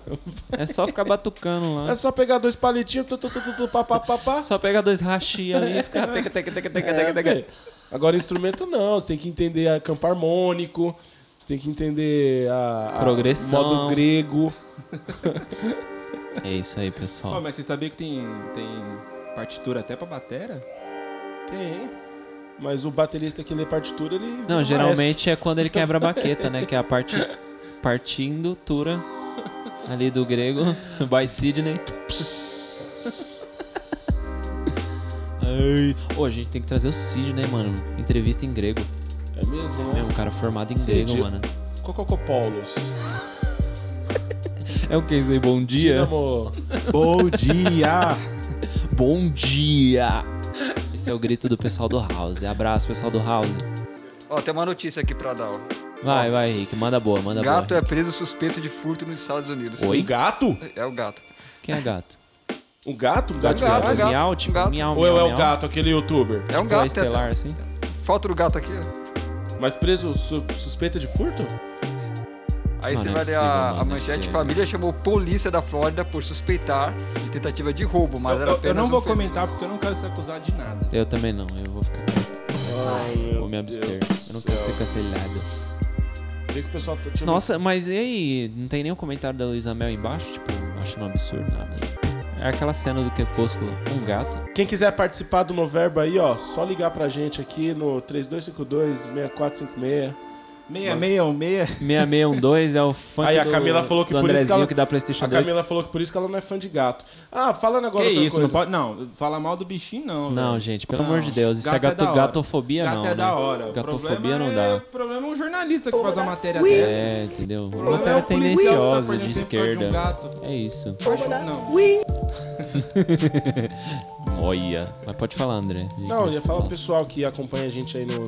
É só ficar batucando lá.
É só pegar dois palitinhos, tu, tu, tu, tu, tu, pá, pá, pá, pá.
Só pega dois rachi ali e fica teca, teca, teca, teca, teca, teca.
É. Agora, instrumento não, você tem que entender a campo harmônico, você tem que entender a, a
Progressão.
modo grego.
É isso aí,
Ó,
pessoal.
mas você sabia que tem, tem partitura até pra batera?
Tem. Mas o baterista que lê partitura, ele. vira
Não,
um
geralmente é quando ele quebra a baqueta, né? Que é a parte partindo, tura, ali do grego, by Sidney. Ai. Ô, a gente tem que trazer o Sidney, mano. Entrevista em grego.
maestro. É mesmo,
É
né?
um cara formado em
Sid.
grego, mano.
Cococopoulos.
É o que isso aí? Bom dia?
Dinamo.
Bom dia!
Bom dia! Esse é o grito do pessoal do House. Abraço, pessoal do House.
Ó, tem uma notícia aqui pra dar. ó.
Vai, vai, Rick. Manda boa, manda
Gato
boa.
é preso suspeito de furto nos Estados Unidos.
Oi?
Um Gato?
É o gato.
Quem é gato?
Um gato? Um gato de
gato,
verdade?
gato.
miau, tipo,
gato.
miau,
Ou é
miau,
o
miau.
gato, aquele youtuber?
É um
Tipo,
gato. é-
estelar, assim?
Foto do gato aqui, ó.
Mas preso su- suspeita de furto?
Aí
Mano,
você
é
vai ler
possível,
a,
mano,
a
é
manchete.
possível.
Família chamou polícia da Flórida por suspeitar de tentativa de roubo, mas
Eu,
era
eu
apenas
não
um
vou
feliz.
comentar porque eu não quero ser acusado de nada.
Eu também não, eu vou ficar quieto. vou me abster. Eu não quero ser cancelado.
Vê que o pessoal tá te
Nossa, mas e aí? Não tem nenhum comentário da Luísa Mel aí embaixo? Tipo, achando um absurdo nada. É aquela cena do Crepúsculo, um gato.
Quem quiser participar do Noverbo aí, ó, só ligar pra gente aqui no 3252-6456.
666.
6612 é o fã
Aí a
do,
Camila falou que
do
por isso que
Andrezinho
ela...
dá Playstation
A
2.
Camila falou que por isso que ela não é fã de gato. Ah, falando
Que
agora outra
isso, não
coisa.
pode. Não, fala mal do bichinho, não.
Não,
velho.
gente, pelo
Não.
amor de Deus, isso é
Gato
gato-
da hora.
gatofobia
Gato
não,
é
né?
da hora. O
Gatofobia
problema
não
é-
dá.
O problema é um jornalista que faz uma matéria dessa.
É, entendeu?
O problema
Matéria
é o policial que tá
tendenciosa, de
perdendo tempo por causa de um
esquerda.
gato.
É isso.
Acho- não.
Olha. Mas pode falar, André.
Não, eu ia
Você tá
falar pro
fala.
pessoal que acompanha a gente aí no, no-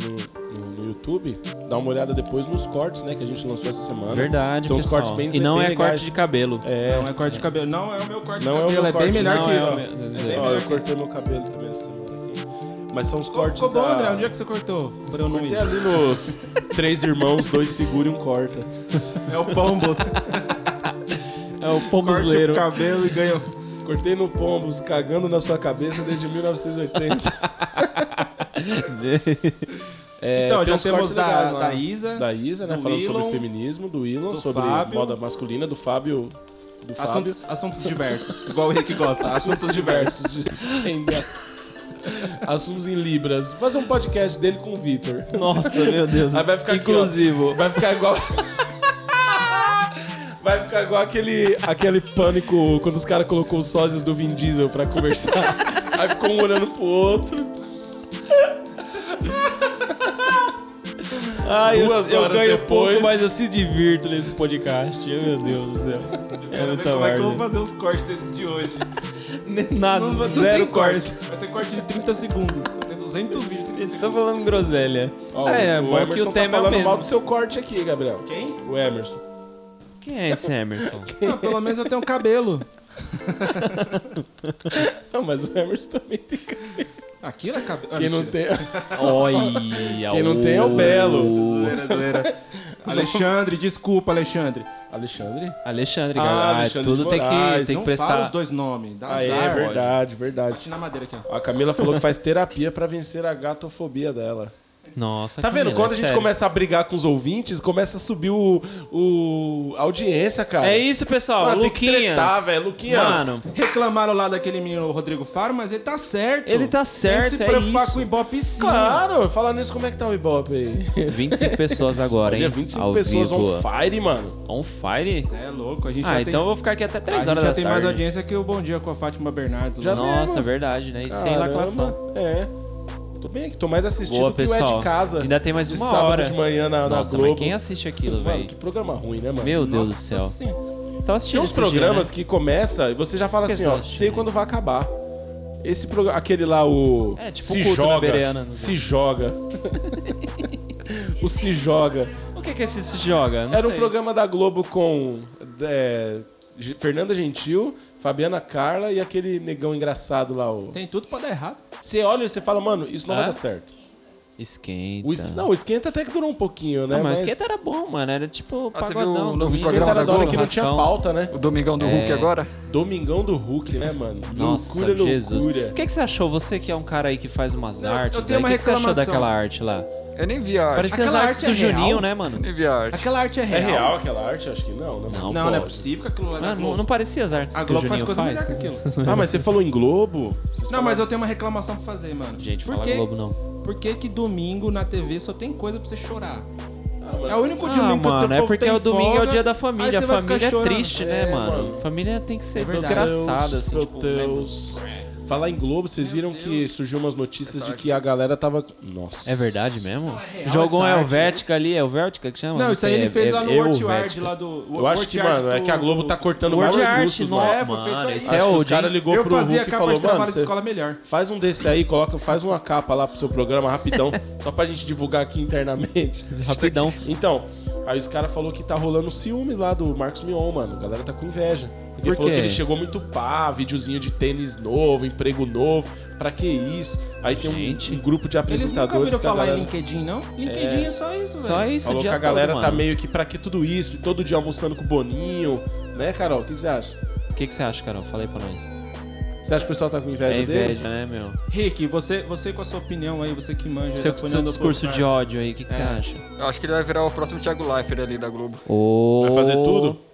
no- no YouTube, dá uma olhada depois nos cortes, né, que a gente lançou essa semana.
Verdade,
Tem uns
pessoal.
cortes bem
E não
bem
é
legais.
corte de cabelo.
É,
Não é corte de cabelo. Não é o meu corte
Não é
de
o
cabelo.
meu
É, bem
corte,
melhor
não
que
é o-
isso. É bem
Ó,
ó,
melhor
eu
que isso.
cortei meu cabelo também essa semana aqui. Mas são os cortes
Ficou bom,
da...
André. Onde é que você cortou? Pra eu não ir.
Tem ali no Três Irmãos, Dois Segura e Um Corta.
É o Pombos.
É o
Corte o cabelo e ganha.
Cortei no Pombos, cagando na sua cabeça desde 1980. É,
Então,
tem
já
uns
temos
cortes
da-
legais lá.
da Isa,
Da Isa, né?
do
Falando sobre
Elon,
feminismo, do Elon,
do
sobre
Fábio.
moda masculina, do Fábio do Fábio.
Assuntos, assuntos diversos, igual o Rick gosta. Assuntos diversos.
de agenda. Assuntos em Libras. Fazer um podcast dele com o Vitor.
Nossa, meu Deus.
Aí vai ficar aqui, ó.
Inclusivo.
vai ficar igual. Vai ficar igual aquele, aquele pânico quando os caras colocou os sósias do Vin Diesel pra conversar. Aí ficou um olhando pro outro.
Ai, Ah, eu,
Duas
eu
horas
ganho
depois.
pouco, mas eu se divirto nesse podcast. Meu Deus do céu. É
Quero ver
muita
como é que eu vou
merda.
fazer os cortes desse de hoje.
Nada,
Não, não
zero
tem
corte.
Vai ter corte de 30 segundos. Vai ter 200 vídeos. de 30
tá
Só
segundos.
falando groselha.
Ó,
é,
o
bom
Emerson
que o tema
tá
é o
falando mal
mesmo.
do seu corte aqui, Gabriel.
Quem?
O Emerson.
Quem é esse Emerson?
Ah, pelo menos eu tenho cabelo.
Não, mas o Emerson também tem cabelo.
Aquilo é cabelo. Ah,
Quem não
mentira.
tem,
Olha,
quem não tem é o Belo.
Zoeira, zoeira. Alexandre, desculpa, Alexandre.
Alexandre?
Alexandre,
Ah,
cara. Ah,
Alexandre
tudo
de
tem que,
Moraes,
tem
não
que
fala
prestar.
os dois nomes. Dá
Ah, é,
azar.
verdade, verdade.
Bate na madeira aqui, ó.
A Camila falou que faz terapia pra vencer a gatofobia dela.
Nossa,
Tá vendo?
Camila,
Quando
é
a gente
sério.
começa a brigar com os ouvintes, começa a subir o, o a audiência, cara.
É isso, pessoal.
Mano, tem que
Luquinhas.
tretar, velho. Luquinhas.
Mano,
Reclamaram lá daquele menino Rodrigo Faro, mas ele tá certo.
Ele tá certo,
Tem que
é
se preocupar
isso.
com o Ibope sim.
Claro, falando nisso, como é que tá o Ibope aí?
25 pessoas agora,
Olha,
hein?
25
Ao
pessoas
vivo.
on fire, mano.
On fire?
É louco, a gente
Ah,
já
então eu
tem...
vou ficar aqui até 3
a
horas
gente já
da
tem
tarde.
mais audiência que o Bom Dia com a Fátima Bernardes.
Já-
lá.
Nossa,
mesmo?
verdade, né? E sem lacração.
Caramba, É. Tô bem aqui, tô mais assistindo
Boa,
que o É
pessoal.
de Casa.
Ainda tem mais
de
uma
sábado
hora.
de manhã na, na
Nossa,
Globo.
mas quem assiste aquilo,
Mano,
velho?
que programa ruim, né, mano?
Meu Deus do
Nossa
céu. Você
senhora.
tava
Tem
assistindo
uns
esses dias,
programas
né?
que começa e você já fala
Que
assim,
são
ó,
esses
sei quando vai acabar. Esse programa, aquele lá, o.
É, tipo o culto na Bereana, não
Se joga. o Se Joga.
O que que esse se joga? Não
Era um
sei.
programa da Globo com é, G- Fernanda Gentil, Fabiana Carla e aquele negão engraçado lá. o-
Tem tudo pra dar errado.
Você olha e você fala, mano, isso não
Ah?
vai dar certo.
Esquenta.
O es- Não, o esquenta até que durou um pouquinho, né?
Não, mas, esquenta era bom, mano. Era tipo
Ah, você viu
pagodão.
o novo
domingo.
programa
era
da
da hora
Globo,
que não tinha
um Rascão.
pauta, né?
O Domingão do
É.
Hulk agora?
Domingão do Hulk, né, mano?
Nossa,
loucura,
Jesus.
loucura.
O que, que você achou? Você que é um cara aí que faz umas
Eu- eu
artes,
tenho
aí.
uma
o que, que você achou
reclamação.
daquela arte lá?
Eu nem vi a arte.
Parecia as
Aquela
artes
arte
do
é real?
Juninho, né, mano?
Nem vi a arte.
Aquela arte é
É
real.
real aquela arte? Acho que não, né? mano?
Não,
Não,
pô.
não é possível que aquilo lá da
Mano,
Globo.
não, não parecia as artes
A
que o
Globo faz
Juninho
coisa
faz.
melhor que aquilo.
Ah, mas você falou em Globo? Vocês
Não,
falaram-
mas eu tenho uma reclamação pra fazer, mano.
Gente,
Por
fala
quê?
Globo não.
Por que que domingo na TV só tem coisa pra você chorar?
mano.
É o único
ah,
domingo que o
mano,
teu
é
povo
porque
tem
o domingo é o
folga,
dia da
aí
família.
você
A
vai ficar
família é
chorando.
triste, né,
É,
mano?
mano. É
Família tem que ser
verdade.
desgraçada, assim,
Meu
tipo, né?
Deus. Falar em Globo, vocês viram que surgiu umas notícias de que a galera tava. Nossa.
É verdade mesmo?
real
é
Jogou um
essa arte,
Helvética
né?
ali, Helvética que chama?
Não, isso aí
sei,
ele fez
é-
lá no
é
World
Helvética.
Art lá do.
Eu acho que, mano, é que a Globo tá cortando
Word
vários
Art,
grupos,
não,
mano.
É, foi feito
mano,
aí.
esse
Acho
é
que
o
os caras ligou
Eu
pro Hulk
fazia
e
capa de
falou, mano,
trabalho de
você
escola melhor.
faz um desse aí, coloca, faz uma capa lá pro seu programa rapidão, só pra gente divulgar aqui internamente.
Rapidão.
Então, aí os caras falou que tá rolando ciúmes lá do Marcos Mion, mano. A galera tá com inveja. Porque
Por
falou
quê?
que ele chegou muito pá, videozinho de tênis novo, emprego novo. Pra que isso? Aí tem
Gente.
um, um grupo de
Eles nunca
apresentadores
viram
que a
falar
galera...
em LinkedIn, não? LinkedIn é, só isso, velho.
Só isso, o
Falou que
dia
a galera
todo,
tá
mano.
meio que pra que tudo isso? E todo dia almoçando com o Boninho, né, Carol? O que que você acha?
O que, que você acha, Carol? Fala aí pra nós.
Você acha que o pessoal tá com inveja,
É
dele?
inveja, né, meu?
Rick, você, você com a sua opinião aí, você que manja.
Seu,
da
seu
opinião do
discurso
povo,
de
cara.
ódio aí, o que,
É.
que você acha?
Eu acho que ele vai virar o próximo Thiago Leifert ali da Globo.
Vai fazer tudo?
Vai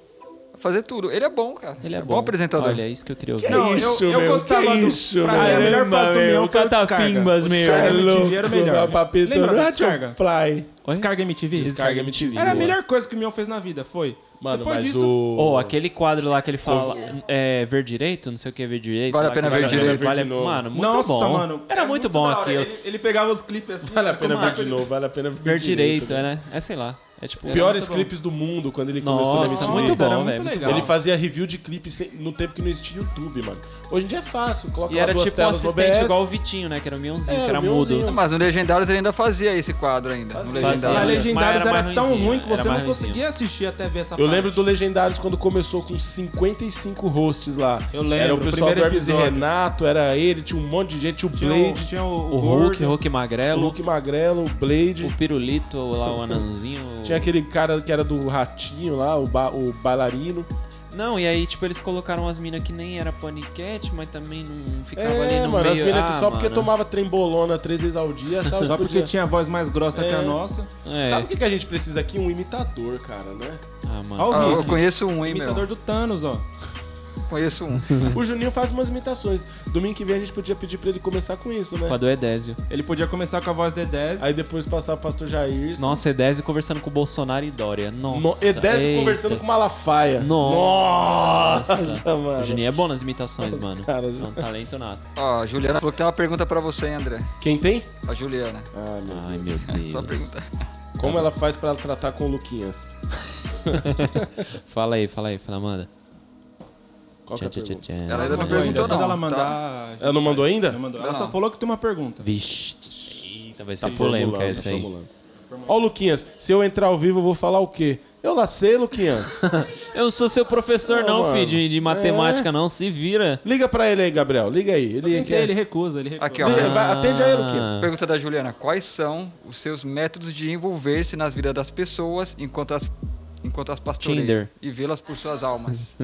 Fazer tudo. Ele é bom, cara.
Ele é bom.
bom apresentador.
Olha, é isso que eu queria ouvir.
Não,
isso,
eu, eu
meu,
gostava
que
do.
isso,
pra mim, a
meu. tá
melhor fase do
Caramba,
Mion foi o
meu, catapimbas,
Descarga.
meu. É
Descarga MTV era o melhor.
Papito,
Lembra da Descarga?
Fly.
Oi?
Descarga MTV?
Descarga MTV.
Era a
boa.
melhor coisa que o Mion fez na vida, foi.
Mano,
Depois
mas
disso, oh,
o...
Ou aquele quadro lá que ele fala é, ver direito, não sei o que é ver direito.
Vale a
lá
pena
que
ver
vai-
direito.
Vale,
Ver de novo.
mano, muito
Nossa,
bom.
mano.
Era
é
muito
da
bom
hora.
aquilo.
Ele, ele pegava os clipes assim.
Vale a pena
como-
ver de novo, vale a pena ver,
Ver direito,
né?
né? É, sei lá. É tipo...
Piores
muito bom.
clipes do mundo quando ele começou
Nossa,
na
muito
MTV.
Tá Nossa, era
bom,
muito
velho. muito
legal.
bom.
Ele fazia review de clipes sem- no tempo que não existia YouTube, mano. Hoje em dia é fácil, coloca
E
lá
era
duas
tipo um
telas no
assistente
OBS.
igual o Vitinho, né? Que era o Mionzinho,
É,
que era
o Mionzinho.
mudo.
Mas no Legendários ele ainda fazia esse quadro ainda. No
Fazia.
E a
Mas
Legendários.
Legendários
era
era,
mais
tão
ruinzinho,
ruim que
era
você não
mais ruinzinho.
conseguia assistir até ver essa
Eu
parte.
lembro do Legendários quando começou com 55 hosts lá.
Eu lembro,
Era o
o
pessoal do
primeiro
Hermes e
episódio.
Renato, era ele, tinha um monte de gente, tinha o
Tinha
Blade,
o, tinha o,
O Hulk, o
Gordo.
Hulk
o
Magrelo,
Luke Magrelo, o Blade.
o Pirulito, lá o anãozinho.
Tinha aquele cara que era do Ratinho lá, o, ba- o bailarino.
Não, e aí, tipo, eles colocaram as minas que nem era paniquete, mas também não ficava ali
É,
no
mano,
meio.
as meninas que
Ah,
só porque
mano.
tomava trembolona três vezes ao dia, achava
Só
que
porque
podia-
tinha a voz mais grossa que a
É.
nossa.
É.
Sabe o que, que a gente precisa aqui? Um imitador, cara, né?
Ah, mano.
Ó
Ah,
o
eu
Rick,
conheço um, hein,
imitador
meu?
do Thanos, ó.
Conheço um.
O Juninho faz umas imitações. Domingo que vem a gente podia pedir pra ele começar com isso, né?
Com a do Edésio.
Ele podia começar com a voz de 10.
Aí depois passar o pastor Jair.
Nossa, Edésio conversando com o Bolsonaro e Dória. Nossa.
No, Edésio
eita.
conversando com Malafaia.
Nossa.
Nossa, mano.
O Juninho é bom nas imitações, mano.
cara,
é um talento nato.
Ó, a Juliana falou que tem uma pergunta pra você, hein, André.
Quem tem?
A Juliana. É
Ah, meu.
Ai, meu Deus.
Só pergunta.
Tá
Como ela faz pra tratar com o Luquinhas?
Fala aí, fala aí, fala, manda.
Qual que é a
Tchan, tchan,
pergunta?
tchan, tchan.
Ela ainda não
Mandou ainda.
perguntou, não.
Quando ela
tá?
mandar.
Ela não mandou ainda?
Não mandou. Ela
Não.
só falou que tem uma pergunta.
Vixe. Eita, vai ser polêmica essa aí.
tá Ó, o Luquinhas, se eu entrar ao vivo, eu vou falar o quê? Eu lá sei, Luquinhas.
Eu não sou seu professor,
Não,
não,
mano. É.
filho, de, de matemática, não. Se vira.
Liga pra ele aí, Gabriel. Liga aí. Ele
Ele,
quer.
ele recusa, ele recusa.
é. Aqui, ó.
Liga, vai, atende aí, Luquinhas.
tá? Pergunta da Juliana: Quais são os seus métodos de envolver-se nas vidas das pessoas enquanto as, enquanto as pastoreias
Tinder.
e vê-las por suas almas?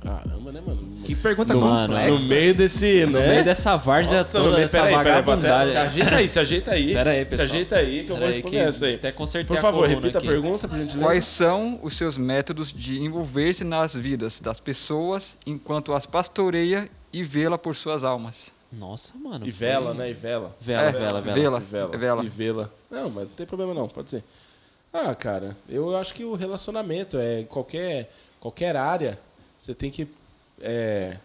Caramba, né, mano?
Que pergunta
Mano,
complexa.
No meio desse, né?
No meio dessa várzea
Nossa,
toda,
no meio-
dessa
peraí, peraí,
vagabundagem.
peraí, Se ajeita aí, se ajeita aí.
Pera aí, pessoal.
Se ajeita aí que eu
Pera
vou
aí
responder
que
essa aí.
até consertei
Por
a
favor,
coluna
repita
aqui.
a pergunta, por gentileza.
Quais são os seus métodos de envolver-se nas vidas das pessoas enquanto as pastoreia e vê-la por suas almas?
Nossa, mano.
E
foi-
vela, né? E vela.
Vela,
É,
vela, vela.
vela.
E vela.
É vela.
E vela. Não, mas não tem problema não, pode ser. Ah, cara, eu acho que o relacionamento é em qualquer, qualquer área, você tem que é,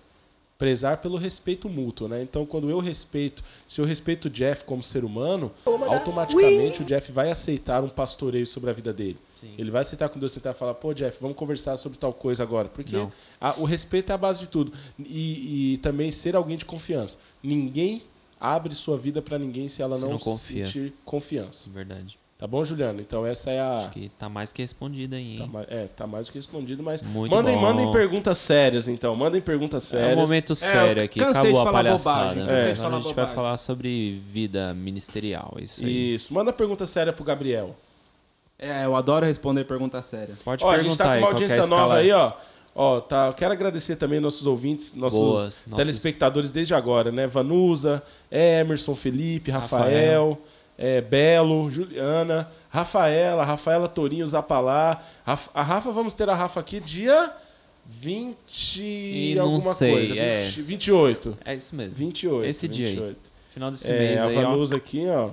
prezar pelo respeito mútuo, né? Então, quando eu respeito, se eu respeito o Jeff como ser humano, automaticamente o Jeff vai aceitar um pastoreio sobre a vida dele. Ele vai aceitar quando eu sentar e falar, pô, Jeff, vamos conversar sobre tal coisa agora. Porque a- o respeito é a base de tudo. E, e também ser alguém de confiança. Ninguém abre sua vida pra ninguém se ela
Se
não,
não confia.
sentir confiança.
Verdade.
Tá bom, Juliano? Então essa é a.
Acho que tá mais que respondida aí,
Tá
hein?
mais, é, tá mais do que respondido, mas.
Muito
mandem,
bom.
mandem perguntas sérias, então. Mandem perguntas
é
sérias.
um momento sério aqui.
cansei de
Acabou a
falar
palhaçada.
bobagem,
Agora
cansei de
É.
a gente
falar
vai
bobagem.
falar sobre vida ministerial. Isso aí.
Isso. Manda pergunta séria pro Gabriel.
É, eu adoro responder pergunta séria.
Pode
Ó, a
perguntar
gente tá com
aí,
uma
qual que é a
audiência
escala
nova
aí.
aí, ó. Ó, tá, eu quero agradecer também nossos ouvintes, nossos
Boas, nossos-
telespectadores desde agora, né? Vanusa, Emerson, Felipe, Rafael,
Rafael.
é, Belo, Juliana, Rafaela, Rafaela Torinho, Zapalá. Raf- a Rafa, vamos ter a Rafa aqui dia 20 e
E não
alguma
sei,
coisa.
é.
20, 28.
É isso mesmo.
28.
Esse dia aí.
28.
Final desse
É,
mês
a
aí, ó.
Vanusa aqui, ó.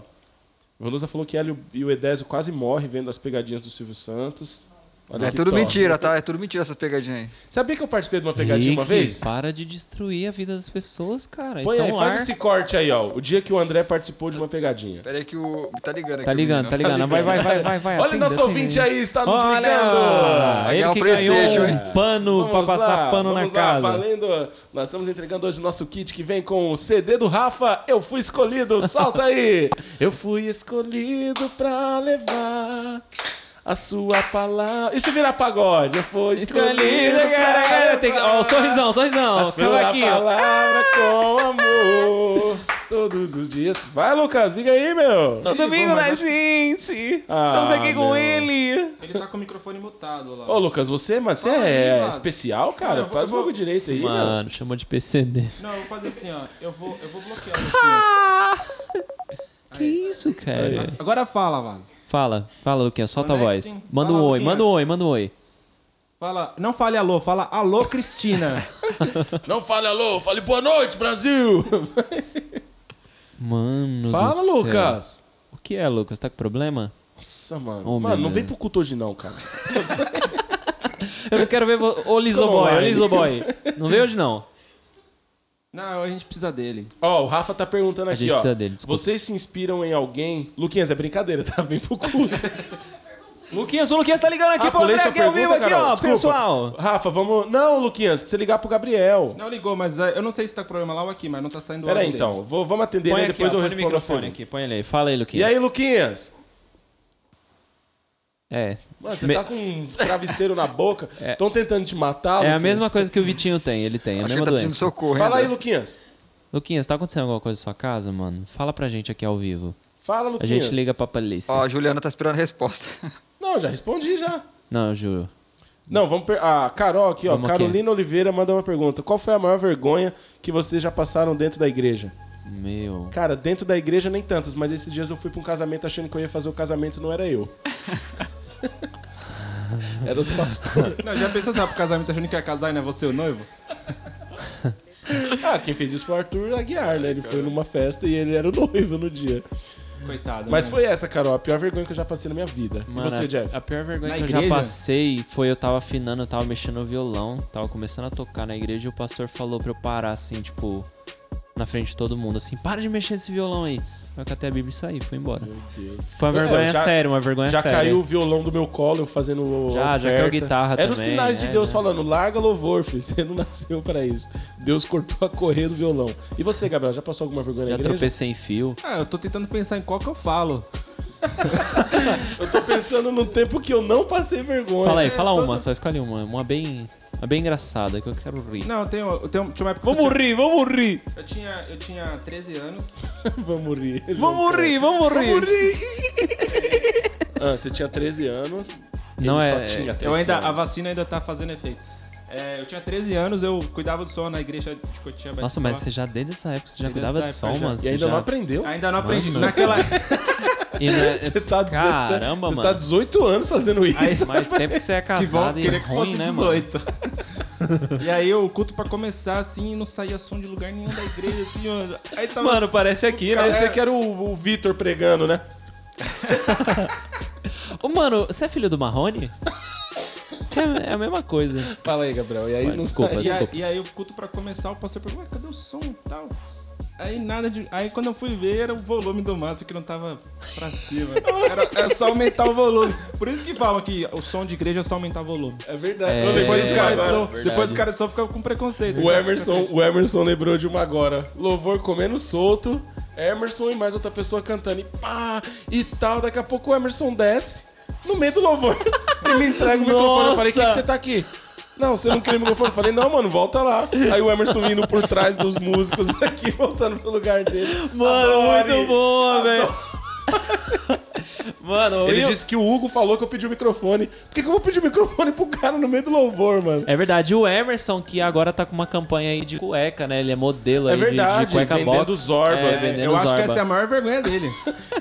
A Vanusa falou que ela e o- e o Edésio quase morrem vendo as pegadinhas do Silvio Santos. Olha
é
que
tudo
só.
mentira, tá? É tudo mentira essas pegadinhas aí.
Sabia que eu participei de uma pegadinha uma
Rick,
vez?
para de destruir a vida das pessoas, cara.
Põe
isso
aí,
é um ar.
faz esse corte aí, ó. O dia que o André participou de uma pegadinha.
Pera aí que o. Tá ligando aqui.
Tá
o
ligando, tá
menino.
ligando. Vai, vai, vai, vai, vai.
Olha o
atenda,
nosso
atenda.
ouvinte aí, está nos ligando.
Olha!
Vai
Ele
ganhar
que
um
ganhou
PlayStation,
um
hein?
pano pra
Vamos
passar
lá,
pano na
vamos lá,
casa.
valendo. Nós estamos entregando hoje o nosso kit que vem com o CD do Rafa. Eu fui escolhido, solta aí. Eu fui escolhido pra levar a sua palavra. E se virar pagode? Eu fui escolhido.
Escolhido,
pra
é cara, cara, tem que- Ó, o
levar
sorrisão, sorrisão.
a
Os
sua
cavaquinhos.
palavra com amor. Todos os dias. Vai, Lucas, liga aí, meu.
No domingo da gente.
Ah,
Estamos aqui com
meu.
ele.
Ele tá com o microfone mutado lá.
Ô, Lucas, você, mano, você
Fala aí,
é
mano.
especial, cara?
Não, eu vou-
Faz
eu
o
vou-
jogo direito aí, mano.
Mano, chamou de PCD.
Não, eu vou fazer assim, ó. Eu vou, eu vou bloquear o Luquinhas.
Ah! Que isso, cara?
Agora fala, Vaso.
Fala, fala, Luquinha, solta a voz.
Conectem.
Manda um
Fala,
oi,
Luquinhas.
manda um oi, manda um oi.
Fala, não fale alô, fala alô, Cristina.
Não fale alô, fale boa noite, Brasil.
Mano, do
Fala,
céu.
Lucas.
O que é, Lucas? Tá com problema?
Nossa, mano.
Oh,
mano,
meu
não vem
Deus.
pro culto hoje não, cara.
Eu não quero ver. vo- Ô, Lisoboy,
Como
ô,
vai?
Lisoboy. Não veio hoje, não.
não, a gente precisa dele.
Ó, o Rafa tá perguntando aqui,
gente
ó.
precisa dele, desculpa.
Vocês se inspiram em alguém? Luquinhas, é brincadeira, tá? Vem pro culto.
Luquinhas, o Luquinhas tá ligando aqui
Ah,
pro
pulei
André,
sua
que eu vivo
pergunta,
aqui,
Carol.
ó,
Desculpa.
pessoal.
Rafa, vamos... Não, Luquinhas, precisa ligar pro Gabriel.
Não ligou, mas é, eu não sei se tá com problema lá ou aqui, mas não tá saindo o
Pera aí,
áudio dele.
então. Vou- vamos atender, né?
aqui,
Depois
ó,
eu
põe no
respondo a
microfone
pergunta.
aqui, põe ele aí. Fala aí,
E
Luquinhas.
aí, Luquinhas?
É.
Mano, você
Me-
tá com um travesseiro na boca. Estão tentando te matar,
É a
Luquinhas?
mesma coisa que o Vitinho tem, ele tem, é a
Acho que ele
mesma
tá pedindo
doença.
socorro. hein,
Fala aí,
André?
Luquinhas.
Luquinhas, tá acontecendo alguma coisa na sua casa, mano? Fala pra gente aqui ao vivo.
Fala,
A
Luquinhas.
gente liga pra polícia.
Ó, a Juliana tá esperando a resposta.
Não, já respondi, já.
Não, eu juro.
Não, vamos. Per... A Carol aqui, ó.
Vamos aqui.
Carolina Oliveira manda uma pergunta. Qual foi a maior vergonha que vocês já passaram dentro da igreja?
Meu.
Cara, dentro da igreja nem tantas, mas esses dias eu fui pra um casamento achando que eu ia fazer o casamento e não era eu. era outro
então.
pastor.
Não, já pensou assim, ah, pro casamento achando que ia casar e não é você o noivo?
Ah, quem fez isso foi o Arthur Aguiar, né? Ele foi numa festa e ele era o noivo no dia.
Coitado.
Mas
né?
foi essa, Carol, a pior vergonha que eu já passei na minha vida.
Mano,
e você,
a-
Jeff?
a pior vergonha
Na
que eu já
igreja?
passei foi eu tava afinando, eu tava mexendo no violão, tava começando a tocar na igreja e o pastor falou pra eu parar assim, tipo, na frente de todo mundo, assim, para de mexer nesse violão aí. Eu catei a Bíblia e saí, fui embora. Foi uma
É,
vergonha
já-
séria, uma vergonha é
Já
séria.
caiu o violão do meu colo, eu fazendo.
Já, já caiu
oferta.
guitarra
Era os
também,
sinais de
é,
Deus
né?
falando: larga louvor, filho, você não nasceu pra isso. Deus cortou a correia do violão. E você, Gabriel, já passou alguma vergonha
Já
na igreja?
tropecei em fio.
Ah, eu tô tentando pensar em qual que eu falo.
Eu tô pensando num tempo que eu não passei vergonha.
Fala aí, fala
todo-
uma, só escolhe uma. Uma bem, uma bem engraçada que eu quero rir.
Não, eu tenho. Eu tenho tinha uma época que
Vamos
eu
rir, vamos rir!
tinha, eu tinha. Eu tinha 13 anos.
Vamos rir.
Vamos rir, vamos rir!
Ah, você tinha 13 anos.
Não
ele
é-
Só tinha 13
Eu ainda, a
anos.
vacina ainda tá fazendo efeito. É, eu tinha 13 anos, eu cuidava do som na igreja de Cotia
Nossa, mas você já desde essa época você já
Desde
cuidava de
essa
som,
época já.
mano.
E
você
ainda
já...
não aprendeu.
Ainda não aprendi.
Mano.
Naquela.
E não é-
Você tá 17,
Caramba,
você
mano.
tá 18 anos fazendo isso.
Mais tempo que você é
que bom,
casado e
queria que
ruim,
fosse
né, mano?
18. e aí o culto pra começar assim, não saía som de lugar nenhum da igreja, assim, ó. Aí tava.
Mano, parece aqui, né?
Parecia que era o, o Vitor pregando, né?
Ô, mano, você é filho do Marrone? Que é, é a mesma coisa.
Fala aí, Gabriel. E aí,
Vai,
não-
desculpa,
e, aí,
desculpa.
e aí o culto pra começar, o pastor perguntou, "Ué, cadê o som e tal? Aí nada de. Aí quando eu fui ver, era o volume do maço que não tava pra cima. Era, era só aumentar o volume. Por isso que falam que o som de igreja é só aumentar o volume.
É verdade.
É.
Eu lembrei
Depois
de
os
uma
caras de
agora.
som, depois os caras de som ficam com preconceito.
O Emerson, o Emerson lembrou de uma agora. Louvor comendo solto. Emerson e mais outra pessoa cantando. E pá, e tal. Daqui a pouco o Emerson desce no meio do louvor. Ele me entrega o microfone. Eu falei, o que, que você tá aqui? Não, você não queria o microfone? Eu falei, não, mano, volta lá. Aí o Emerson vindo por trás dos músicos aqui, voltando pro lugar dele. Adore.
boa, velho. Mano,
Ele
eu-
disse que o Hugo falou que eu pedi o microfone. Por que, que eu vou pedir o microfone pro cara no meio do louvor, mano?
É verdade, o Emerson, que agora tá com uma campanha aí de cueca, né? Ele é modelo
É
aí de- de,
verdade,
cueca
vendendo
box.
Zorba,
É,
né?
vendendo
Eu acho que
Zorba.
essa é a maior vergonha dele.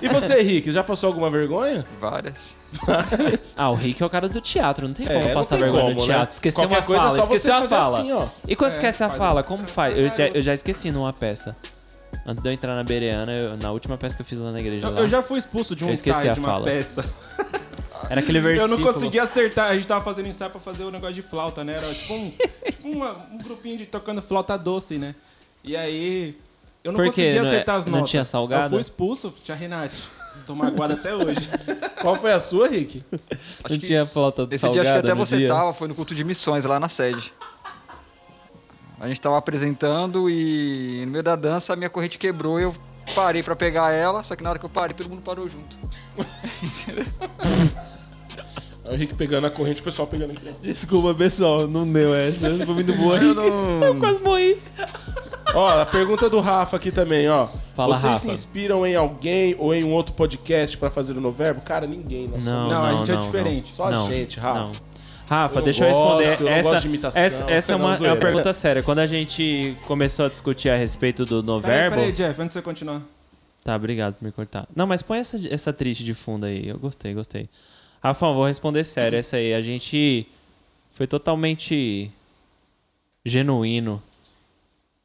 E você, Henrique, já passou alguma vergonha?
Várias.
Ah, o Rick é o cara do teatro, não tem como
É, não
passar
tem
vergonha
como,
no
né?
teatro. Esqueceu
Qualquer
uma
coisa é
fala,
só você
esqueceu a
fazer
fala.
assim, ó.
E quando esquece a
faz
fala,
um-
como faz? Eu já, eu já esqueci numa peça. Antes de eu entrar na Bereana, eu- na última peça que eu fiz lá na igreja. lá,
Eu já fui expulso de um
Eu esqueci
ensaio
a
de uma
fala.
peça.
Era aquele
Eu
versículo.
não conseguia acertar, a gente tava fazendo ensaio pra fazer o negócio de flauta, né? Era tipo um, tipo uma- um grupinho de tocando flauta doce, né? E aí. Eu não
Por quê?
conseguia
Não é-
acertar as
não
notas.
tinha salgada?
Eu fui expulso, tia Renate. Tô magoado até hoje.
Qual foi a sua, Rick?
Não tinha flauta de
Esse
salgada
dia acho que até
no
você
dia.
tava, foi no culto de missões lá na sede. A gente tava apresentando e no meio da dança a minha corrente quebrou e eu parei pra pegar ela, só que na hora que eu parei, todo mundo parou junto.
O Rick pegando a corrente, o pessoal pegando a corrente.
Desculpa, pessoal, não deu essa. Foi muito boa.
Eu quase morri.
Ó, a pergunta do Rafa aqui também, ó.
Fala,
Vocês
Rafa.
se inspiram em alguém ou em um outro podcast pra fazer o Noverbo? Cara, ninguém. né? Nós
Não,
somos-
não,
a
não,
gente é diferente,
só a gente, Rafa.
não. Rafa,
Eu
deixa
gosto,
eu
eu
responder.
não
essa,
gosto de imitação.
essa, essa é,
Não,
uma, é uma
zoeira.
pergunta séria. Quando a gente começou a discutir a respeito do
Peraí,
noverbo.
peraí, Jeff, antes de você continuar.
Tá, obrigado por me cortar. Não, mas põe essa, essa triste de fundo aí. Eu gostei, gostei. Rafa, vou responder sério essa aí. A gente foi totalmente genuíno,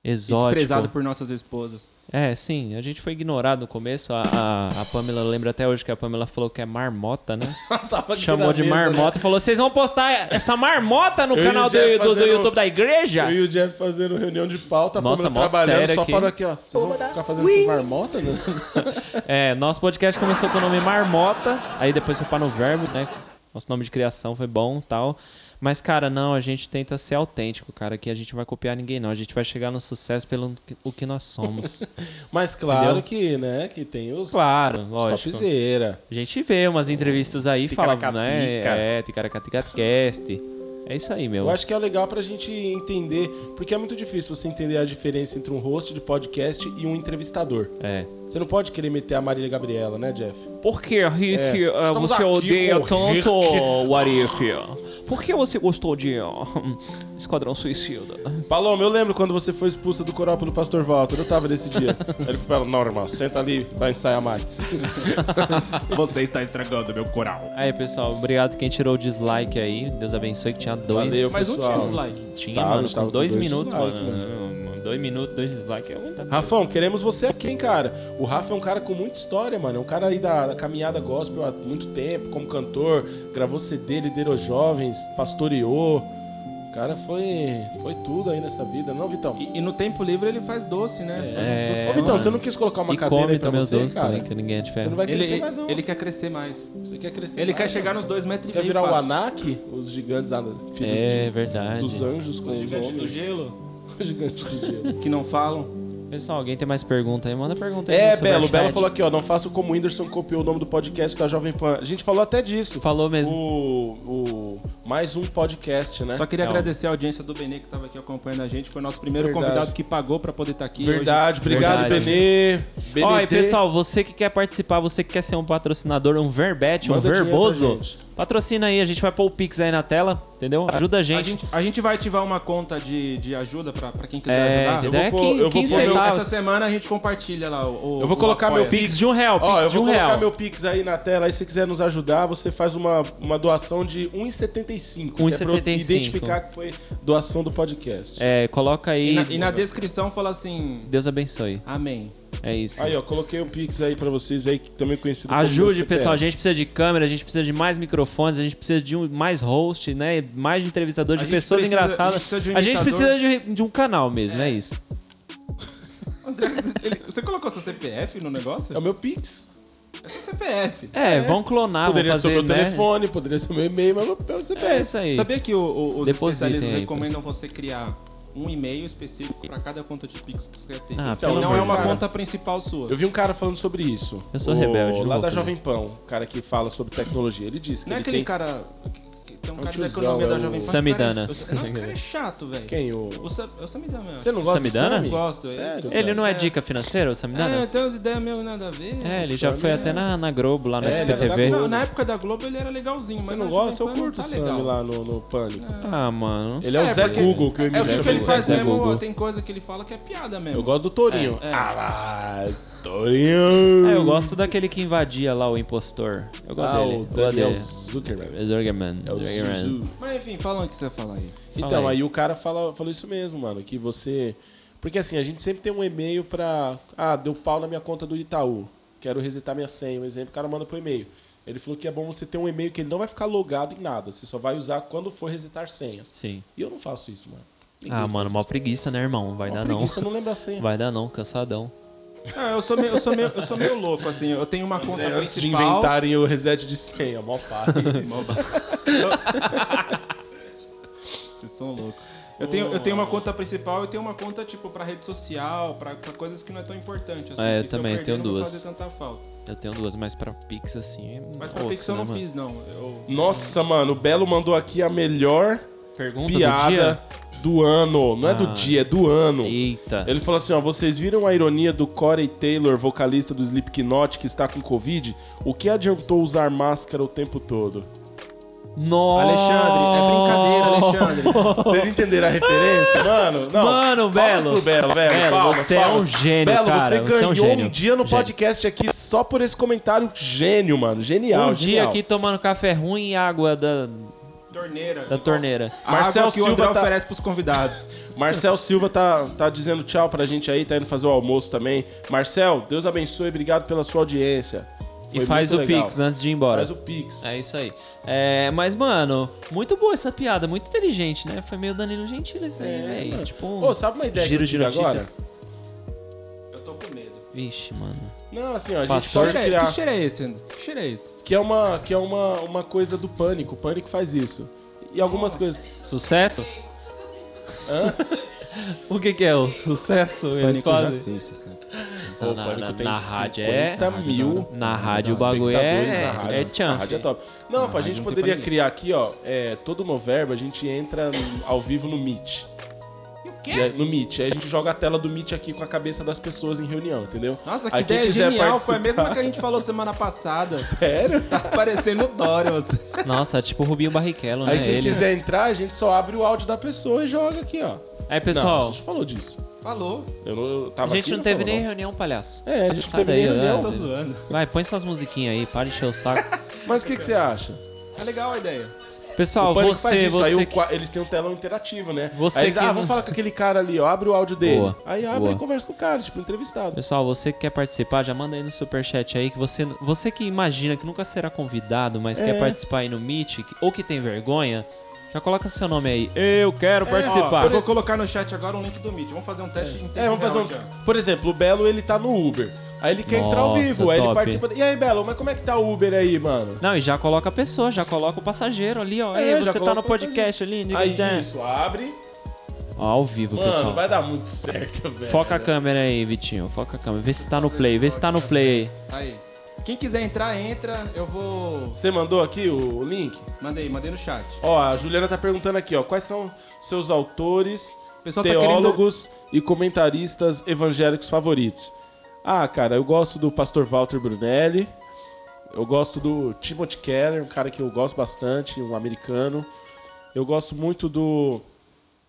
exótico.
Desprezado por nossas esposas.
É, sim. A gente foi ignorado no começo. A, a, a Pamela, lembra até hoje que a Pamela falou que é marmota, né?
Tava aqui
Chamou
na
de
mesa, né?
marmota e falou: vocês vão postar essa marmota no
Eu e o
canal do,
Jeff
do- do
fazendo-
YouTube da igreja?
Eu e o Jeff fazendo reunião de pauta,
Nossa,
Nossa,
mó
trabalhando,
sério
só
aqui.
parou aqui, ó. Vocês vão ficar fazendo essas marmotas, né?
É, nosso podcast começou com o nome Marmota, aí depois foi para no Verbo, né? Nosso nome de criação foi bom e tal. Mas, cara, não, a gente tenta ser autêntico, cara, que a gente não vai copiar ninguém, não. A gente vai chegar no sucesso pelo que- o que nós somos.
Mas claro
Entendeu?
que, né, que tem os,
claro,
os
lógico.
topzera.
A gente vê umas entrevistas aí e fala,
Ticaracatica.
né? É, Ticaracaticacast. É isso aí, meu.
Eu acho que é legal pra gente entender, porque é muito difícil você entender a diferença entre um host de podcast e um entrevistador.
É.
Você não pode querer meter a Marília Gabriela, né, Jeff?
Por que, Rick,
É,
eh,
estamos
você
aqui
odeia
com o Rick.
tanto o Arif? Por que você gostou de hum, Esquadrão Suicida?
Paloma, eu lembro quando você foi expulsa do coral pelo Pastor Walter. Eu tava nesse dia. Aí ele falou, não, irmão, senta ali, vai ensaiar mais.
Você está estragando meu coral.
Aí, pessoal, obrigado quem tirou o dislike aí. Deus abençoe que tinha dois.
Valeu,
Mas
Mas
um
não tinha pessoal.
dislike.
dislike.
Tinha,
Tava,
mano.
tava
Com
com
dois
dois
minutos,
dislike, né? Tá
mano. Dois minutos, dois dislike é muita coisa.
Rafão, queremos você aqui, hein, cara. O Rafa é um cara com muita história, mano. É um cara aí da, da caminhada gospel há muito tempo, como cantor, gravou CD, liderou jovens, pastoreou. O cara foi, foi tudo aí nessa vida, não, Vitão?
E, e no tempo livre ele faz doce, né?
É,
Ô, Vitão,
mano.
você não quis colocar uma
e
cadeira
come
aí pra
também os
você,
doces
cara?
também, que ninguém é de
Você não
ferro.
vai
Ele,
crescer mais, não.
ele quer crescer mais.
Você quer crescer
Ele quer
mais,
chegar
não.
nos dois metros e
Quer
meio
virar um o
fácil.
Anak? Os gigantes ah, filhos
É,
de-
verdade.
dos anjos com os,
Gigante do
homens.
gelo,
Os gigantes do gelo.
que não falam.
Pessoal, alguém tem mais pergunta aí? Manda pergunta aí.
É,
no
Belo.
superchat.
Belo falou aqui, ó. Não faço como o Whindersson copiou o nome do podcast da Jovem Pan. A gente falou até disso.
Falou mesmo.
o, o mais um podcast, né?
Só queria
Não.
agradecer a audiência do Benê que estava aqui acompanhando a gente. Foi nosso primeiro
Verdade.
convidado que pagou para poder estar aqui. hoje.
Verdade, obrigado,
Verdade.
Benê. Benê.
Ó, e pessoal, você que quer participar, você que quer ser um patrocinador, um verbete, um
Manda dinheiro pra
verboso,
gente.
patrocina aí, a gente vai pôr o Pix aí na tela, entendeu? Ajuda a
A
gente.
gente, a gente vai ativar uma conta de, de ajuda para quem quiser
É,
ajudar.
entendeu? É
pôr- eu
quin-
vou
15
pôr meu-
centavos.
Essa semana a gente compartilha lá o. o-
Eu vou
o
colocar meu
apoia.
pi-
Pix de um real, Pix
Ó, eu
de
vou
um
colocar
real.
meu Pix aí na tela. Aí se você quiser nos ajudar, você faz uma, uma doação de 1,75. que é pra eu
1,75.
identificar que foi doação do podcast.
É, coloca aí.
E na, e na descrição fala assim:
Deus abençoe.
Amém.
É isso.
Aí, ó, coloquei o Pix aí pra vocês aí, que também conhecido como
Ajude,
meu
pessoal. A
CPF.
gente precisa de câmera, a gente precisa de mais microfones, a gente precisa de um, mais host, né? Mais de entrevistador,
A
de
gente
pessoas
precisa-
engraçadas.
a gente precisa de um
A gente
imitador.
precisa de, de um canal mesmo, é, isso.
André, ele- você colocou seu CPF no negócio?
É o meu Pix.
É seu CPF.
É, vão clonar,
Poderia
vão fazer,
ser o meu
né?
telefone, poderia ser o meu e-mail, mas é o
É
CPF.
isso aí.
Sabia que o- o- os
Depositem
especialistas
aí,
recomendam você criar um e-mail específico para cada conta de Pix que você quer ter.
Ah,
então,
pelo
não
amor
é
de
uma
Deus.
conta principal sua.
Eu vi um cara falando sobre isso.
Eu sou rebelde, não
Lá
vou
da
fazer.
Jovem Pan, o cara que fala sobre tecnologia. Ele disse que
Não é
ele
aquele
tem...
cara. que- que Tem um
um
cara da
tiozão,
economia
é
da
o-
Jovem Pan. que
Samidana.
o cara é- não, o cara é chato, velho.
Quem? O...
O Sam, é o Samidana mesmo.
Você não gosta
Samidana?
do Sami?
Eu gosto, ele-
Sério?
Ele
cara?
não é, dica financeira, o Samidana?
né?
É, tem umas ideias meio nada a ver.
É, ele já foi até na, na Globo, lá no
É, ele era da
SPTV.
Globo.
Não, na época da Globo ele era legalzinho, mas
Você não
na
gosta?
Jovem
Eu
Pan não
curto o
tá
Sami
legal.
lá no, no Pânico.
Ah, mano.
Ele é o Zé Google que o
É,
MJ
o que ele
falou.
faz
Zé
mesmo,
Google.
tem coisa que ele fala que é piada mesmo.
Eu gosto do Torinho.
É,
Ah lá, Torinho!
Ah, eu É, gosto daquele que invadia lá o impostor. Eu gosto
Ah,
dele.
o
Eu gosto
Daniel
dele.
Zuckerberg.
Zuckerman.
É o
Zuckerman.
Zuzu.
Mas enfim, fala o que você fala aí.
Então,
Fala aí.
aí. o cara fala, falou isso mesmo, mano, que você... Porque assim, a gente sempre tem um e-mail pra... Ah, deu pau na minha conta do Itaú. Quero resetar minha senha, um exemplo. O cara manda pro e-mail. Ele falou que é bom você ter um e-mail que ele não vai ficar logado em nada. Você só vai usar quando for resetar senhas.
Sim.
E eu não faço isso, mano. Ninguém
Ah,
faz
mano,
isso.
mó preguiça, né, irmão? Vai
Uma
dar
preguiça,
não.
não lembra a senha.
Vai dar não, cansadão.
Ah, eu sou meio, eu sou meio, eu sou meio louco, assim. Eu tenho uma conta
Antes de
principal.
inventarem o reset de senha, mó pá.
Vocês são loucos. Eu tenho, eu
Oh.
tenho uma conta principal e tenho uma conta, tipo, pra rede social, pra, pra coisas que não é tão importante. Assim,
É, eu
que se
também
perder,
tenho
não vou
duas.
fazer tanta falta.
Eu tenho duas, mas pra Pix assim. é
Mas pra
osso,
Pix eu
né,
não
mano?
fiz, não. Eu-
Nossa, mano, o Belo mandou aqui a melhor
Pergunta do
piada
dia? Ah.
do, ano. Não é do dia, é do ano.
Eita.
Ele falou assim, ó, vocês viram a ironia do Corey Taylor, vocalista do Slipknot, que está com Covid? O que adiantou usar máscara o tempo todo?
Nossa.
é
Alexandre, é brincadeira, Alexandre.
Vocês entenderam a referência, mano? Não.
Mano,
Palmas
Belo.
pro Belo, velho.
Belo,
palmas,
você é um
palmas.
gênio,
Belo,
cara,
você
você é um
ganhou
gênio.
um dia no
Gênio.
podcast aqui só por esse comentário gênio, mano. Genial,
Um dia
genial.
aqui tomando café ruim e água da,
Torneira.
da torneira.
A
Marcel
água que o André
Silva tá-
oferece pros convidados.
Marcel Silva tá, tá dizendo tchau pra gente aí, tá indo fazer o almoço também. Marcel, Deus abençoe, obrigado pela sua audiência.
e
Foi
faz o
muito legal.
Pix antes de ir embora.
Faz o Pix.
É isso aí. É, mas, mano, muito boa essa piada, muito inteligente, né? Foi meio Danilo Gentili isso aí, velho. Tipo, um
É, Ô, sabe uma ideia que
giro
eu
de
tive agora?
notícias.
Eu tô com medo.
Vixe, mano.
Não, assim, ó, a gente
Pastor?
pode
Que cheiro, é, que
criar.
cheiro é esse? Que cheiro é esse?
Que é uma, que é uma, uma coisa do pânico. O pânico faz isso. E algumas coisas.
Sucesso? O que que é o sucesso? Eles fazem. Tá, Na-
Ô,
na- na rádio
50
é-
mil.
Na rádio o
Espectadores
bagulho é,
na rádio.
é
A
chance.
rádio é top. Não, pô, a gente poderia criar aqui, ó. É, todo no verbo a gente entra no- ao vivo no Meet.
E o
E aí-
quê?
no Meet. Aí a gente joga a tela do Meet aqui com a cabeça das pessoas em reunião, entendeu?
Nossa, que
Aí quem
ideia
quiser
genial. Foi a
participar-
mesma que a gente falou semana passada.
Sério?
Tá parecendo o Dorian.
Nossa, é tipo o Rubinho Barrichello, né?
Aí quem
ele.
quiser entrar, a gente só abre o áudio da pessoa e joga aqui, ó.
Aí,
é? Não, a
pessoal,
gente falou disso.
Falou.
Eu não, eu
a
tava
gente
aqui, né,
não teve
falou,
nem reunião, palhaço.
É, a gente não
Sai
teve nem
daí,
reunião.
né?
Tá zoando.
Vai, põe suas musiquinhas aí, para de encher o saco.
Mas o que, que você acha?
É legal a ideia.
Pessoal,
O Pânico faz
você,
isso. Aí
você.
o qua- eles têm um telão interativo, né?
Você
aí eles,
que
ah,
não-
vamos falar com aquele cara ali, ó, abre o áudio dele.
Boa,
Aí abre
boa.
e conversa com o cara, tipo, entrevistado.
Pessoal, você que quer participar, já manda aí no superchat aí que você, você que imagina que nunca será convidado, mas
É.
quer participar aí no Meet, que- ou que tem vergonha, já coloca seu nome aí. Eu
É,
quero
Ó, eu
participar.
vou colocar no chat agora um link do Meet. Vamos fazer um teste em tempo
É, vamos fazer
real
um.
já.
Por exemplo, o Belo, ele tá no Uber. Aí ele quer entrar ao
Nossa,
vivo, aí ele
top.
participa. E aí, Belo, mas como é que tá o Uber aí, mano?
Não, e já coloca a pessoa, já coloca o passageiro ali, ó. Ei,
É,
você
já
tá
coloca
no
o passageiro.
podcast ali, diga
Aí
já.
isso, abre.
Ó, ao vivo,
Mano,
pessoal.
vai dar muito certo, velho.
Foca a câmera aí, Vitinho. Foca a câmera. Vê se tá no play, vê se tá no play.
Aí. Quem quiser entrar, entra. Eu vou.
Você mandou aqui o o link?
Mandei, mandei no chat.
Ó, a Juliana tá perguntando aqui, ó, quais são seus autores,
pessoal tá
teólogos e comentaristas evangélicos favoritos? Ah, cara, eu gosto do pastor Walter Brunelli. Eu gosto do Timothy Keller, um cara que eu gosto bastante, um americano. Eu gosto muito do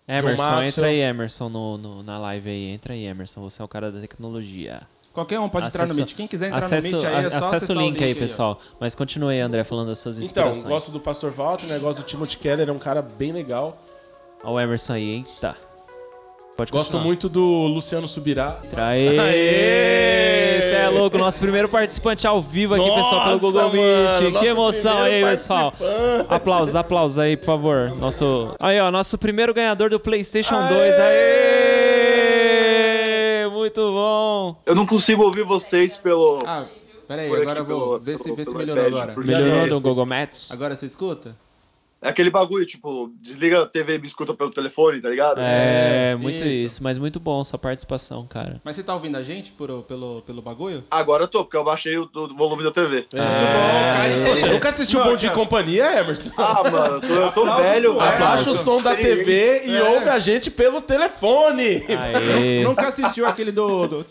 Emerson,
Maxwell.
entra aí, Emerson, no, no- na live aí. Entra aí, Emerson. Você é o cara da tecnologia.
Qualquer um pode entrar no
Acesso-
Meet. Quem quiser entrar
acesso-
no Meet aí, é só
a- Acessa
acessar
o link aí,
ó.
pessoal. Mas continue aí, André, falando das suas
Então,
inspirações.
gosto do pastor Walter, né? Gosto do Timothy Keller, é um cara bem legal.
Olha o Emerson aí, hein? Tá. Pode
Gosto
continuar.
muito do Luciano Subirá.
Tá
Entra aí.
Aê!
Você é louco, nosso primeiro participante ao vivo aqui, pessoal, pelo
Nossa,
Google
mano,
Meet.
nosso
Que emoção aí,
primeiro
pessoal.
participante.
Aplausos, aplausos aí, por favor. Nosso... Aí, ó, nosso primeiro ganhador do PlayStation 2. Aê! Muito bom.
Eu não consigo ouvir vocês pelo.
Ah, pera aí,
Por
agora eu
aqui
vou
pelo-
ver se,
pelo-
vê se
pelo
melhorou
iPad,
agora.
porque-
Melhorou
é
do
esse.
Google Maps?
Agora você escuta?
É aquele bagulho, tipo, desliga a TV e me escuta pelo telefone, tá ligado?
É, muito isso.
isso.
mas muito bom sua participação, cara.
Mas você tá ouvindo a gente por- pelo, pelo bagulho?
Agora eu tô, porque eu baixei o, o volume da TV.
É.
É. então,
Você nunca assistiu Bom de Companhia, Emerson?
Ah, mano, eu tô, eu tô velho, velho.
Abaixa o som da
Sim. É.
TV e ouve a gente pelo telefone.
Aê.
Nunca assistiu aquele do. do...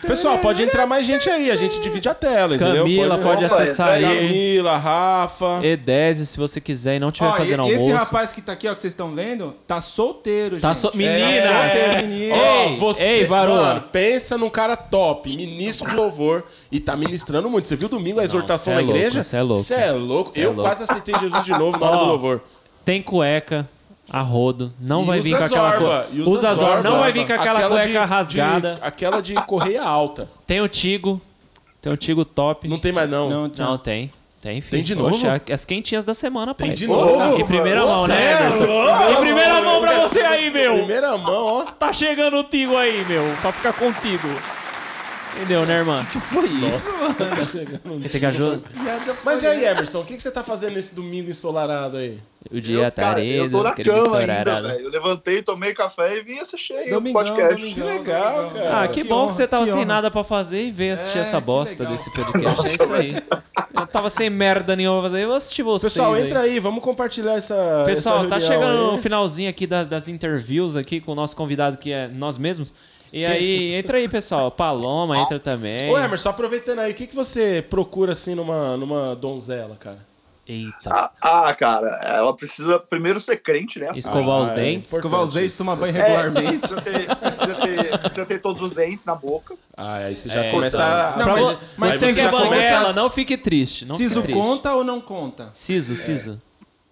Pessoal, pode entrar mais gente aí, a gente divide a tela, entendeu?
Camila pode
Opa,
acessar
entra
aí.
Camila, Rafa.
E10 se você quiser e não estiver
Ó, e-
fazendo
esse
almoço.
rapaz que tá aqui, ó, que vocês estão vendo, tá solteiro,
Tá
gente.
so- Menina!
Tá solteiro,
Ó,
menino.
Ei, ei, varoa.
pensa num cara top, ministro de louvor e tá ministrando muito. Você viu domingo a exortação
cê é
da
louco,
igreja?
cê é louco.
Cê é louco.
é
eu
louco.
quase aceitei Jesus de novo na hora
Ó,
do louvor.
Tem cueca. A rodo, não
E
vai vir
usa
com aquela
zorba,
cueca.
e
Usa, zorba, não vai vir com aquela,
Aquela de-
cueca
de-
rasgada.
aquela de correia alta.
Tem o Tigo. Tem o Tigo top.
Não tem mais, não.
Não,
Não, tem. Tem, filho.
Tem de novo?
Oxe, a- as quentinhas da semana, pai.
Tem de novo.
Em primeira mão, né,
Cê é
Emerson?
louco.
Em primeira mão pra você aí, meu.
Primeira mão, ó.
Tá chegando o Tigo aí, meu. Pra ficar contigo. Entendeu, né, irmã? Que foi
Tá
isso, mano? Tem que ajudar.
Mas e
é
aí, Emerson, o que, que você tá fazendo nesse domingo ensolarado aí?
O dia
Eu, cara, eu
tarado,
tô na
aquele
cama ainda,
estourado. né?
velho. Eu levantei, tomei café e vim assistir aí o
Domingão,
podcast.
domingão,
legal,
domingão.
cara.
Ah, que, bom
honra,
que você tava
que
sem
honra.
nada pra fazer e veio assistir
É,
essa
que
bosta
legal.
desse podcast. é isso aí. Eu tava sem merda nenhuma pra fazer. Eu vou assistir vocês.
Pessoal,
aí.
entra aí, vamos compartilhar essa.
Pessoal,
essa
tá
reunião
chegando
aí.
o finalzinho aqui das, das interviews aqui com o nosso convidado, que é nós mesmos. E aí, entra aí, pessoal. Paloma entra também.
Ô, Emerson, aproveitando aí, o que, que você procura assim numa, numa donzela, cara?
Eita.
Ah, ah, cara, ela precisa primeiro ser crente, né?
Escovar os
é
dentes.
Escovar os dentes, tomar banho
É,
regularmente.
precisa, ter, precisa, ter, precisa ter todos os dentes na boca.
Ah, aí você já
É,
começa
então.
a.
Pra
Aí
vo-
você-
mas
aí
você que é
já começa
banguela,
a-
não fique triste. Não
Siso
fique triste.
conta ou não conta?
Siso, siso.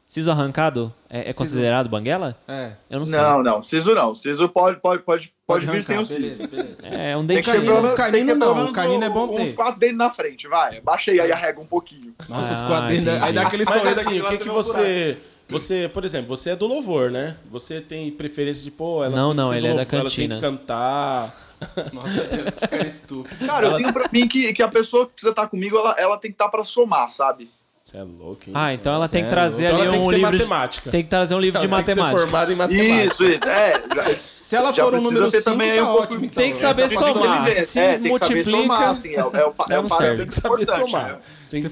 Siso arrancado é, é considerado banguela?
É.
Eu não sei.
Não, não, siso não. Siso pode, pode, pode, pode, vir sem
arrancar,
o siso.
Beleza, beleza.
É é um
Tem
dente
que ter
Canino-
pelo menos- tem
canino
que ter
não,
pelo menos
canino é bom
um- Uns
ter.
quatro dentes na frente, vai. Baixa aí, aí arrega um pouquinho.
Nossa, os
Ah,
quadrinhos.
entendi.
Aí dá aquele
Mas
sorriso
assim, o que, que
no
você. Você, por exemplo, você é do louvor, né? Você tem preferência de, pô, ela
Não,
tem
não,
que ser
ele
do
é da
louvor, ela tem
cantina.
que cantar.
Nossa, que cara estúpido.
tá Cara, eu tenho pra mim que, que a pessoa que precisa estar comigo, ela, ela tem que estar pra somar, sabe?
Você é louco, hein?
Ah, então ela tem que
Cê é
trazer
louco.
ali
Então ela
um
tem que ser
livro. de-
matemática.
Tem que trazer um livro de
Ela tem que ser
matemática.
formada em matemática.
Isso, isso. É, já-
Se ela
Já
for um
precisa
número
ter
5,
também aí
tá
um pouco-
ótimo. então.
Tem que saber
Isso que eu ia
somar.
dizer,
Se
é, tem que saber
multiplica.
somar, assim, é, o- é o, pa- é
não
um parâmetro
serve.
Tem que saber
importante,
somar.
né?
Tem que-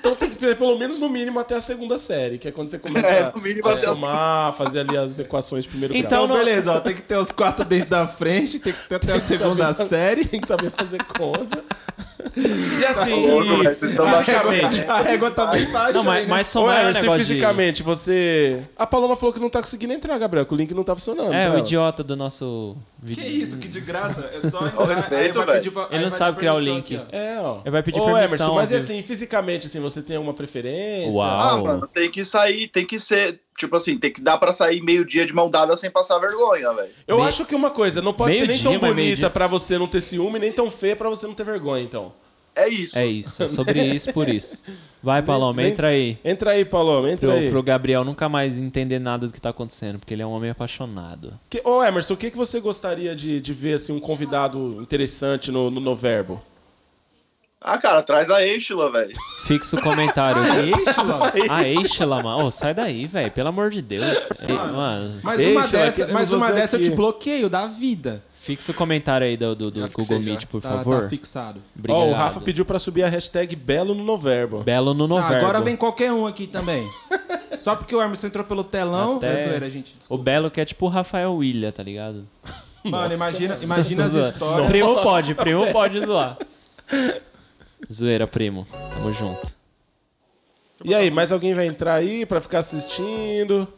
Então tem que ter pelo menos no mínimo até a segunda série, que é quando você começa
É, no mínimo
a
até a-
somar, fazer ali as equações de primeiro grau.
Então, beleza, ó, tem que ter os quatro dentes da frente, tem que ter até a segunda
saber-
série.
Tem que saber fazer conta.
tá
E assim,
louco,
e
velho, vocês estão
fisicamente.
A régua tá bem baixa.
Não, mas,
né?
mas
Ô,
somar é um
Emerson, e
negócio de-
assim fisicamente, você. A Paloma falou que não tá conseguindo entrar, Gabriel, que o link não tá funcionando. pra
É, o
ela.
idiota do nosso vídeo.
Que isso, que de graça. É só entrar,
Ó, respeito,
aí vai
velho.
pedir pra- aí
Ele não
vai
sabe
dar
criar o
permissão
link.
aqui, ó.
É, ó.
Ele vai pedir
Ô,
permissão,
Emerson, mas e
viu?
assim, fisicamente, assim, você tem alguma preferência?
Uau.
Ah, mano, tem que sair, tem que ser. Tipo assim, tem que dar pra sair meio-dia de mão dada sem passar vergonha, velho.
Eu acho que uma coisa, não pode ser nem
Meio-dia,
tão
mas
bonita
meio-dia.
pra você não ter ciúme, nem tão feia pra você não ter vergonha, então.
É isso.
É isso, é sobre isso, por isso. Vai, Paloma,
nem-
entra aí.
Entra aí, Paloma, entra
Pro,
aí.
pro Gabriel nunca mais entender nada do que tá acontecendo, porque ele é um homem apaixonado.
Que- Ô, Emerson, o que, que você gostaria de, de ver, assim, um convidado interessante no, no Noverbo?
Ah, cara, traz a Eixila, velho.
Fixa o comentário.
Ixi,
A Eixela, mano. Ô, sai daí, velho. Pelo amor de Deus. Ei, mano,
Mais
Deixa,
uma dessa,
queremos
mais uma
você
dessa eu
aqui.
te bloqueio da vida.
fixa o comentário aí do, do, do
Já
Google
fixei, já.
Meet, por
Tá,
favor.
tá fixado.
Obrigado.
Ó, o Rafa pediu pra subir a hashtag Belo no Noverbo.
Belo no
Ah,
Noverbo.
agora vem qualquer um aqui também. Só porque o Emerson entrou pelo telão.
Até-
É zoeira, gente.
O Belo que é tipo o Rafael Willian, tá ligado?
Mano, imagina, imagina as
Zoa-
histórias.
Primo pode, primo pode zoar. Zoeira, primo. Tamo junto.
E aí, mais alguém vai entrar aí pra ficar assistindo?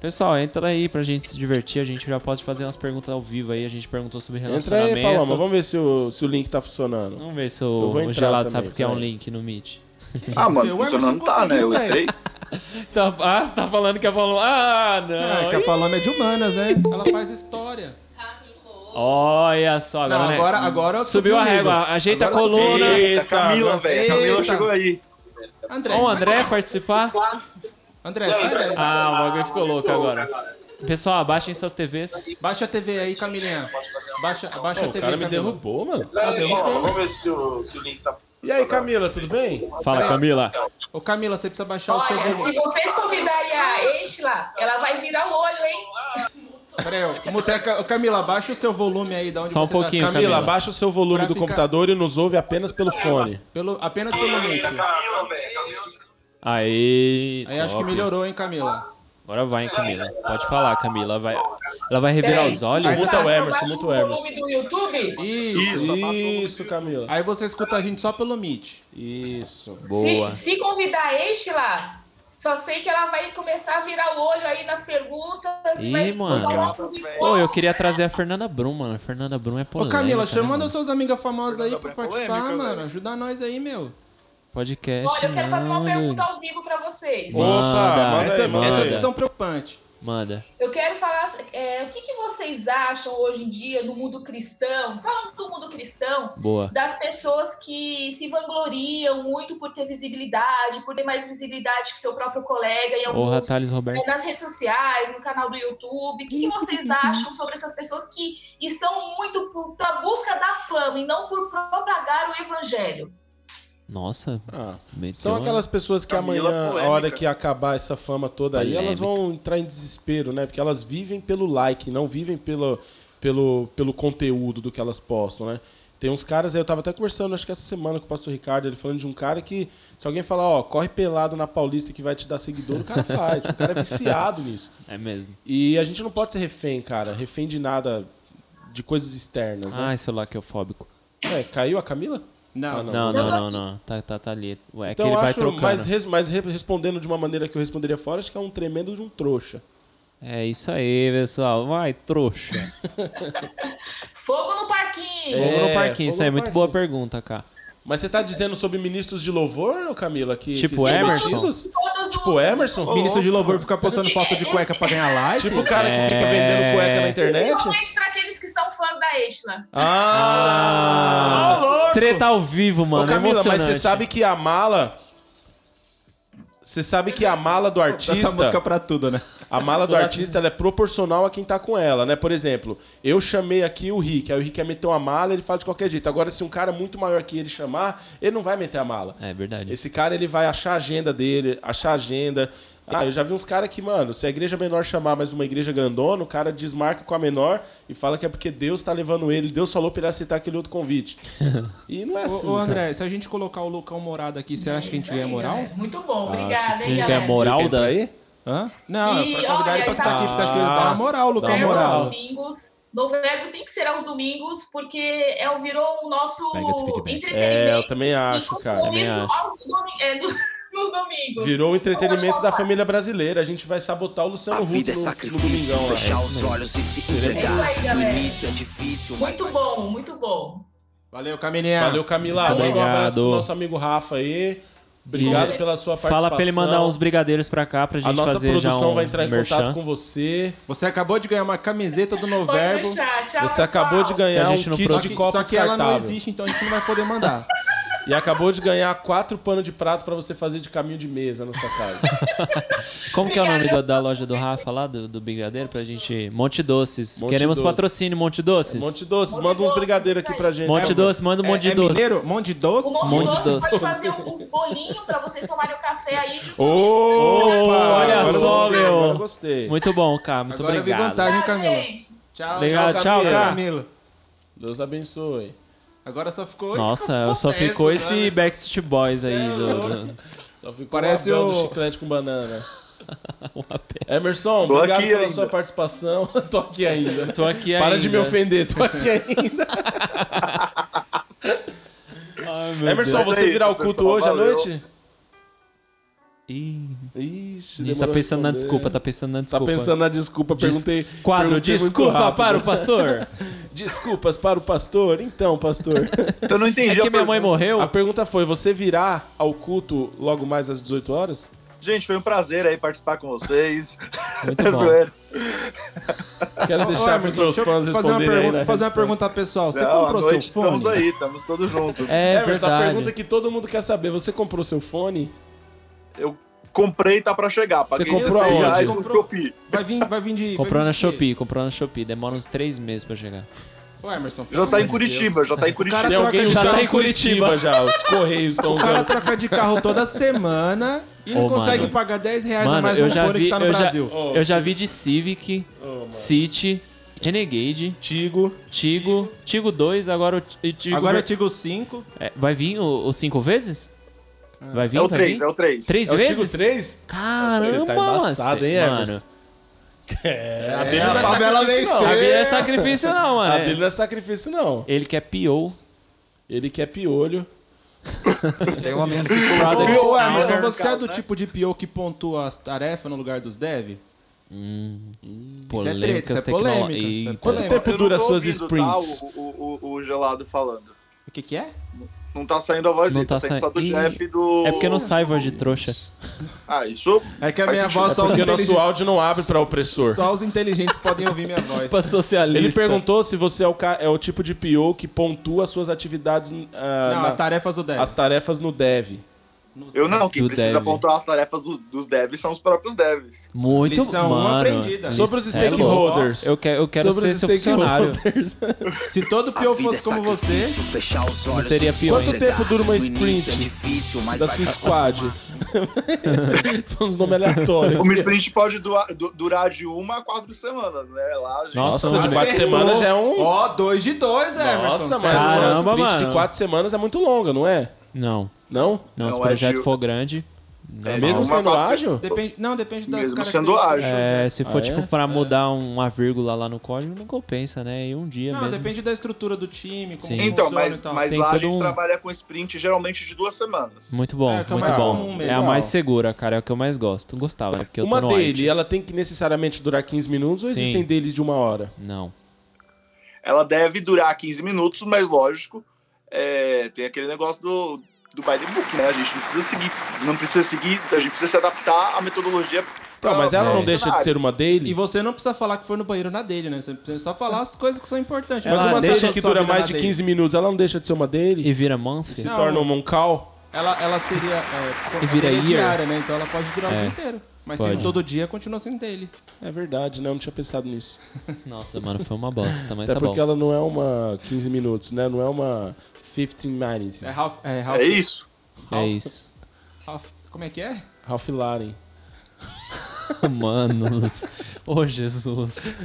Pessoal, entra aí pra gente se divertir. A gente já pode fazer umas perguntas ao vivo aí. A gente perguntou sobre
Entra
relacionamento.
aí, Paloma, vamos ver se o, se o link tá funcionando.
Vamos ver se
Eu
o,
vou
o
entrar
Gelado
também,
sabe o que é um
peraí.
link no Meet.
Ah, mano,
Emerson
funcionando tá, né?
conseguiu,
Eu
velho.
entrei.
Tá, ah, você tá falando que a Paloma... Ah,
Ah,
não!
que a Paloma é de humanas, né? Ela faz história.
Olha só, agora,
Não,
né?
agora- agora
Subiu
subiu
a
o nível.
régua. Ajeita
Agora
a coluna.
Eita, Camila, velho. A Camila
Eita.
chegou aí.
André,
Ó, o André participar.
André, sai dessa.
Ah, o bagulho ficou louco agora. Pessoal, abaixem suas TVs.
Baixa a TV aí, Camilinha. Baixa, baixa a
O
TV,
cara me
Camila.
derrubou, mano.
Ah, derrubou.
Vamos ver se o, se o link tá.
E aí, Camila, tudo bem?
Fala, Camila.
Ô, Camila, você precisa baixar o seu
Olha, se
volume.
vocês convidarem a Estela, ela vai virar o olho, hein?
Peraí, ô, Muteca, ô, Camila, baixa o seu volume aí da onde
Só um
você tá.
pouquinho,
Camila,
Camila.
abaixa o seu volume
Pra
do
ficar-
computador e nos ouve apenas pelo fone.
Pelo, apenas pelo mente.
Camila, velho.
Aí.
Aí acho que
top.
melhorou, hein, Camila.
Agora vai, hein, Camila. Pode falar, Camila. Ela vai, ela vai revirar
Peraí.
os olhos.
Muta o Emerson,
Baixa
muta o
volume
Emerson.
do YouTube.
Isso.
Isso, Camila.
Aí você escuta a gente só pelo Meet.
Isso.
Boa.
Se, se convidar a Estela, só sei que ela vai começar a virar o olho aí nas perguntas.
Ih,
vai
mano.
usar um óculos de
Pô,
sol.
eu queria trazer a Fernanda Brum, mano. A Fernanda Brum é
Ô,
polêmica.
Camila,
né,
chamando
mano?
as suas amigas famosas aí pra
É
participar,
polêmica,
mano.
velho.
Ajuda nós aí, meu.
Podcast.
Olha, eu quero fazer uma
manda.
pergunta ao vivo pra vocês.
Opa,
Ah,
manda aí,
manda,
manda aí.
manda,
Essas que são preocupantes.
manda.
Eu quero falar é, o que, que vocês acham hoje em dia do mundo cristão, falando do mundo cristão,
Boa.
das pessoas que se vangloriam muito por ter visibilidade, por ter mais visibilidade que seu próprio colega em
Porra, tá
alguns,
Thales Roberto.
é, nas redes sociais, no canal do YouTube. O que, que vocês acham sobre essas pessoas que estão muito por- pela busca da fama e não por propagar o evangelho?
Nossa.
Ah,
meteu um-
São
uma-
aquelas pessoas que
Camila
amanhã,
polêmica.
a hora que acabar essa fama toda aí, elas
Polêmica.
vão entrar em desespero, né? Porque elas vivem pelo like, não vivem pelo, pelo, pelo conteúdo do que elas postam, né? Tem uns caras aí, eu tava até conversando, acho que essa semana com o pastor Ricardo, ele falando de um cara que, se alguém falar, ó, corre pelado na Paulista que vai te dar seguidor, o cara faz. o cara é viciado nisso.
É mesmo.
E a gente não pode ser refém, cara. Refém de nada, de coisas externas, né?
Ai, celular que é fóbico.
Ué, caiu a Camila?
Não,
Ah, não.
Não, não, não, não. Tá, tá, tá ali. Ué, é
Então
que É ele
eu
vai
acho,
trocando.
mas, res- mas re- respondendo de uma maneira que eu responderia fora, acho que é um tremendo de um trouxa.
É isso aí, pessoal. Vai, trouxa.
Fogo no parquinho!
Fogo no
É,
parquinho, isso
fogo
aí.
no
Muito boa pergunta, cara.
Mas você tá dizendo sobre ministros de louvor, ô Camila? Que,
Tipo
que são
Emerson?
metidos?
Todos
Tipo
os-
Emerson?
Ministro de louvor ficar postando foto de cueca pra ganhar like.
Tipo o cara que fica
É.
vendendo cueca na internet?
Principalmente para aqueles que são fãs da Estela.
Ah!
Ah, Treta ao vivo, mano.
Ô Camila, mas
é emocionante.
você sabe que a mala... Você sabe que a mala do
Essa música
artista.
pra tudo, né?
A mala do artista ela é proporcional a quem tá com ela, né? Por exemplo, eu chamei aqui o Rick, aí o Rick quer meter uma mala, ele fala de qualquer jeito. Agora, se um cara muito maior que ele chamar, ele não vai meter a mala.
É verdade.
Esse cara, ele vai achar a agenda dele, achar a agenda. Ah, eu já vi uns caras que, mano, se a igreja menor chamar mais uma igreja grandona, o cara desmarca com a menor e fala que é porque Deus tá levando ele, Deus falou pra ele aceitar aquele outro convite. e não é assim.
Ô, ô,
cara.
André, se a gente colocar o Lucão Morado aqui, você acha que a gente ganha moral?
É, Muito bom, obrigada,
Se
hein,
você quer
galera.
moral da...
aí?
Hã? Não,
E,
é pra convidar
olha,
ele pra estar
tá-
aqui. Você acha que ele Ah, dá uma moral, Lucão
Verbo aos
Morado?
domingos. No verbo tem que ser aos domingos, porque é, o- virou o nosso
Pega esse feedback.
entretenimento.
É, eu também
E
acho,
com
cara.
também
isso,
acho.
aos domi- é, do- nos domingos.
Virou o entretenimento da família brasileira. A gente vai sabotar o Luciano
A
Huck
vida é
no, no
sacrifício,
domingão lá.
fechar os olhos e se
É isso
entregar.
aí,
No
galera.
início é difícil, mas
Muito
faz
bom, muito bom.
Valeu, Camininha.
Valeu, Camila.
Muito
Manda um abraço pro
obrigado.
nosso amigo Rafa aí. Obrigado
E-
pela sua participação.
Fala pra ele mandar uns brigadeiros pra cá pra gente
A nossa
fazer já
produção
um
vai entrar em
merchan.
contato com você.
Você acabou de ganhar uma camiseta do
Pode
Noverbo.
deixar. Tchau,
Você acabou de
pessoal.
ganhar
Que a
um
gente não
kit
Só
produz.
de
que,
copo
só que ela
descartável.
não existe, então a gente não vai poder mandar. É,
E acabou de ganhar quatro panos de prato pra você fazer de caminho de mesa na sua casa.
Como que é o nome da, da loja do Rafa lá, do, do brigadeiro? Pra gente... Monte Doces.
Monte
Queremos
Doces.
patrocínio, Monte Doces.
Um Monte Doces, manda uns brigadeiros aqui pra gente.
Monte
É,
Doce, manda um
É-
monte de
é
doce.
mineiro? Monte de doce?
O Um
um
Monte,
Monte
Doce
Doce.
pode fazer um, um bolinho pra vocês tomarem o café aí. junto.
Ô, olha
agora eu
só,
gostei,
meu.
Agora eu gostei.
Muito bom, cara. Muito
Agora eu vi
obrigado.
vantagem,
Tchau,
Camila.
tá, gente.
Tchau,
Legal, tchau, cara.
Camila.
Deus abençoe.
Agora só ficou...
Nossa, só
Acontece,
ficou
né?
esse Backstreet Boys aí. Do, do-
Só ficou
Parece
o Abel
o-
do chiclete com banana.
uma pena.
Emerson,
Tô
obrigado
aqui
pela
ainda.
sua participação. tô aqui ainda.
Tô aqui
Para
ainda.
de me ofender, tô aqui ainda.
Ai, meu
Emerson,
Deus.
você
É isso,
virá o culto
pessoal,
hoje à
valeu.
noite?
Ih,
Ixi,
a gente tá
demorou a
pensando na
responder.
desculpa, tá pensando na
Tá
desculpa.
pensando na desculpa,
Des-
perguntei.
Quadro,
perguntei muito
desculpa
rápido.
para o pastor.
Desculpas para o pastor? Então, pastor.
Eu não entendi.
É que
a
minha mãe
pergunta.
morreu.
A pergunta foi: você virá ao culto logo mais às 18 horas?
Gente, foi um prazer aí participar com vocês.
Muito
É
bom.
zoeira.
Quero
Ô,
deixar
Emerson,
para os meus
deixa
fãs
eu fazer uma,
responderem aí,
pergunta,
né?
fazer uma pergunta pessoal. Você
Não, à
comprou seu
noite
fone?
Estamos aí, estamos todos juntos.
É
Emerson, a pergunta
verdade.
que todo mundo quer saber: você comprou seu fone?
Eu comprei e tá pra chegar. Paguei
comprou
16
aonde?
reais no
Comprou?
Shopee.
Vai vir, vai vir de...
Comprou
vai
na
vir de quê?
Shopee, comprou na Shopee. Demora uns três meses pra chegar.
Ô, Emerson.
Já tá em Curitiba, já tá em Curitiba.
Tem alguém
Já
usando
tá
em
em Curitiba.
Curitiba já. Os correios estão
O cara
usando.
troca de carro toda semana e não
Ô,
consegue
mano.
pagar 10 reais a
Mano,
mais
eu
no
já
fone
vi,
que tá no
eu já,
Brasil.
eu já vi de Civic, City, Renegade,
Tigo.
Tigo, Tigo 2, agora o Ti- e Tigo...
Agora eu
ver-
digo 5.
É, vai vir o, o cinco vezes? Vai vir?
É o
vai
3,
vir?
é o 3.
Três
Ah. É o Tigo
vezes?
3?
Caramba,
Você tá embaçado,
mano.
hein, Emerson?
Mano,
A dele não é
favela
sacrifício, não.
a vida é sacrifício não, mano.
A dele não é sacrifício, não.
Ele quer P.O.
Ele quer piolho.
Tem uma menos.
Product.
Ô, Emerson,
Miller,
você é do
né?
tipo de PO que pontua as tarefas no lugar dos dev? é
Polêmicas
isso
tecnoló-
é polêmica, isso é
Eita.
polêmica.
Quanto tempo
Eu não
dura
tô
suas
ouvindo, tá,
sprints?
o- o, o, o gelado falando.
O que que é?
Não tá saindo a voz
Não
dele, tá,
tá
saindo só do
saindo.
Jeff e do.
É porque não sai voz de trouxa.
Ah, isso.
É que a
Faz
minha
sentido.
voz só os,
Porque o
inteligen-
nosso áudio não abre pra opressor.
só os inteligentes podem ouvir minha voz.
Pra socialista.
Ele perguntou se você é o, ca- é o tipo de PO que pontua suas atividades, ah,
Não,
na-
as tarefas do dev.
as tarefas no dev.
Eu não, quem
Do
precisa
dev.
pontuar as tarefas dos, dos devs são os próprios devs.
Muito,
Lição uma
mano.
aprendida.
Sobre os
Isso é louco.
stakeholders.
Eu quero, eu quero
Sobre
ser
os
seu funcionário.
stakeholders.
Se todo
A
PO
vida
fosse
é
como você,
sacrifício, fechar os olhos
teria
e se
peões.
Quanto tempo dura uma
No início
sprint
É difícil, mas
da
vai
sua
pra
squad.
cima.
Foi uns nomes aleatórios.
Uma sprint pode durar, du- durar de uma a quatro semanas, né? Lá, gente.
Nossa,
Nossa, de
mano.
quatro semanas já é um.
ó, dois de dois, Emerson.
Nossa, mas
Sério.
uma
Caramba,
sprint de
mano.
quatro semanas é muito longa, não é?
Não,
Não?
não. Se o
Não, é
projeto
Gil.
for grande...
É,
Mesmo
uma
sendo
quatro-
ágil?
Depende, não, depende das
Mesmo
características.
sendo ágil.
É, se for,
Ah, é?
tipo, pra mudar uma vírgula lá no código, não compensa, né? E um dia
Não,
mesmo.
depende da estrutura do time, como
Sim.
funciona
Então, mas,
e tal.
mas
Tem
lá a
todo
gente
um-
trabalha com sprint geralmente de duas semanas.
Muito bom,
É, que é o
muito
mais
bom.
comum
É a
mesmo.
mais segura, cara. É o que eu mais gosto. Gostava, né? Porque eu
Uma
tô no
daily,
IT.
ela tem que necessariamente durar 15 minutos ou
Sim.
existem deles de uma hora?
Não.
Ela deve durar 15 minutos, mas lógico, é, tem aquele negócio do, do by the book, né? A gente não precisa seguir, não precisa seguir, a gente precisa se adaptar à metodologia.
Não, Então, é. mas ela não
pra-
deixa de ser um uma
E
daily?
você não precisa falar que foi no banheiro na dele, né? Você precisa só falar as coisas que são importantes.
Mas
Mas
ela
uma
não
deixa
daily
só
que dura
vida
mais
na
de
dele.
15 minutos, ela não deixa de ser uma daily?
E vira monthly?
Se
Não.
torna um call?
ela, ela seria é, co-
E vira
ela é
year.
diária, né? Então ela pode durar o
É.
dia inteiro. Mas
Pode.
se todo dia, continua sendo dele.
É verdade, né? Eu não tinha pensado nisso.
Nossa, mano, foi uma bosta, mas
Até
tá bom.
porque ela não é uma 15 minutos, né? Não é uma 15 minutes.
É Ralph... É Ralph...
É isso.
É isso.
Ralph- como é que é?
Ralph Lauren.
Manos. Ô, Oh, Jesus.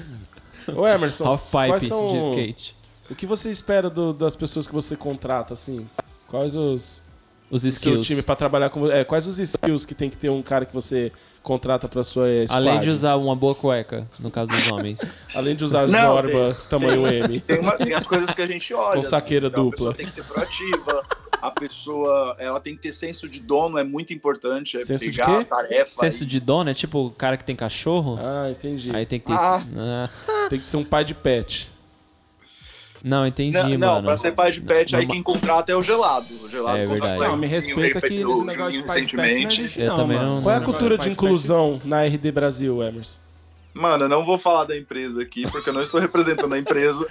Ô Emerson,
Half
quais
pipe
são-
de skate.
o que você espera do- das pessoas que você contrata, assim? Quais os
Os
do seu
skills.
time pra trabalhar com é, quais os skills que tem que ter um cara que você contrata pra sua eh, squad?
Além de usar uma boa cueca, no caso dos homens.
Além de usar
Não,
Zorba tamanho M.
Tem, uma- tem as coisas que a gente olha.
Com saqueira
então,
dupla.
A pessoa tem que ser proativa, a pessoa ela tem que ter senso de dono, é muito importante. É
Senso de
pegar
quê?
a tarefa.
Senso
e-
de dono é tipo o cara que tem cachorro.
Ah, entendi.
Aí tem que ter.
Ah.
esse- Ah.
Tem que ser um pai de pet.
Não, entendi,
Não,
mano.
né?
não, pra ser pai de pet,
Não,
aí
não-
quem contrata é o gelado. O gelado
É
um contrata
verdade.
o
Não, me
Juninho,
respeita
ele
que
fez
esse
o
negócio de
Juninho
pai de pet né, não existe
Eu
não,
também
mano.
não-
Qual é a
não-
cultura
um Pai
de
de pet.
inclusão na RD Brasil, Emerson?
Mano, eu não vou falar da empresa aqui, porque eu não estou representando a empresa.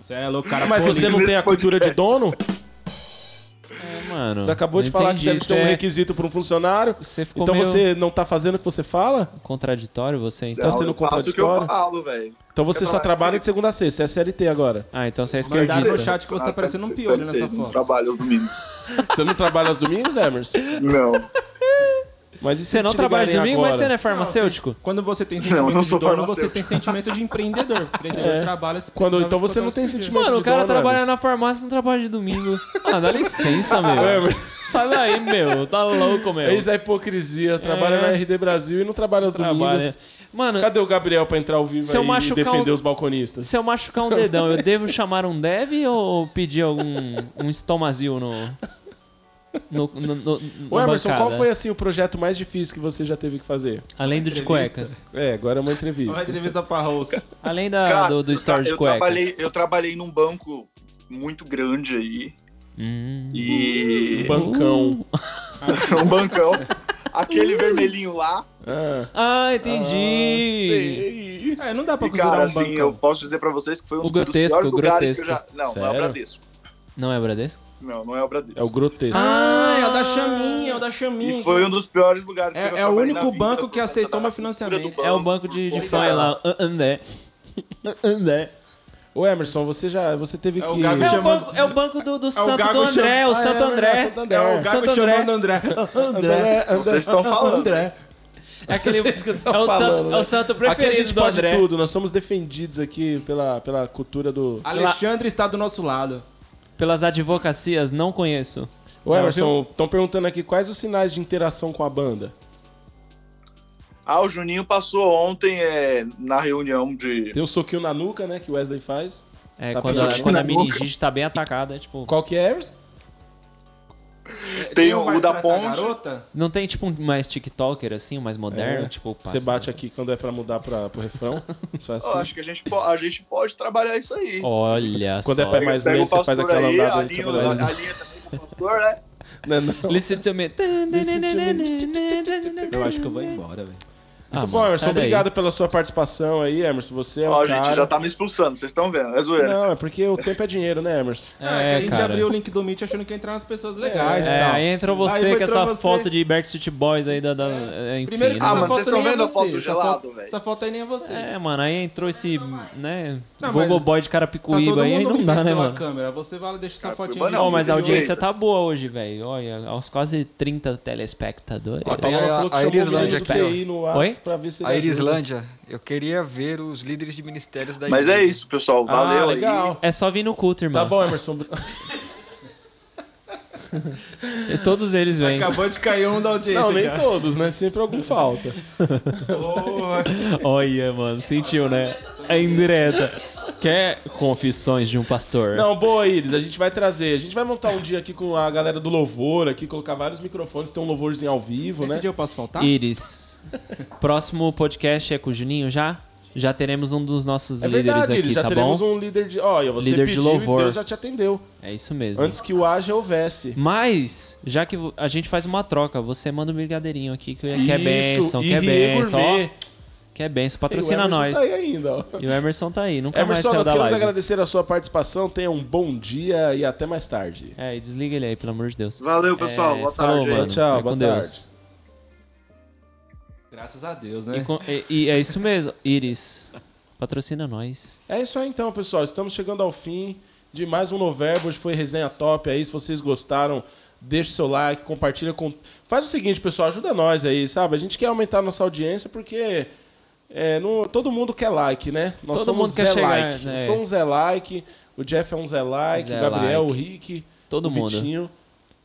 Você é louco, cara.
Mas
pô,
você
ele-
não tem a cultura de dono?
É, mano.
Você acabou de
não
falar que deve
entendi,
ser um
isso é
requisito pra um funcionário.
Você ficou
Então
meio-
você não tá fazendo o que você fala?
contraditório, você é
Tá
Não,
sendo
eu faço o que eu
contraditório?
falo, velho.
Então você
Eu
só
falo-
trabalha de segunda a sexta, você é CLT agora.
Ah, então você é
Mandaram no
esquerdista.
chat que você tá
Ah,
parecendo um
sabe-
piolho
sabe
nessa
ter- não
foto.
Trabalho aos domingos.
Você não trabalha aos domingos, Emerson?
Não.
Mas e se
Você não
te
trabalha de
ligarem
domingo, mas
agora?
você não é farmacêutic?
Quando você tem
eu
sentimento
não
de
sou
dono, você
farmacêutico.
tem sentimento de empreendedor. Empreendedor trabalha... se
Quando,
precisar,
então você
contrata
não tem
esse dia.
sentimento
Mano,
de né?
o cara
dono,
trabalha
Emerson?
na farmácia e não trabalha de domingo. Ah, dá licença, meu. Sai daí, meu. Tá louco, meu.
Eis a É hipocrisia, trabalha
É.
na RD Brasil e não trabalha aos
Trabalha.
domingos.
Mano,
Cadê o Gabriel pra entrar ao vivo
Se eu
aí e
machucar
defender
o-
os balconistas?
se eu machucar um dedão, eu devo chamar um dev ou pedir algum um estomazil no. No, no, no,
Ô
na
Emerson, qual
bancada?
foi assim o projeto mais difícil que você já teve que fazer?
Além do de cuecas.
É, agora é uma entrevista.
Vai entrevista pra host.
Além
Ah,
da,
Cara,
do, do
eu tra-
story de
eu
cuecas.
trabalhei, eu trabalhei num banco muito grande aí.
Hum.
E.
Uh.
Bancão.
Ah.
um bancão.
Hum.
Aquele vermelhinho lá.
Ah, entendi.
Sei.
É, não dá pra
E, cara,
costurar um
assim,
banco.
eu posso dizer pra vocês que foi um
O grotesco,
dos
o
piores lugares que eu já.
grotesco.
Não, não é o
Sério?
Bradesco.
Não é Bradesco?
Não, não é o Bradesco.
É o grotesco.
Ah, é o da chaminha, é o da chaminha.
E foi um dos piores lugares que eu já
É, é o
trabalhei na
único
vida
banco
por
que
conta da
aceitou meu
cultura do
financiamento.
É o banco de, de
por
fã
conta-
lá. Ah, Andé. Andé.
Ô Emerson, você já você teve
É o
que.
Gago
É o
chamando-
banco, é o banco do, do santo
Gago
do André,
chama-
o
Ah, é
Santo
verdade,
André.
Santo
É o
Santo
Gago
André.
chamando André.
é,
André.
Vocês estão falando.
André.
É aquele. É o santo,
falando,
é o santo
Aqui a
preferido
gente
do
pode
André.
tudo, nós somos defendidos aqui pela, pela cultura do.
Alexandre está do nosso lado.
Pelas advocacias, não conheço.
Ô Emerson, estão perguntando aqui quais os sinais de interação com a banda.
Ah, o Juninho passou ontem é, na reunião de.
Tem o soquinho na nuca, né, que o Wesley faz.
É,
Tá
quando,
pegando
a,
aqui
quando
na
a meningite tá bem atacada, é tipo.
Qual que é, Emerson?
Tem
Quem vai
o um da
tratar a
ponte.
garota?
Não tem tipo um mais TikToker assim, um mais moderno?
É.
Tipo, passa.
Você bate
né?
aqui quando é pra mudar pra, pro refrão. Só assim.
Eu acho que a gente, po- a gente pode trabalhar isso aí.
Olha
Quando
só.
é pra mais
Pega o
lento, você faz
pastor
aquela tipo, né?
aí, a
andada de
linha,
cabelo.
a linha também com o pastor, né?
Não, não.
Listen to me.
Eu acho que eu vou embora, velho.
Ah,
Tá Bom,
mano,
Emerson,
sai daí.
obrigado pela sua participação aí, Emerson. Você é um
Ó,
cara...
gente, já tá me expulsando, vocês estão vendo, é zoeira.
Não, é porque o tempo é dinheiro, né, Emerson?
É, que a
É,
gente
cara.
abriu o link do Meet achando que ia entrar umas pessoas legais
É,
e tal.
aí entrou você
então. Aí foi
com essa
você.
foto de Backstreet Boys aí da. da é, enfim,
Primeiro que
né?
Ah,
essa
mano,
foto
vocês tão
nem é
vendo a
você,
foto do
essa
gelado,
foto-
velho?
Essa foto aí nem é você.
É, mano, aí entrou esse, né,
Não,
Google
mas-
Boy de cara
Tá todo
picuíba aí, aí
mundo
não dá,
pela
né, mano?
câmera. Você vai lá, deixa essa
Cara,
fotinha
Cuiabá
de
não,
Ó, mas a
Desse
audiência
jeito.
tá boa hoje, velho. Olha, aos quase 30 telespectadores.
Ó, tem
Ela
a,
falou que
a
chamou o
Irislândia
menino do
aqui,
TI no
Oi?
WhatsApp pra ver se
ó.
ele
A
ajuda.
Irislândia, eu queria ver os líderes de ministérios da
Mas é
igreja.
isso, pessoal. Valeu aí.
Ah, legal.
É só vir no culto, irmão.
Tá bom, Emerson.
Todos eles vêm.
Acabou de cair um da audiência,
Não, nem
cara.
todos, né? Sempre algum falta.
Olha, mano, sentiu, né? É indireta. Quer confissões de um pastor?
Não, boa, Iris. A gente vai trazer. A gente vai montar um dia aqui com a galera do louvor, aqui, colocar vários microfones, ter um louvorzinho ao vivo,
Esse
né?
dia eu posso faltar?
Iris. Próximo podcast é com o Juninho já? Já teremos um dos nossos
É
líderes
verdade,
aqui,
Iris. Já
tá
teremos
bom?
um líder de. Olha, você
Líder de
pediu
louvor.
e Deus já te atendeu.
É isso mesmo.
Antes que o haja, houvesse.
Mas, já que vo- a gente faz uma troca, você manda um brigadeirinho aqui que, que é
Isso,
bênção, que
e
é
Rie
bênção. ó.
Gourmet.
Que é benção,
E
patrocina
o Emerson
nós.
Tá aí ainda, ó.
E o Emerson tá aí, nunca mais
Emerson,
saiu
nós
da
queremos
live.
agradecer a sua participação. Tenha um bom dia e até mais tarde.
É, e desliga ele aí, pelo amor de Deus. É,
Valeu, pessoal.
É,
Boa tarde.
falou,
aí.
mano.
Tchau,
Vai
boa
com Deus.
Graças a Deus,
E
né?
com- E, e é isso mesmo, Iris. Patrocina nós.
É isso aí então, pessoal. Estamos chegando ao fim de mais um Noverbo. Hoje foi resenha top aí. Se vocês gostaram, deixa o seu like, compartilha com. Faz o seguinte, pessoal, ajuda nós aí, sabe? A gente quer aumentar a nossa audiência porque é, não- todo mundo quer like, né? Nós
Todo
somos
mundo quer
Zé
chegar,
like.
né?
Eu sou um Zé like, o Jeff é um Zé like,
Zé
o Gabriel,
like.
o Rick,
Todo
o
mundo.
Vitinho.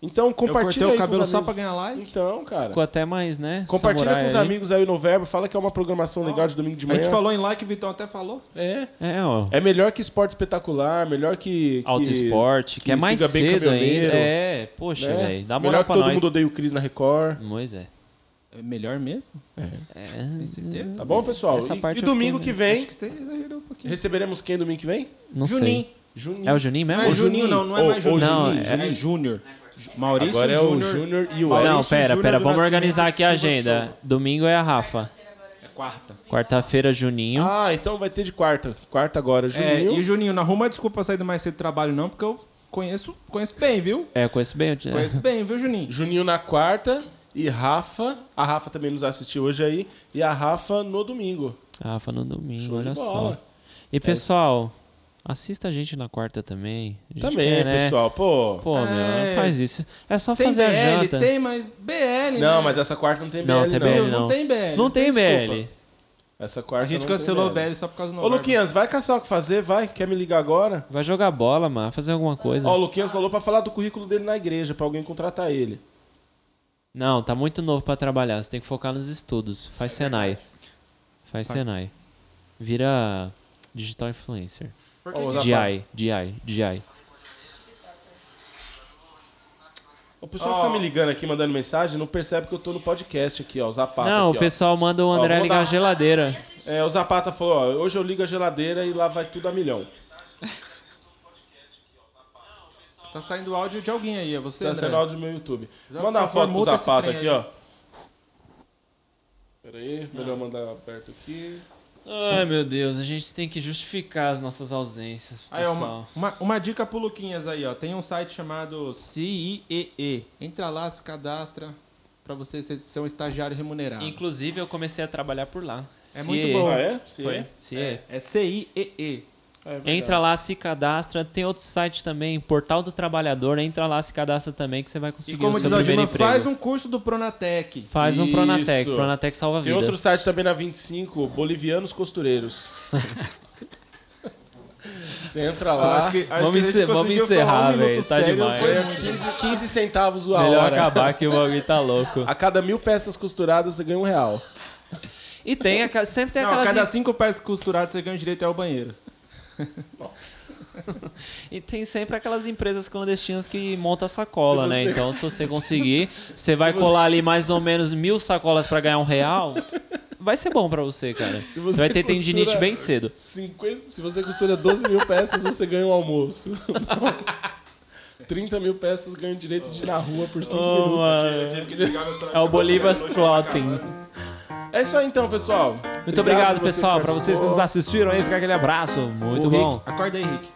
Então
Eu
compartilha
cortei o
aí com os
cabelo só pra
amigos.
ganhar like.
Então, cara.
Ficou até mais, né?
Compartilha
samurai
com os
aí.
amigos aí o Noverbo, fala que é uma programação legal de domingo de
A
manhã.
gente falou em like, o Vitão até falou.
É.
É, ó.
É melhor que esporte espetacular, melhor que. que-
Auto esporte, que, é mais
siga bem
cedo ainda.
caminhoneiro,
É, poxa,
né?
velho. Dá moral
melhor que
pra
todo
nós.
mundo odeia o Cris na Record. Tá
Pois é.
É melhor mesmo?
É,
Certeza.
Tá bom, pessoal?
Essa
E-
parte
e
eu
domingo que
fiquei
vem,
Acho que você exagerou um pouquinho.
receberemos quem domingo que vem?
não
Juninho.
sei.
Juninho.
É o Juninho mesmo?
Não é Juninho, não, não é mais Juninho.
Não,
Juninho,
é-
é Júnior. Ju- Maurício
Agora é o
Júnior.
Júnior e o
Maurício
Elson.
Não, pera,
Júnior
pera.
do
Vamos
Nascimento
organizar aqui a
Silva
agenda. Domingo é a Rafa.
Souza. É quarta.
Quarta-feira, Juninho.
Ah, então vai ter de quarta. Quarta agora,
É,
Juninho.
e Juninho, não arruma desculpa sair do mais cedo do trabalho, não, porque eu conheço, conheço bem, viu?
É, eu conheço bem. Eu...
Conheço bem, viu, Juninho?
Juninho na quarta e Rafa. A Rafa também nos assistiu hoje aí. E a Rafa no domingo.
Rafa no domingo,
Show de
olha
bola. É
só. E pessoal, assista a gente na quarta também. A gente
também,
quer, né?
pessoal. Pô.
Pô, meu,
É.
não faz isso. É só
Tem
fazer
BL,
a janta.
tem, mas BL,
Não,
né?
mas essa quarta não tem BL,
Não,
não.
tem BL,
não tem BL,
Não
não
tem
tem
BL.
Essa quarta
A gente
não tem
cancelou o BL só por causa do
né?
Ô,
Novembro.
Luquinhas, vai caçar o que fazer, vai. Quer me ligar agora?
Vai jogar bola, mano. Fazer alguma coisa.
Ó, o Luquinhas falou pra falar do currículo dele na igreja, pra alguém contratar ele.
Não, tá muito novo pra trabalhar. Você tem que focar nos estudos. Faz Senai. Faz Senai. Vira digital influencer.
Por que
Ô,
que-
DI, DI, DI.
O pessoal fica me ligando aqui, mandando mensagem, não percebe que eu tô no podcast aqui, ó. O Zapata.
Não, o
aqui, ó.
pessoal manda o André
vou
ligar
dar-
a geladeira.
É, o Zapata falou, ó, hoje eu ligo a geladeira e lá vai tudo a milhão.
Tá saindo áudio de alguém aí, é você,
Tá
André?
sendo áudio do meu YouTube.
Já,
Manda uma
por favor,
foto pro
multa esse
Zapata
trem
aqui,
aí.
ó. Pera aí, melhor mandar perto aqui.
Ai, meu Deus, a gente tem que justificar as nossas ausências, pessoal.
Aí, ó, uma, uma, uma dica pro Luquinhas aí, ó. Tem um site chamado CIEE. Entra lá, se cadastra pra você ser, ser um estagiário remunerado.
Inclusive, eu comecei a trabalhar por lá.
É muito bom.
Ah, é? Sim.
Foi. Se-
É CIEE.
Entra lá, se cadastra. Tem outro site também, Portal do Trabalhador. Entra lá, se cadastra também, que você vai
E
conseguir
como
o seu
diz o
primeiro
Dilma,
emprego.
faz um curso do Pronatec.
Faz um Pronatec.
Isso.
Pronatec salva
Tem
vida.
outro site também na 25, Bolivianos Costureiros. Você entra
Eu
lá.
acho que- acho
Tá. vamos
que a gente
encer- vamos
conseguiu falar
encerrar,
minuto
velho, tá
sério,
demais.
foi
É
muito.
15, 15 centavos a
Melhor
hora.
acabar que o bagulho tá louco.
A cada mil peças costuradas você ganha um real.
E tem aquela- sempre tem
Não,
aquelas.
cada cinco pés costurados você ganha o direito ao banheiro.
E tem sempre aquelas empresas clandestinas que montam sacola,
Se
né?
você-
Então, se você conseguir, você vai colar ali mais ou menos mil sacolas pra ganhar um real. Vai ser bom pra você, cara. Você,
você
vai ter tendinite
costura-
bem cedo.
50 se você costura 12 mil peças, você ganha um almoço. 30 mil peças ganha direito de ir na rua por
Oh,
5 minutos.
É o Bolívar's Clothing.
É isso aí então, pessoal.
Muito obrigado,
você
pessoal.
que
Pra vocês que nos
participou.
assistiram aí, fica aquele abraço. Muito
Ô,
bom.
Rick, acorda aí, Rick.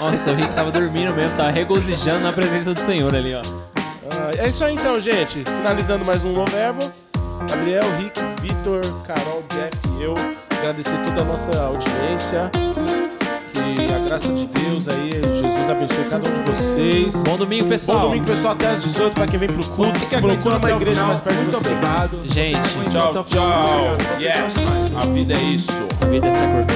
Nossa, o Rick tava dormindo mesmo, tava regozijando na presença do Senhor ali, ó.
Ah, É isso aí então, gente. Finalizando mais um Noverbo. Gabriel, Rick, Vitor, Carol, Jeff e eu. Agradecer toda a nossa audiência. Que a graça de Deus aí, Jesus abençoe cada um de vocês.
Bom domingo,
Bom
pessoal.
domingo, pessoal, até às 18 pra quem vem pro culto.
Você que aguentou
Procura
até
uma
o
igreja
final,
mais perto de
Muito
você.
obrigado.
Gente,
Você que aguentou
Tchau,
até o final, muito
tchau.
obrigado. Vocês são
Yes,
demais.
a vida é isso.
a vida é sacrifício.